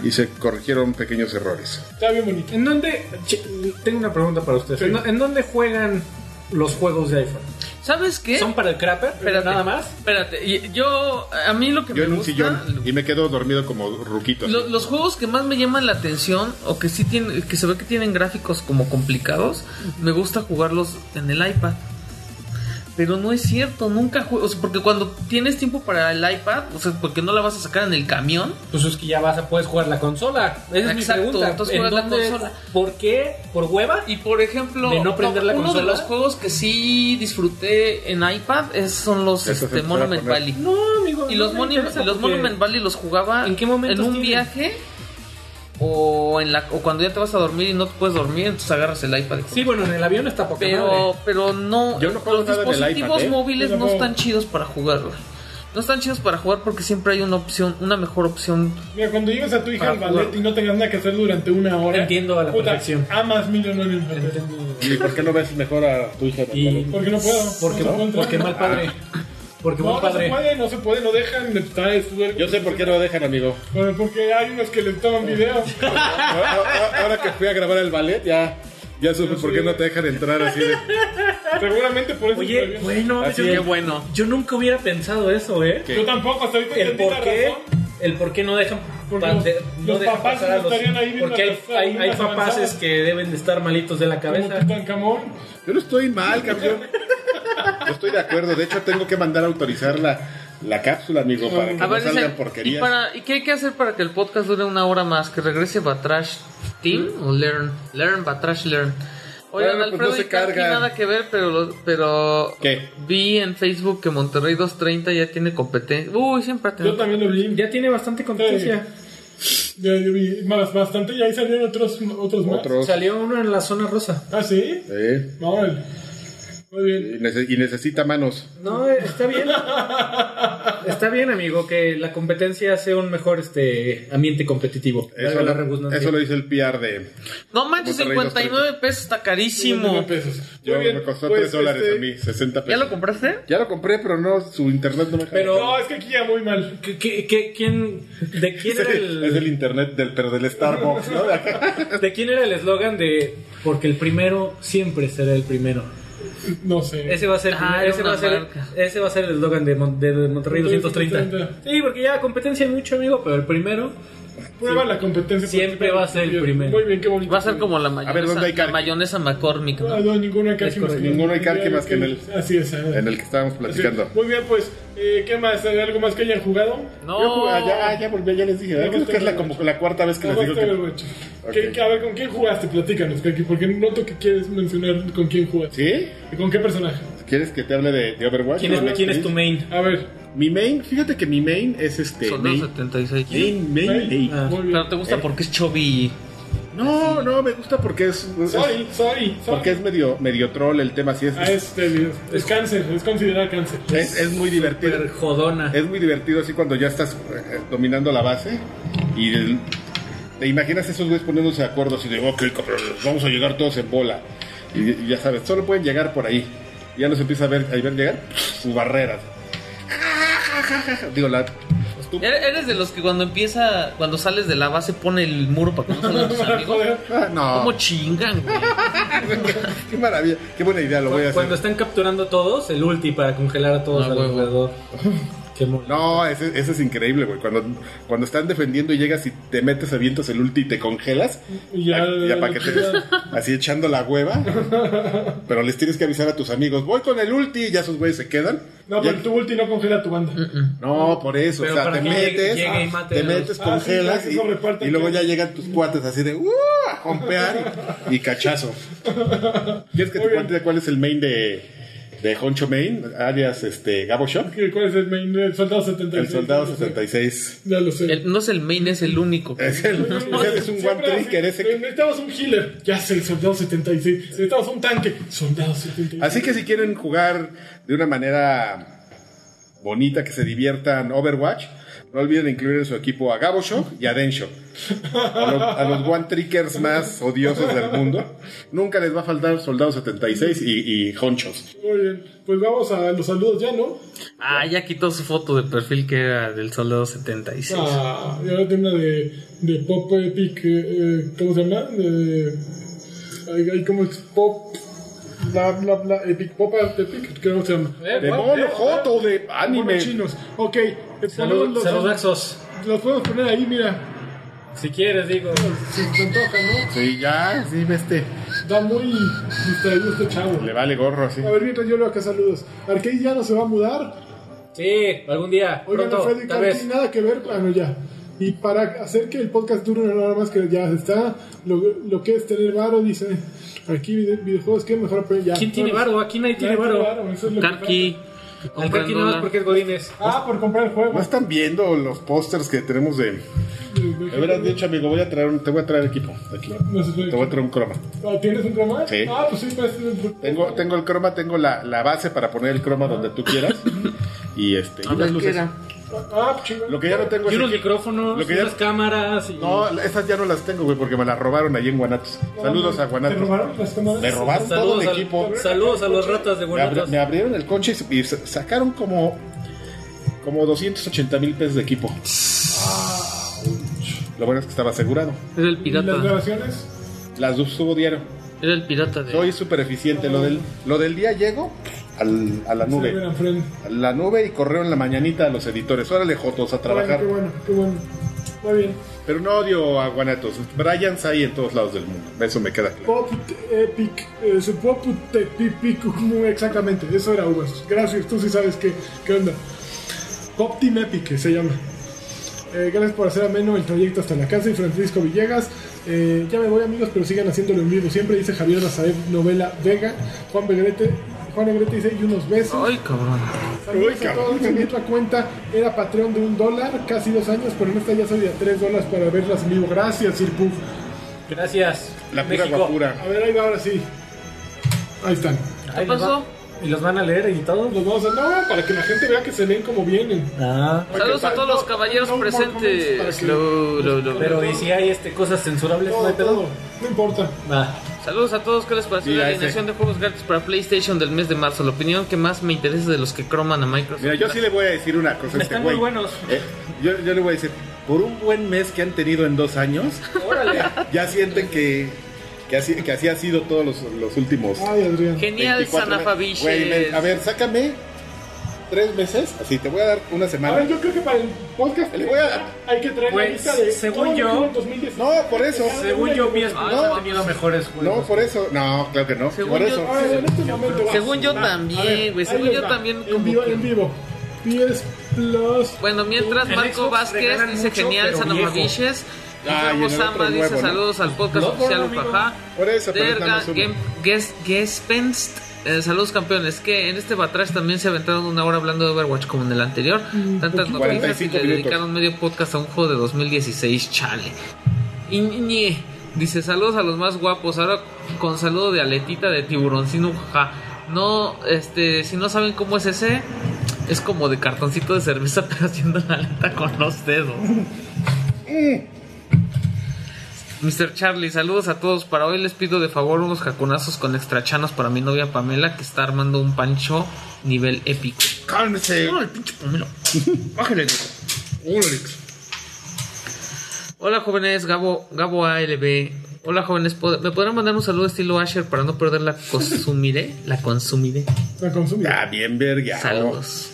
y se corrigieron pequeños errores.
Estaba bien bonito.
¿En dónde? che, tengo una pregunta para ustedes.
Sí.
¿En, en dónde juegan los juegos de iPhone?
¿Sabes qué?
¿Son para el crapper?
Espérate,
¿Nada más?
Espérate, y- yo, a mí lo que
Yo
me
en un
gusta,
sillón y me quedo dormido como ruquito. así.
lo- los juegos que más me llaman la atención o que sí tienen, que se ve que tienen gráficos como complicados, me gusta jugarlos en el iPad. Pero no es cierto, nunca juego, o sea, porque cuando tienes tiempo para el iPad, o sea, porque no la vas a sacar en el camión,
Pues es que ya vas a puedes jugar la consola. Esa es mi
Exacto,
pregunta.
entonces
¿En
juegas la
dónde-
consola.
¿Por qué? ¿Por hueva?
Y por ejemplo,
De no prender la
uno
consola.
de los juegos que sí disfruté en iPad es, son los
Eso se
este,
puede
Monument
poner.
Valley.
No, amigo.
Y
no
los,
me
Monu-
interesa
los
porque-
Monument Valley los jugaba
¿En qué momentos
un
tienen?
viaje o en la o cuando ya te vas a dormir y no te puedes dormir, entonces agarras el iPad. y juegas.
Sí, bueno, en el avión está poca madre.
pero pero no
Yo no juego
los
nada en el
dispositivos
iPad, ¿eh?
móviles
Yo
no
tampoco.
están chidos para jugar. güey. No están chidos para jugar porque siempre hay una opción, una mejor opción.
Mira, cuando llegas a tu hija
Ah,
Para
al ballet
jugar.
y no tengas nada que hacer durante una hora.
Entiendo a la
puta,
perfección.
Amas mil no en el ballet.
Entiendo.
¿Y por qué no ves mejor a tu hija?
Y-
Porque no puedo.
Porque,
no se puede entrar.
porque mal padre. Porque
No,
mal
no se
padre.
puede, no se puede, no dejan. Está, es-
Yo sé por qué no dejan, amigo.
Bueno, porque hay unos que les toman video.
Ahora, ahora- ahora que fui a grabar el ballet, ya, ya supe por qué no te dejan entrar así de...
Seguramente por eso.
Oye,
estoy bien.
bueno,
Así
yo,
es.
Qué bueno.
yo nunca hubiera pensado eso, ¿eh?
¿Qué?
Yo tampoco, hasta ahorita
El
entendí
por
la
qué,
razón.
el por qué no dejan,
Porque
pa-
los-
de- no
los
dejan
papás
pasar a los.
estarían ahí viendo
porque hay,
las
hay, hay
alumnas
papaces
avanzadas.
que deben de estar malitos de la
Como
cabeza.
Tutankamón.
Yo no estoy mal, campeón. Yo estoy de acuerdo. De hecho, tengo que mandar a autorizar la, la cápsula, amigo, para que
A
no
ver, dice,
salgan
¿y,
porquerías.
para, ¿y qué hay que hacer para que el podcast dure una hora más? ¿Que regrese Batrash Team o Learn? Learn, Batrash Learn. Oigan,
Bueno, pues
Alfredo
no se
y Karki,
carga.
nada que ver, pero, lo- pero
¿Qué?
vi en Facebook que Monterrey 230 ya tiene competencia. Uy, siempre
Yo
tenemos.
también lo vi.
Ya tiene bastante competencia.
Ya, yo vi más, bastante. Y ahí salieron otros, otros más.
Otros.
Salió uno en la zona rosa.
Ah, sí.
Sí.
Órale. Muy
Y,
bien.
nece- y necesita manos.
No, eh, está bien. Está bien, amigo, que la competencia sea un mejor este ambiente competitivo.
Eso,
Valga la
lo-
redundancia.
eso lo dice el PR de...
No manches,
Monterrey
59 pesos está carísimo.
59 pesos.
Yo
Muy bien,
me costó
pues,
3 dólares
este,
a mí, 60
¿Ya
pesos.
lo compraste?
Ya lo compré, pero no, su internet no me jala.
Pero-
No, es que aquí ya muy mal.
¿Qué- qué- qué- quién, ¿De quién
es
era
el, es el internet del, pero del Starbucks, ¿no? De acá.
¿De quién era el eslogan de porque el primero siempre será el primero?
No sé.
Ese va a ser,
Ah, era
ese, va a
una
ser
marca.
ese va a ser el eslogan de, Mon- de Monterrey
Monterrey
230.
230.
Sí, porque ya competencia hay mucho, amigo, pero el primero
Prueba la competencia.
Siempre va a ser el
Muy bien,
primero.
Muy bien, qué bonito.
Va a ser como la mayonesa,
ver, ¿dónde hay
la
Karki?
mayonesa McCormick.
No,
¿no?
no, ninguno hay
Es
carqui más que
correcto.
Ninguno hay carqui más que en el-
Así es. ah.
en el que estábamos platicando.
Muy bien, pues, eh, ¿qué más? ¿Hay algo más que hayan jugado?
Yo jugué- ah, ya, ah,
No.
ya volví, ya les dije.
Ya
Ah, Creo
volví.
que es la, como la cuarta vez que les
Nada
digo
más te
que...
lo he hecho.
Ok.
¿Qué- qué- A ver, ¿con quién jugaste? Platícanos, Karki, porque noto que quieres mencionar con quién jugaste.
¿Sí?
¿Y con qué personaje?
¿Quieres que te hable de, de Overwatch?
quién es,
¿No?
quién es
Sí.
tu main.
A ver,
Mi main, fíjate que mi main es este.
Soldado
Main,
76.
main, main,
Main.
main.
Ah.
muy bien.
Pero te gusta
Eh.
porque es chubby.
No, no, me gusta porque es. es-
Sorry, sorry, sorry.
porque es medio, medio troll el tema, sí es.
Ah,
Es,
es, es, es cáncer, es considerar cáncer.
es muy divertido.
Super jodona.
Es muy divertido así cuando ya estás eh, dominando la base y el- te imaginas esos güeyes poniéndose de acuerdo así de, ok, cabrón, vamos a llegar todos en bola. Y, y ya sabes, solo pueden llegar por ahí. Ya los empieza a ver, a ver llegar sus barreras. Digo, la. estúpida-
Eres Er-, eres de los que cuando empieza, cuando sales de la base pone el muro para que no salgan tus amigos.
Joder.
Ah, no.
¿Cómo chingan, güey?
Qué maravilla, qué buena idea, lo voy a hacer.
Cuando están capturando a todos, el ulti para congelar a todos
Ah,
al
huevo.
alrededor. Qué mono.
No, ese, ese es increíble, güey. Cuando, cuando están defendiendo y llegas y te metes, avientas el ulti y te congelas.
Y ya-
para que te- Así echando la hueva. Pero les tienes que avisar a tus amigos, voy con el ulti y ya sus güeyes se quedan.
No,
Ya-
pero tu ulti no congela tu banda.
No, por eso.
Pero
o sea,
para que
te
llegue-
metes,
llegue y mate
te
a los-
metes,
Ah,
congelas
sí,
y-
eso reparte
y, luego
que-
ya llegan tus cuates así de, ¡uh! A jompear y, y cachazo. ¿Quieres que
Muy
te
bien.
cuente de cuál es el main de, de Honcho Main, alias este, Gabo Shop,
¿Cuál es el main? El soldado 76.
el soldado 76.
Ya lo sé.
El- no es el main, es el único.
Es, el- ese es un one
Siempre
trigger
así,
ese. que-
Necesitamos un healer. Ya sé, el soldado 76. Necesitamos un tanque. Soldado 76.
Así que si quieren jugar de una manera bonita, que se diviertan Overwatch, no olviden incluir en su equipo a Gabo Shock y a Densho. A, lo- a los One Trickers más odiosos del mundo. Nunca les va a faltar Soldado 76 y, y Honchos.
Muy bien. Pues vamos a los saludos ya, ¿no?
Ah, ya quitó su foto de perfil que era del soldado 76.
Ah, y ahora tiene una de, de Pop Epic. eh, eh, ¿Cómo se llama? De, ay, ay, ¿Cómo es? Pop. Bla, bla, bla. Epic. Pop Art Epic. ¿Cómo se llama?
Eh,
De
bueno,
mono, joto, de
Monos
anime.
chinos. Ok. eh, ponemos
Salud,
los-
salud, Daxos.
Los podemos poner ahí, mira.
Si quieres, digo.
Si se antoja, ¿no?
Sí, ya, sí, este.
Da muy distraído este chavo.
Le vale gorro así.
A ver, mientras yo leo acá saludos. Arcade ya no se va a mudar.
Sí, algún día.
Oigan,
pronto,
Alfredo y
tal
Carl,
vez.
tiene nada que ver. Bueno, ya. Y para hacer que el podcast dure una hora más que ya se está, lo, lo que es tener varo, dice aquí vide- videojuegos que mejor aprender ya.
¿Quién tiene varo? Aquí nadie tiene varo.
eso es lo que
Karki.
Al Karki nada más porque es Godines.
pasa. Ah, por comprar el
¿No
juego.
están viendo los pósters que tenemos de.? Me hubieras dicho, amigo, voy a traer un- te voy a traer equipo. Aquí.
No sé,
Te voy a traer un croma.
Ah, ¿Tienes un croma?
Sí.
Ah, pues sí, pues.
Tengo, tengo el croma, tengo la, la base para poner el croma donde tú quieras. Y este. y
A
las
ver, ¿qué
luces.
era?
Ah, pues chingón.
Lo que ya no tengo
Y
es
unos
equipo.
micrófonos,
Lo que ya-
unas cámaras. Y...
No, esas ya no las tengo, güey, porque me las robaron allí en Guanatos. Saludos a
¿Te
Guanatos.
robaron las cámaras?
Me robaron todo
saludos,
el
al-
equipo.
saludos a los ratas de
Me, abri-
Guanatos.
me abrieron el coche y s- y sa- sacaron como, como 280 mil pesos de equipo. Lo bueno es que estaba asegurado.
Era el
¿Y las
pirata.
grabaciones?
Las dos subo diario.
Era el pirata de.
Soy súper eficiente. Lo del, lo del día llego al- a la
Sí,
nube.
eran friend.
A la nube y correo en la mañanita a los editores. Órale, Jotos, a trabajar.
Qué bueno, qué bueno. Muy bien.
Pero no odio a Guanatos. Bryans hay en todos lados del mundo. Eso me queda claro.
Pop Epic, eh, su Pop Epic, no, exactamente, eso era Uvas. Gracias, tú sí sabes qué, qué onda. Pop Team Epic se llama. Eh, gracias por hacer ameno el trayecto hasta la casa y Francisco Villegas. Eh, ya me voy amigos, pero sigan haciéndolo en vivo. Siempre dice Javier Nazaret, novela Vega. Juan Negrete, Juan Negrete dice y unos besos.
Ay, cabrón.
Saludos
Uy,
a todos. Mi otra cuenta era Patreon de un dólar, casi dos años, pero en esta ya soy de a tres dólares para verlas en vivo. Gracias, Sir Puff.
Gracias.
La pura
México.
guapura.
A ver, ahí va ahora sí. Ahí están.
Ahí los
pasó?
va- Y los van a leer y todo.
Los vamos a. No, para que la gente vea que se leen como vienen.
Ah.
Saludos a todos los caballeros
No, no, no, para
presentes.
que-
Lo- lo- lo-
Pero y si hay este, cosas censurables, no
Todo,
hay
todo.
pedo.
No importa.
Va.
Saludos a todos. ¿Qué les pareció
Mira
la
ese.
alineación de juegos gratis para PlayStation del mes de marzo? La opinión que más me interesa es de los que croman a Microsoft.
Mira, yo sí le voy a decir una cosa a este
Están
güey.
muy buenos.
Eh, yo, yo le voy a decir, por un buen mes que han tenido en dos años,
Órale.
ya sienten que, que, así, que así ha sido todos los, los últimos.
Ay, Adrián.
24
Genial,
meses.
Sanafaviches.
Güey, ven, A ver, sácame tres meses. Así te voy a dar una
A ver,
semana.
yo creo que para el podcast
Le voy a-
hay que traer
Pues,
la lista de.
según
todo lo que
yo-
hubo en 2010.
No, por eso.
Según yo, PS Plus
No.
ha tenido mejores
No,
juegos.
por eso. No, claro que no.
Según
por
yo-
eso.
A ver, en este momento va.
Según yo
Va,
también,
a ver,
güey,
ahí
según
les
yo
va.
también como
En vivo,
que-
en vivo. PS Plus.
Bueno, mientras
En
Marco
Xbox
Vázquez
regalan
dice
mucho,
genial,
pero
Sanomaviches.
Ah, y
Guillermo
en el otro
Samba dice
nuevo, ¿no?
saludos al podcast
Bloodborne,
oficial
amigo.
Upajá.
Por eso, pero es nada
Derga,
más uno.
Game- Guess- Guesspenst, eh, saludos campeones, que en este Batrash también se aventaron una hora hablando de Overwatch como en el anterior.
Mm,
Tantas noticias y
45
le
minutos.
dedicaron medio podcast a un juego de 2016, chale. Iñe, dice saludos a los más guapos, ahora con saludo de aletita de tiburoncino, jaja. No, este, si no saben cómo es ese, es como de cartoncito de cerveza, pero haciendo la aleta con los dedos. Mr. Charlie, saludos a todos. Para hoy les pido de favor unos jacunazos con extrachanos para mi novia Pamela, que está armando un pancho nivel épico.
Cálmese.
Órale, pinche Pamela.
Bájale. Órale.
Hola jóvenes, Gabo, Gabo ALB. Hola jóvenes, ¿pod- ¿me podrán mandar un saludo estilo Asher para no perder la consumiré? La consumiré.
La consumida.
Ah, bien verga.
Saludos.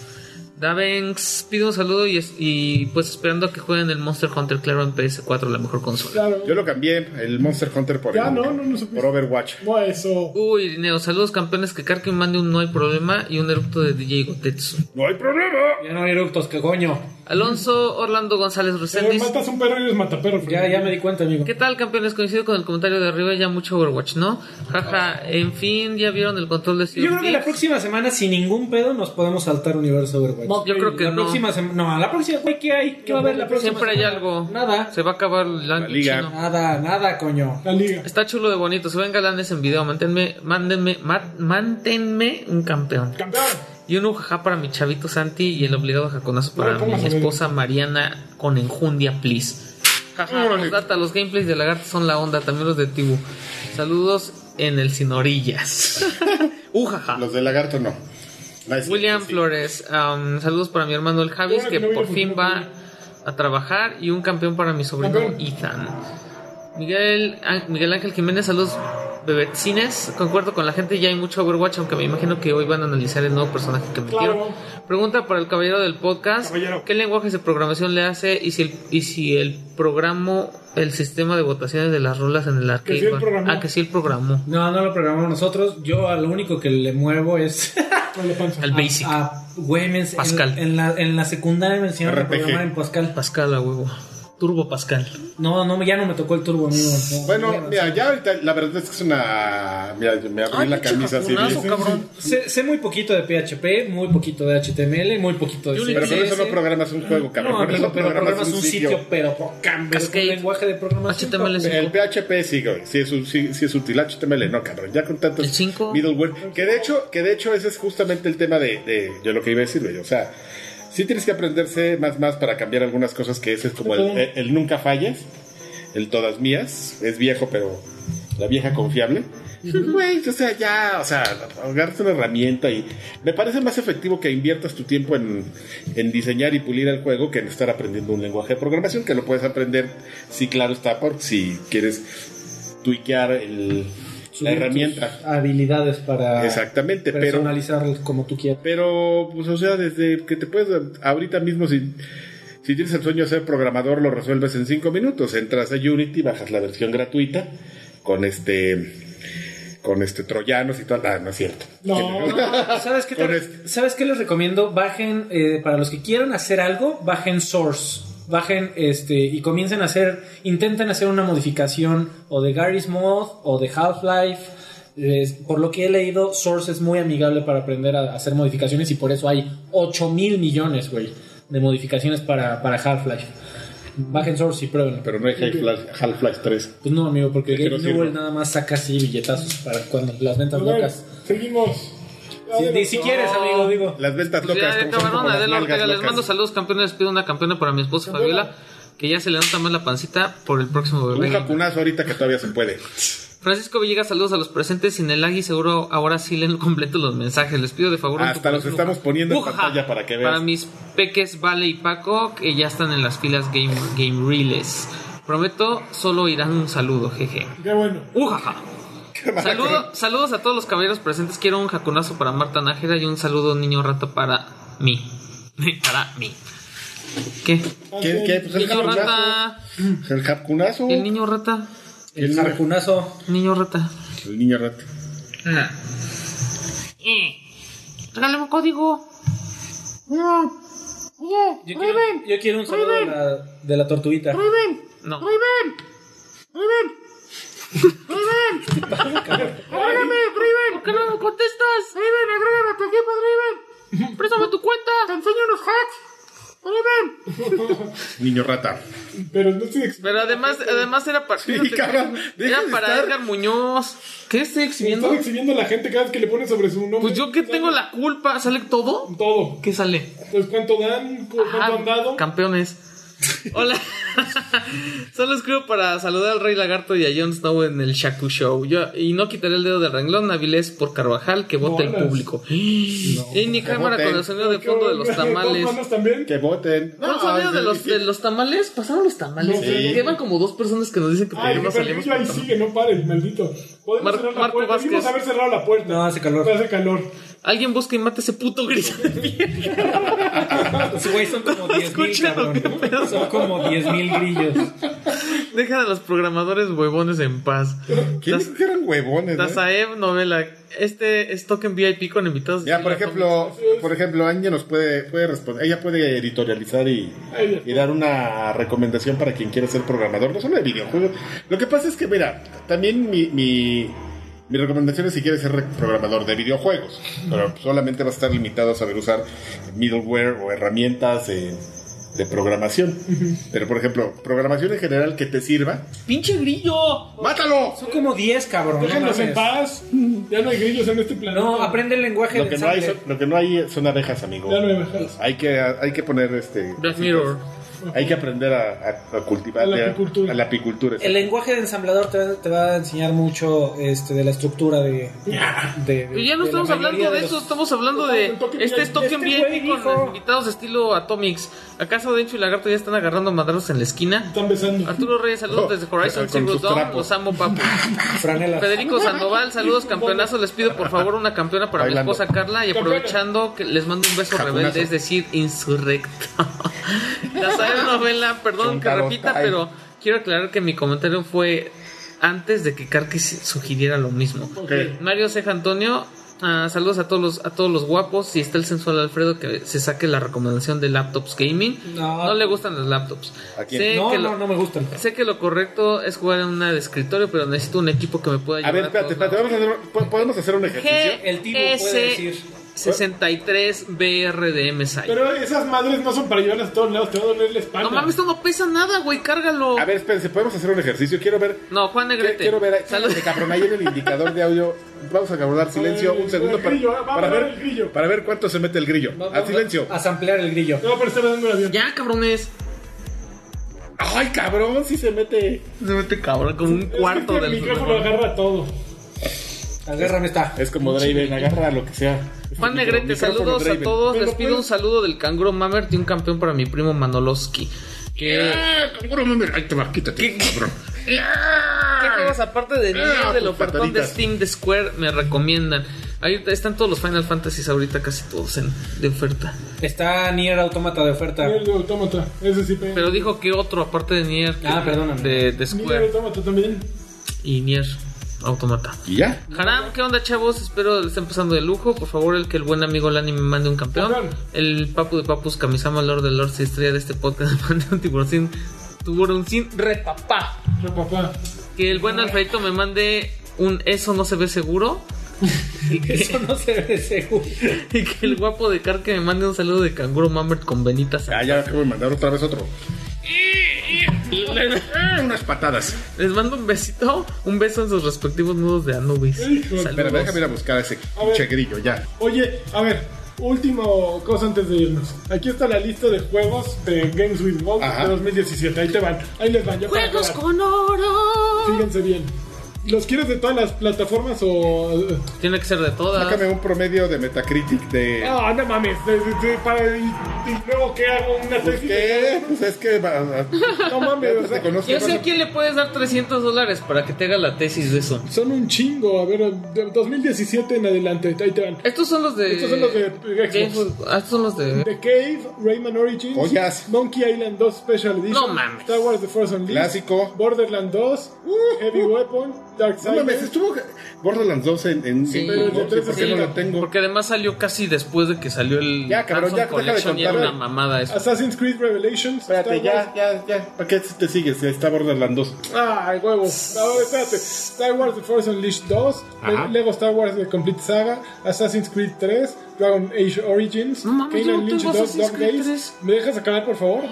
Davenx pide un saludo y, es- y pues esperando a que jueguen el Monster Hunter, claro, en PS4, la mejor consola.
Claro.
Yo lo cambié, el Monster Hunter por,
Ya,
el-
no, no, no supiste.
por Overwatch.
No, eso.
Uy, Neo, saludos campeones, que Karkin mande un no hay problema y un erupto de DJ Gotetsu.
¡No hay problema!
Ya no hay eructos, que coño.
Alonso Orlando González
Eh,
Pero
Reséndiz.
matas un perro y eres mataperro.
Ya,
Fernando.
ya me di cuenta, amigo.
¿Qué tal, campeones? Coincido con el comentario de arriba, ya mucho Overwatch, ¿no? Jaja, en fin, ya vieron el control de Sea
Yo
of
creo que la
Thieves?
próxima semana, sin ningún pedo, nos podemos saltar Universo Overwatch.
Yo creo que
la
no.
próxima semana. No, la próxima, güey, ¿qué hay? ¿Qué va a haber la próxima
Siempre hay
semana?
algo.
Nada.
Se va a acabar el año
liga.
chino.
Nada, nada, coño.
La liga.
Está chulo de bonito, se ven galanes en video. Manténme, mándenme, ma- manténme un campeón.
Campeón.
Y un jaja para mi chavito Santi y el obligado jaconazo
No
para
le pongas
mi
a ver.
esposa Mariana con enjundia, please. Jaja,
Órale.
los data, los gameplays de lagarto son la onda, también los de Tibu. Saludos en el sin orillas. Ujaja.
Ah. Los de Lagarto no. Nice.
William
Sí.
Flores, um, saludos para mi hermano el Javis,
Ahora
que
que no viene
por
porque
fin
no
va
viene.
a trabajar, y un campeón para mi sobrino
Campeón.
Ethan. Miguel, Á- Miguel Ángel Jiménez, saludos bebecines. Concuerdo con la gente, ya hay mucho Overwatch, aunque me imagino que hoy van a analizar el nuevo personaje que metieron.
Claro.
Pregunta para el caballero del podcast:
Caballero.
¿Qué lenguajes de programación le hace y si el, y si el programa, el sistema de votaciones de las rolas en el arcade?
sí el
va-
programó.
ah, que sí, el programó.
No, no lo programamos nosotros. Yo a lo único que le muevo es.
Con la panza.
Al Basic.
a güey, me ens- en-
Pascal.
En, la, en la secundaria me enseñaron a
RPG.
programar en Pascal.
Pascal, a huevo. Turbo Pascal.
No, no, ya no me tocó el turbo, amigo. No,
Bueno,
no,
mira, ya ahorita la verdad es que es una. Mira, me abrí
Ay,
la
pinche
camisa así.
jacunazo,
bien.
cabrón.
Sé, sé muy poquito de PHP, muy poquito de HTML, muy poquito de
Yo ni
Pero con
Sí,
CSS.
eso no programas un juego, cabrón.
No,
con
amigo,
eso
pero programas un sitio, pero poca, pero con
Cascade.
lenguaje de programación.
HTML.
papá.
El PHP sí, güey. Sí es, un- sí, sí es útil. HTML no, cabrón. Ya con tantos
El cinco.
middleware. Que de hecho, que de hecho ese es justamente el tema de, de- yo lo que iba a decir, güey. O sea, sí tienes que aprenderse más más para cambiar algunas cosas que ese es como el, el- el nunca falles, el todas mías. Es viejo, pero la vieja confiable. Pues, Güey, o sea, ya, o sea, ahogarte una herramienta y me parece más efectivo que inviertas tu tiempo en, en diseñar y pulir el juego que en estar aprendiendo un lenguaje de programación que lo puedes aprender, sí, claro está, por si quieres tuiquear el, la
Subir
herramienta.
tus Ah, Habilidades para
Exactamente, pero
personalizar como tú quieras.
pero, pues, o sea, desde que te puedes, ahorita mismo, si, si tienes el sueño de ser programador, lo resuelves en cinco minutos. Entras a Unity, bajas la versión gratuita con este. Con este troyanos y todo. Ah, no es cierto.
No.
¿Sabes qué, te-
Con este.
¿Sabes qué les recomiendo? Bajen, eh, para los que quieran hacer algo, bajen Source. Bajen este y comiencen a hacer, intenten hacer una modificación o de Garry's Mod o de Half-Life. Les- por lo que he leído, Source es muy amigable para aprender a hacer modificaciones y por eso hay 8 mil millones, güey, de modificaciones para, para Half-Life. Bajen Source y pruébenlo.
Pero no hay Half-Life Half-Life 3.
Pues no, amigo, porque
Es que
Gabe
no
Newell
sirve. Pues,
nada más saca así billetazos para cuando las ventas
Bueno,
locas.
Seguimos.
Si, ni si quieres, amigo, digo.
Las ventas
Pues
locas.
ya
como son
acabaron,
como las
Adela
nalgas
Ortega. Les
locas.
mando saludos, campeones. Pido una campeona para mi esposa
Campeona.
Fabiola, que ya se le nota más la pancita por el próximo
Un
bebé.
jacunazo ahorita que todavía se puede.
Francisco Villegas, saludos a los presentes. Sin el agui, seguro ahora sí leen completo los mensajes. Les pido de favor. un
Hasta
tucurú.
los estamos poniendo en
Ujaja.
pantalla para que veas.
Para mis peques Vale y Paco, que ya están en las filas Game, game Reels. Prometo, solo irán un saludo, jeje.
Qué bueno.
Ujaja.
Qué mala
Saludo- saludos a todos los caballeros presentes. Quiero un jaconazo para Marta Nájera y un saludo niño rata para mí. para mí. ¿Qué?
cosa. ¿Qué, qué? Pues el
Niño
jacunazo.
rata.
El jacunazo.
El niño rata.
El sarcunazo.
Niño rata.
El niño rato.
Eh, Regálame un código.
Yo quiero, yo quiero un saludo de la, de la tortuguita.
No. ¿Por qué no me contestas? Préstame tu cuenta.
Niño rata.
Pero no estoy exp-
Pero además, además era para.
Sí, cabrón, deja
era
de
para
estar-
Edgar Muñoz. ¿Qué estoy
me
exhibiendo?
están exhibiendo a la gente cada vez que le ponen sobre su nombre.
Pues yo que tengo la culpa. ¿Sale todo?
Todo.
¿Qué sale?
Pues cuánto dan, cu- cuánto
Ah,
han dado.
Campeones. Hola. Solo escribo para saludar al Rey Lagarto y a Jon Snow en el Shaku Show. Yo, y no quitaré el dedo del renglón Avilés por Carvajal, que vota el
Bolas.
público. y ni cámara
voten.
con el sonido de fondo de los tamales.
¿Dos manos también?
Que voten.
¿No sonido de los, de los tamales? ¿Pasaron los tamales?
No sé.
Llevan como dos personas que nos dicen que
Ay,
todavía no
pero el
salimos.
niño ahí sigue, no pares, maldito. Podemos
Mar-
cerrar la
Marco
puerta.
Vázquez.
Debimos haber cerrado la puerta.
No, hace calor.
Hace calor.
Alguien busca y mata ese puto grito.
Pues, güey, son como 10.000,
escuchan,
cabrón.
¿qué pedo?
Son como 10.000 grillos.
Dejan a los programadores huevones en paz.
¿Quién
Tas-
dijo que eran huevones? eh?
Tazaev novela. Este es token VIP con invitados.
Ya, por ejemplo, por ejemplo, Anya nos puede, puede responder, ella puede editorializar y, y dar una recomendación para quien quiera ser programador, no solo de videojuegos. Lo que pasa es que, mira, también mi, mi, mi recomendación es si quieres ser re- programador de videojuegos, pero solamente va a estar limitado a saber usar middleware o herramientas eh, de programación. Pero, por ejemplo, programación en general que te sirva.
¡Pinche grillo!
¡Mátalo!
Son como 10, cabrón. no
Déjanos
mames.
en paz. Ya no hay grillos en este planeta.
No, aprende el lenguaje
Lo
del
que, no hay
sable.
son, lo que no hay son abejas, amigo.
Ya no hay bajadas.
Hay que, hay que poner este.
Black Mirror.
Hay que aprender a, a- a cultivar
A la apicultura.
a la apicultura,
El lenguaje de ensamblador te, va- te va a enseñar mucho este, de la estructura de. de-
Pero ya no
de la
estamos
mayoría
hablando de
los-
eso, estamos hablando de.
el token
Este es
VIP.
token
Este güey
VIP con
dijo-
invitados estilo Atomics. ¿Acaso Dencho y Lagarto ya están agarrando madrazos en la esquina?
Están besando.
Arturo Reyes, saludos
Oh,
desde Horizon
con
Zero
sus
Dawn,
trapos.
los amo papu.
franelas.
Federico Sandoval, saludos campeonazo, les pido por favor una campeona para
Bailando.
mi esposa Carla y
Campeona.
aprovechando que les mando un beso
Jacunazo.
rebelde, es decir, insurrecto. La sabe novela, perdón que
Chuntaro
repita,
time.
pero quiero aclarar que mi comentario fue antes de que Carque sugiriera lo mismo.
Ok.
Mario Ceja Antonio, ah, saludos a todos los a todos los guapos. Si está el sensual Alfredo que se saque la recomendación de laptops gaming.
No.
No, le gustan las laptops.
¿A quién?
Sé
No,
que lo-
no, no me gustan.
Sé que lo correcto es jugar en una de escritorio, pero necesito un equipo que me pueda
A
ayudar.
ver, espérate,
todos
espérate, vamos a hacer, po- podemos hacer un ejercicio.
El tipo puede decir.
GS63BRDM site.
Pero esas madres no son para llevarlas a todos lados. Te va a doler la espalda.
No mames, esto no pesa nada, güey, cárgalo.
A ver, espérense, podemos hacer un ejercicio. Quiero ver,
No, Juan Negrete.
quiero ver,
Salud.
de cabrón, ahí en el indicador de audio. Vamos a guardar silencio
Ay,
un segundo
el
para,
grillo, ah, va a
para
hablar el
ver,
grillo.
para ver cuánto se mete el grillo.
Vamos
Al silencio.
A samplear el grillo.
No, pero está dando el avión.
Ya, cabrones.
Ay, cabrón, si se mete.
Se mete cabrón como un
Es que
cuarto
este
del
micrófono agarra todo.
Agárrame esta.
Es como Draven, agarra lo que sea.
Juan
Micro-
Negrete,
micrófono
saludos a
Draven.
todos.
Pero
Les pido
pues-
un saludo del canguro Mamert y un campeón para mi primo Manoloski. Que
Ah,
Eh,
cabrón, mami, ahí te va, quítate, cabrón.
¿Qué juegos aparte de niño
Ah,
del
tus
ofertón de
pataditas.
Steam de Square me recomiendan? Ahí están todos los Final Fantasies ahorita, casi todos en, de oferta.
Está Nier Automata de oferta.
Mira el de autómata. Ese sí pega.
Pero dijo que otro aparte de Nier.
Ah, perdóname.
De, de
Mira el
Square
autómata también.
y Nier Automata.
Y ya.
Haram, ¿qué onda, chavos? Espero le estén pasando de lujo. Por favor, el que el buen amigo Lani me mande un campeón.
Campeón.
El papu de papus, Kamisama, Lord de Lords y estrella de este podcast, me mande un tiburoncín. Tiburoncín repapá.
Pero papá.
Que el buen Alfredito me mande un eso no se ve seguro. Y que-
Eso no se ve seguro.
Y que el guapo de Car que me mande un saludo de canguro Mammert con venitas.
Ah, ya acabo de mandar otra vez otro. Ah, Unas patadas.
Les mando un besito, un beso en sus respectivos nudos de Anubis.
Híjole.
Espera,
Saludos.
déjame ir a buscar a ese
A ver.
pinche grillo ya.
Oye, a ver, última cosa antes de irnos. Aquí está la lista de juegos de Games with Gold
Ajá.
de 2017. Ahí te van, ahí les van. ya para
Juegos
acabar.
con oro.
Fíjense bien. ¿Los quieres de todas las plataformas o.? eh?
Tiene que ser de todas.
Sácame un promedio de Metacritic de.
Ah, no mames. de- de- de- para, y, y luego que hago una
Pues
tesis.
qué, pues es que. va- va-
No mames. o
te
sea,
conozco,
Yo sé a
bueno,
quién le puedes dar 300 dólares para que te haga la tesis de eso.
son un chingo. A ver, de 2017 en adelante. Ahí te van.
Estos son los de.
Estos son los de Xbox.
Games with- ah, Estos son los de.
The Cave, Rayman Origins,
Ollas.
Monkey Island 2 Special Edition,
No mames.
Star Wars The Force Unleashed,
Clásico. Uh.
Borderland 2, Heavy Weapon, Dark
No
Side.
mames, estuvo Borderlands 2 en, en Game
Sí.
Boy,
Pero el de
¿por qué no lo
360?
tengo?
Porque además salió casi después de que salió el.
Ya, cabrón,
Samsung
ya, deja de
Collection y era
contarme.
una mamada eso.
Assassin's Creed Revelations,
Espérate,
Star
ya,
Wars-
ya, ya. ¿Para qué te sigues? Ya Está Borderlands 2.
Ay, huevo. No, espérate. Star Wars The Force Unleashed 2,
Ajá.
Le- Lego Star Wars The Complete Saga, Assassin's Creed 3, Dragon Age Origins,
No mames, yo no
Lynch
tengo
2,
Assassin's
Dog
Creed
Days.
3.
¿Me dejas acabar, por favor?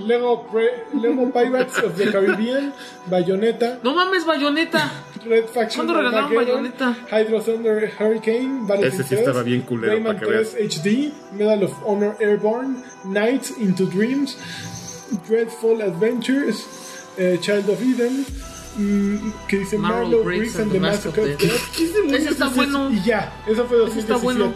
Lego, Pre- Lego Pirates of the Caribbean, Bayonetta,
No mames, bayoneta.
Red Faction
¿Cuándo regalaron
Armageddon,
Bayonetta?
Hydro Thunder Hurricane Battlefield
Ese sí
3,
estaba bien culero,
Rayman
para que veas.
3 HD Medal of Honor Airborne Nights into Dreams Dreadful Adventures eh, Child of Eden mm, que dice
Marrow
Marlowe
Briggs
Briggs and the Massacre of
Death.
Death. ¿Qué demonios
Ese está
es
bueno.
Y ya, eso fue
Ese
2017
está bueno.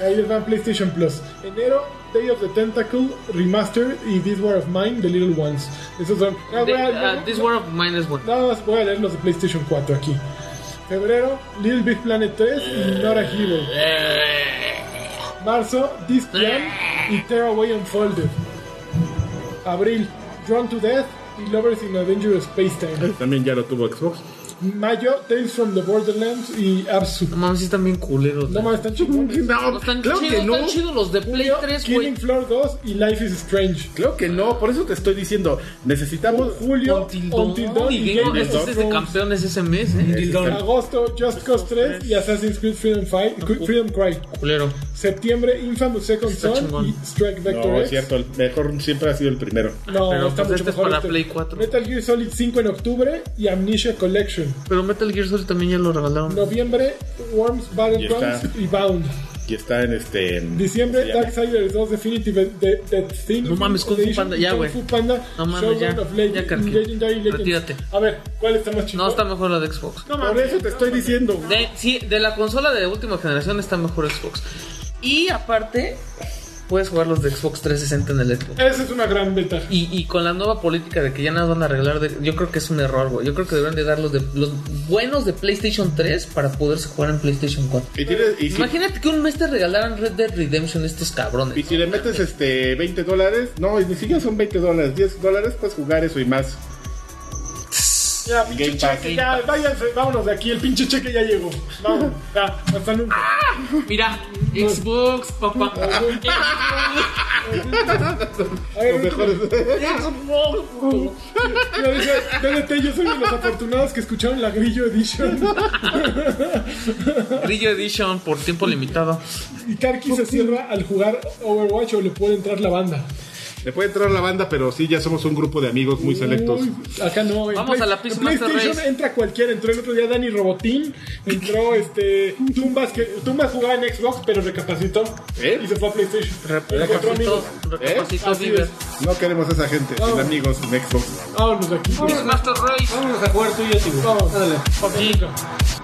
Ahí les van PlayStation Plus Enero Day of the Tentacle Remastered y This War of Mine The Little Ones Esos son Ah, voy
De-
a-
ah, This War of Mine es bueno.
Nada más voy a leer los de PlayStation 4 aquí. Febrero, Little Big Planet 3 y Nora Hero. Marzo, This Plan y Tearaway Unfolded. Abril, Drawn to Death y Lovers in Adventurous Space Time.
También ya lo tuvo Xbox.
Mayo, Tales from the Borderlands y Absu.
No mames, sí están bien culeros.
No más, están chingones.
No, están chidos, están chidos los de Play
Junio,
3, güey.
Killing Floor 2 y Life is Strange.
Claro que no, por eso te estoy diciendo, necesitamos
Julio,
Until Dawn.
Until Dawn y
Y Game
Game
of Thrones Este es de campeones ese mes, eh.
Agosto, Just Cause 3 y Assassin's Creed Freedom, Fight, Freedom Cry.
Culero.
Septiembre, Infamous Second
Está
Son
chingón.
y Strike Vector
No, es
X.
cierto, el mejor siempre ha sido el primero.
No,
Pero,
está
pues,
mucho
este es
mejor
para Play 4.
Metal Gear Solid 5 en octubre y Amnesia Collection.
Pero Metal Gear Solid también ya lo regalaron.
Noviembre, Worms
Y
Battlegrounds
está.
y Bound.
Y está en este. en-
Diciembre,
¿cómo se llama?
Darksiders 2 Definitive de Dead Thing.
No mames, Kung Fu
Edition
Panda,
y
ya,
Kung
güey.
Fu Panda,
No mames,
Showdown
ya.
of Legend-
Ya, Karki.
Legendary Legends.
Retírate.
A ver, ¿cuál está más chido?
No, está mejor la de Xbox.
Por eso te estoy diciendo.
De, sí, de la consola de última generación está mejor Xbox. Y aparte, puedes jugar los de Xbox 360 en el Xbox.
Esa es una gran ventaja.
Y, y con la nueva política de que ya nos van a arreglar, de- yo creo que es un error, güey. Yo creo que deberían de dar los, de, los buenos de PlayStation 3 para poderse jugar en PlayStation 4.
Y, tienes- y si,
Imagínate que un mes te regalaran Red Dead Redemption estos cabrones.
y si le metes este 20 dólares, no, ni siquiera son 20 dólares, 10 dólares, puedes jugar eso y más.
Ya, pinche
Game Pass.
cheque, ya, váyanse, vámonos de aquí. El pinche cheque ya llegó. Vamos, ya, hasta nunca.
Mira, Xbox, papá.
A ver,
Los mejores.
Lo dice, DDT, yo soy de los afortunados que escucharon la Grillo Edition.
Grillo Edition por tiempo limitado.
Y Karki se cierra al jugar Overwatch o le puede entrar la banda.
Le puede entrar la banda, pero sí, ya somos un grupo de amigos muy selectos.
Uy, acá no. en
Vamos
Play-
a la Pizza
en PlayStation
Master Race.
entra cualquiera. Entró el otro día Dani Robotín. Entró este. Tumbas, que Tumbas jugaba en Xbox, pero recapacitó.
¿Eh?
Y se fue a PlayStation. Encontró
Recapacitó,
amigos.
recapacitó
Así
Bieber.
es.
No queremos a esa gente, sin amigos en Xbox.
Vámonos de aquí. pues,
Master Race.
Vámonos a jugar tú y yo, Tibu.
Vámonos.
Ándale.
Hasta nunca.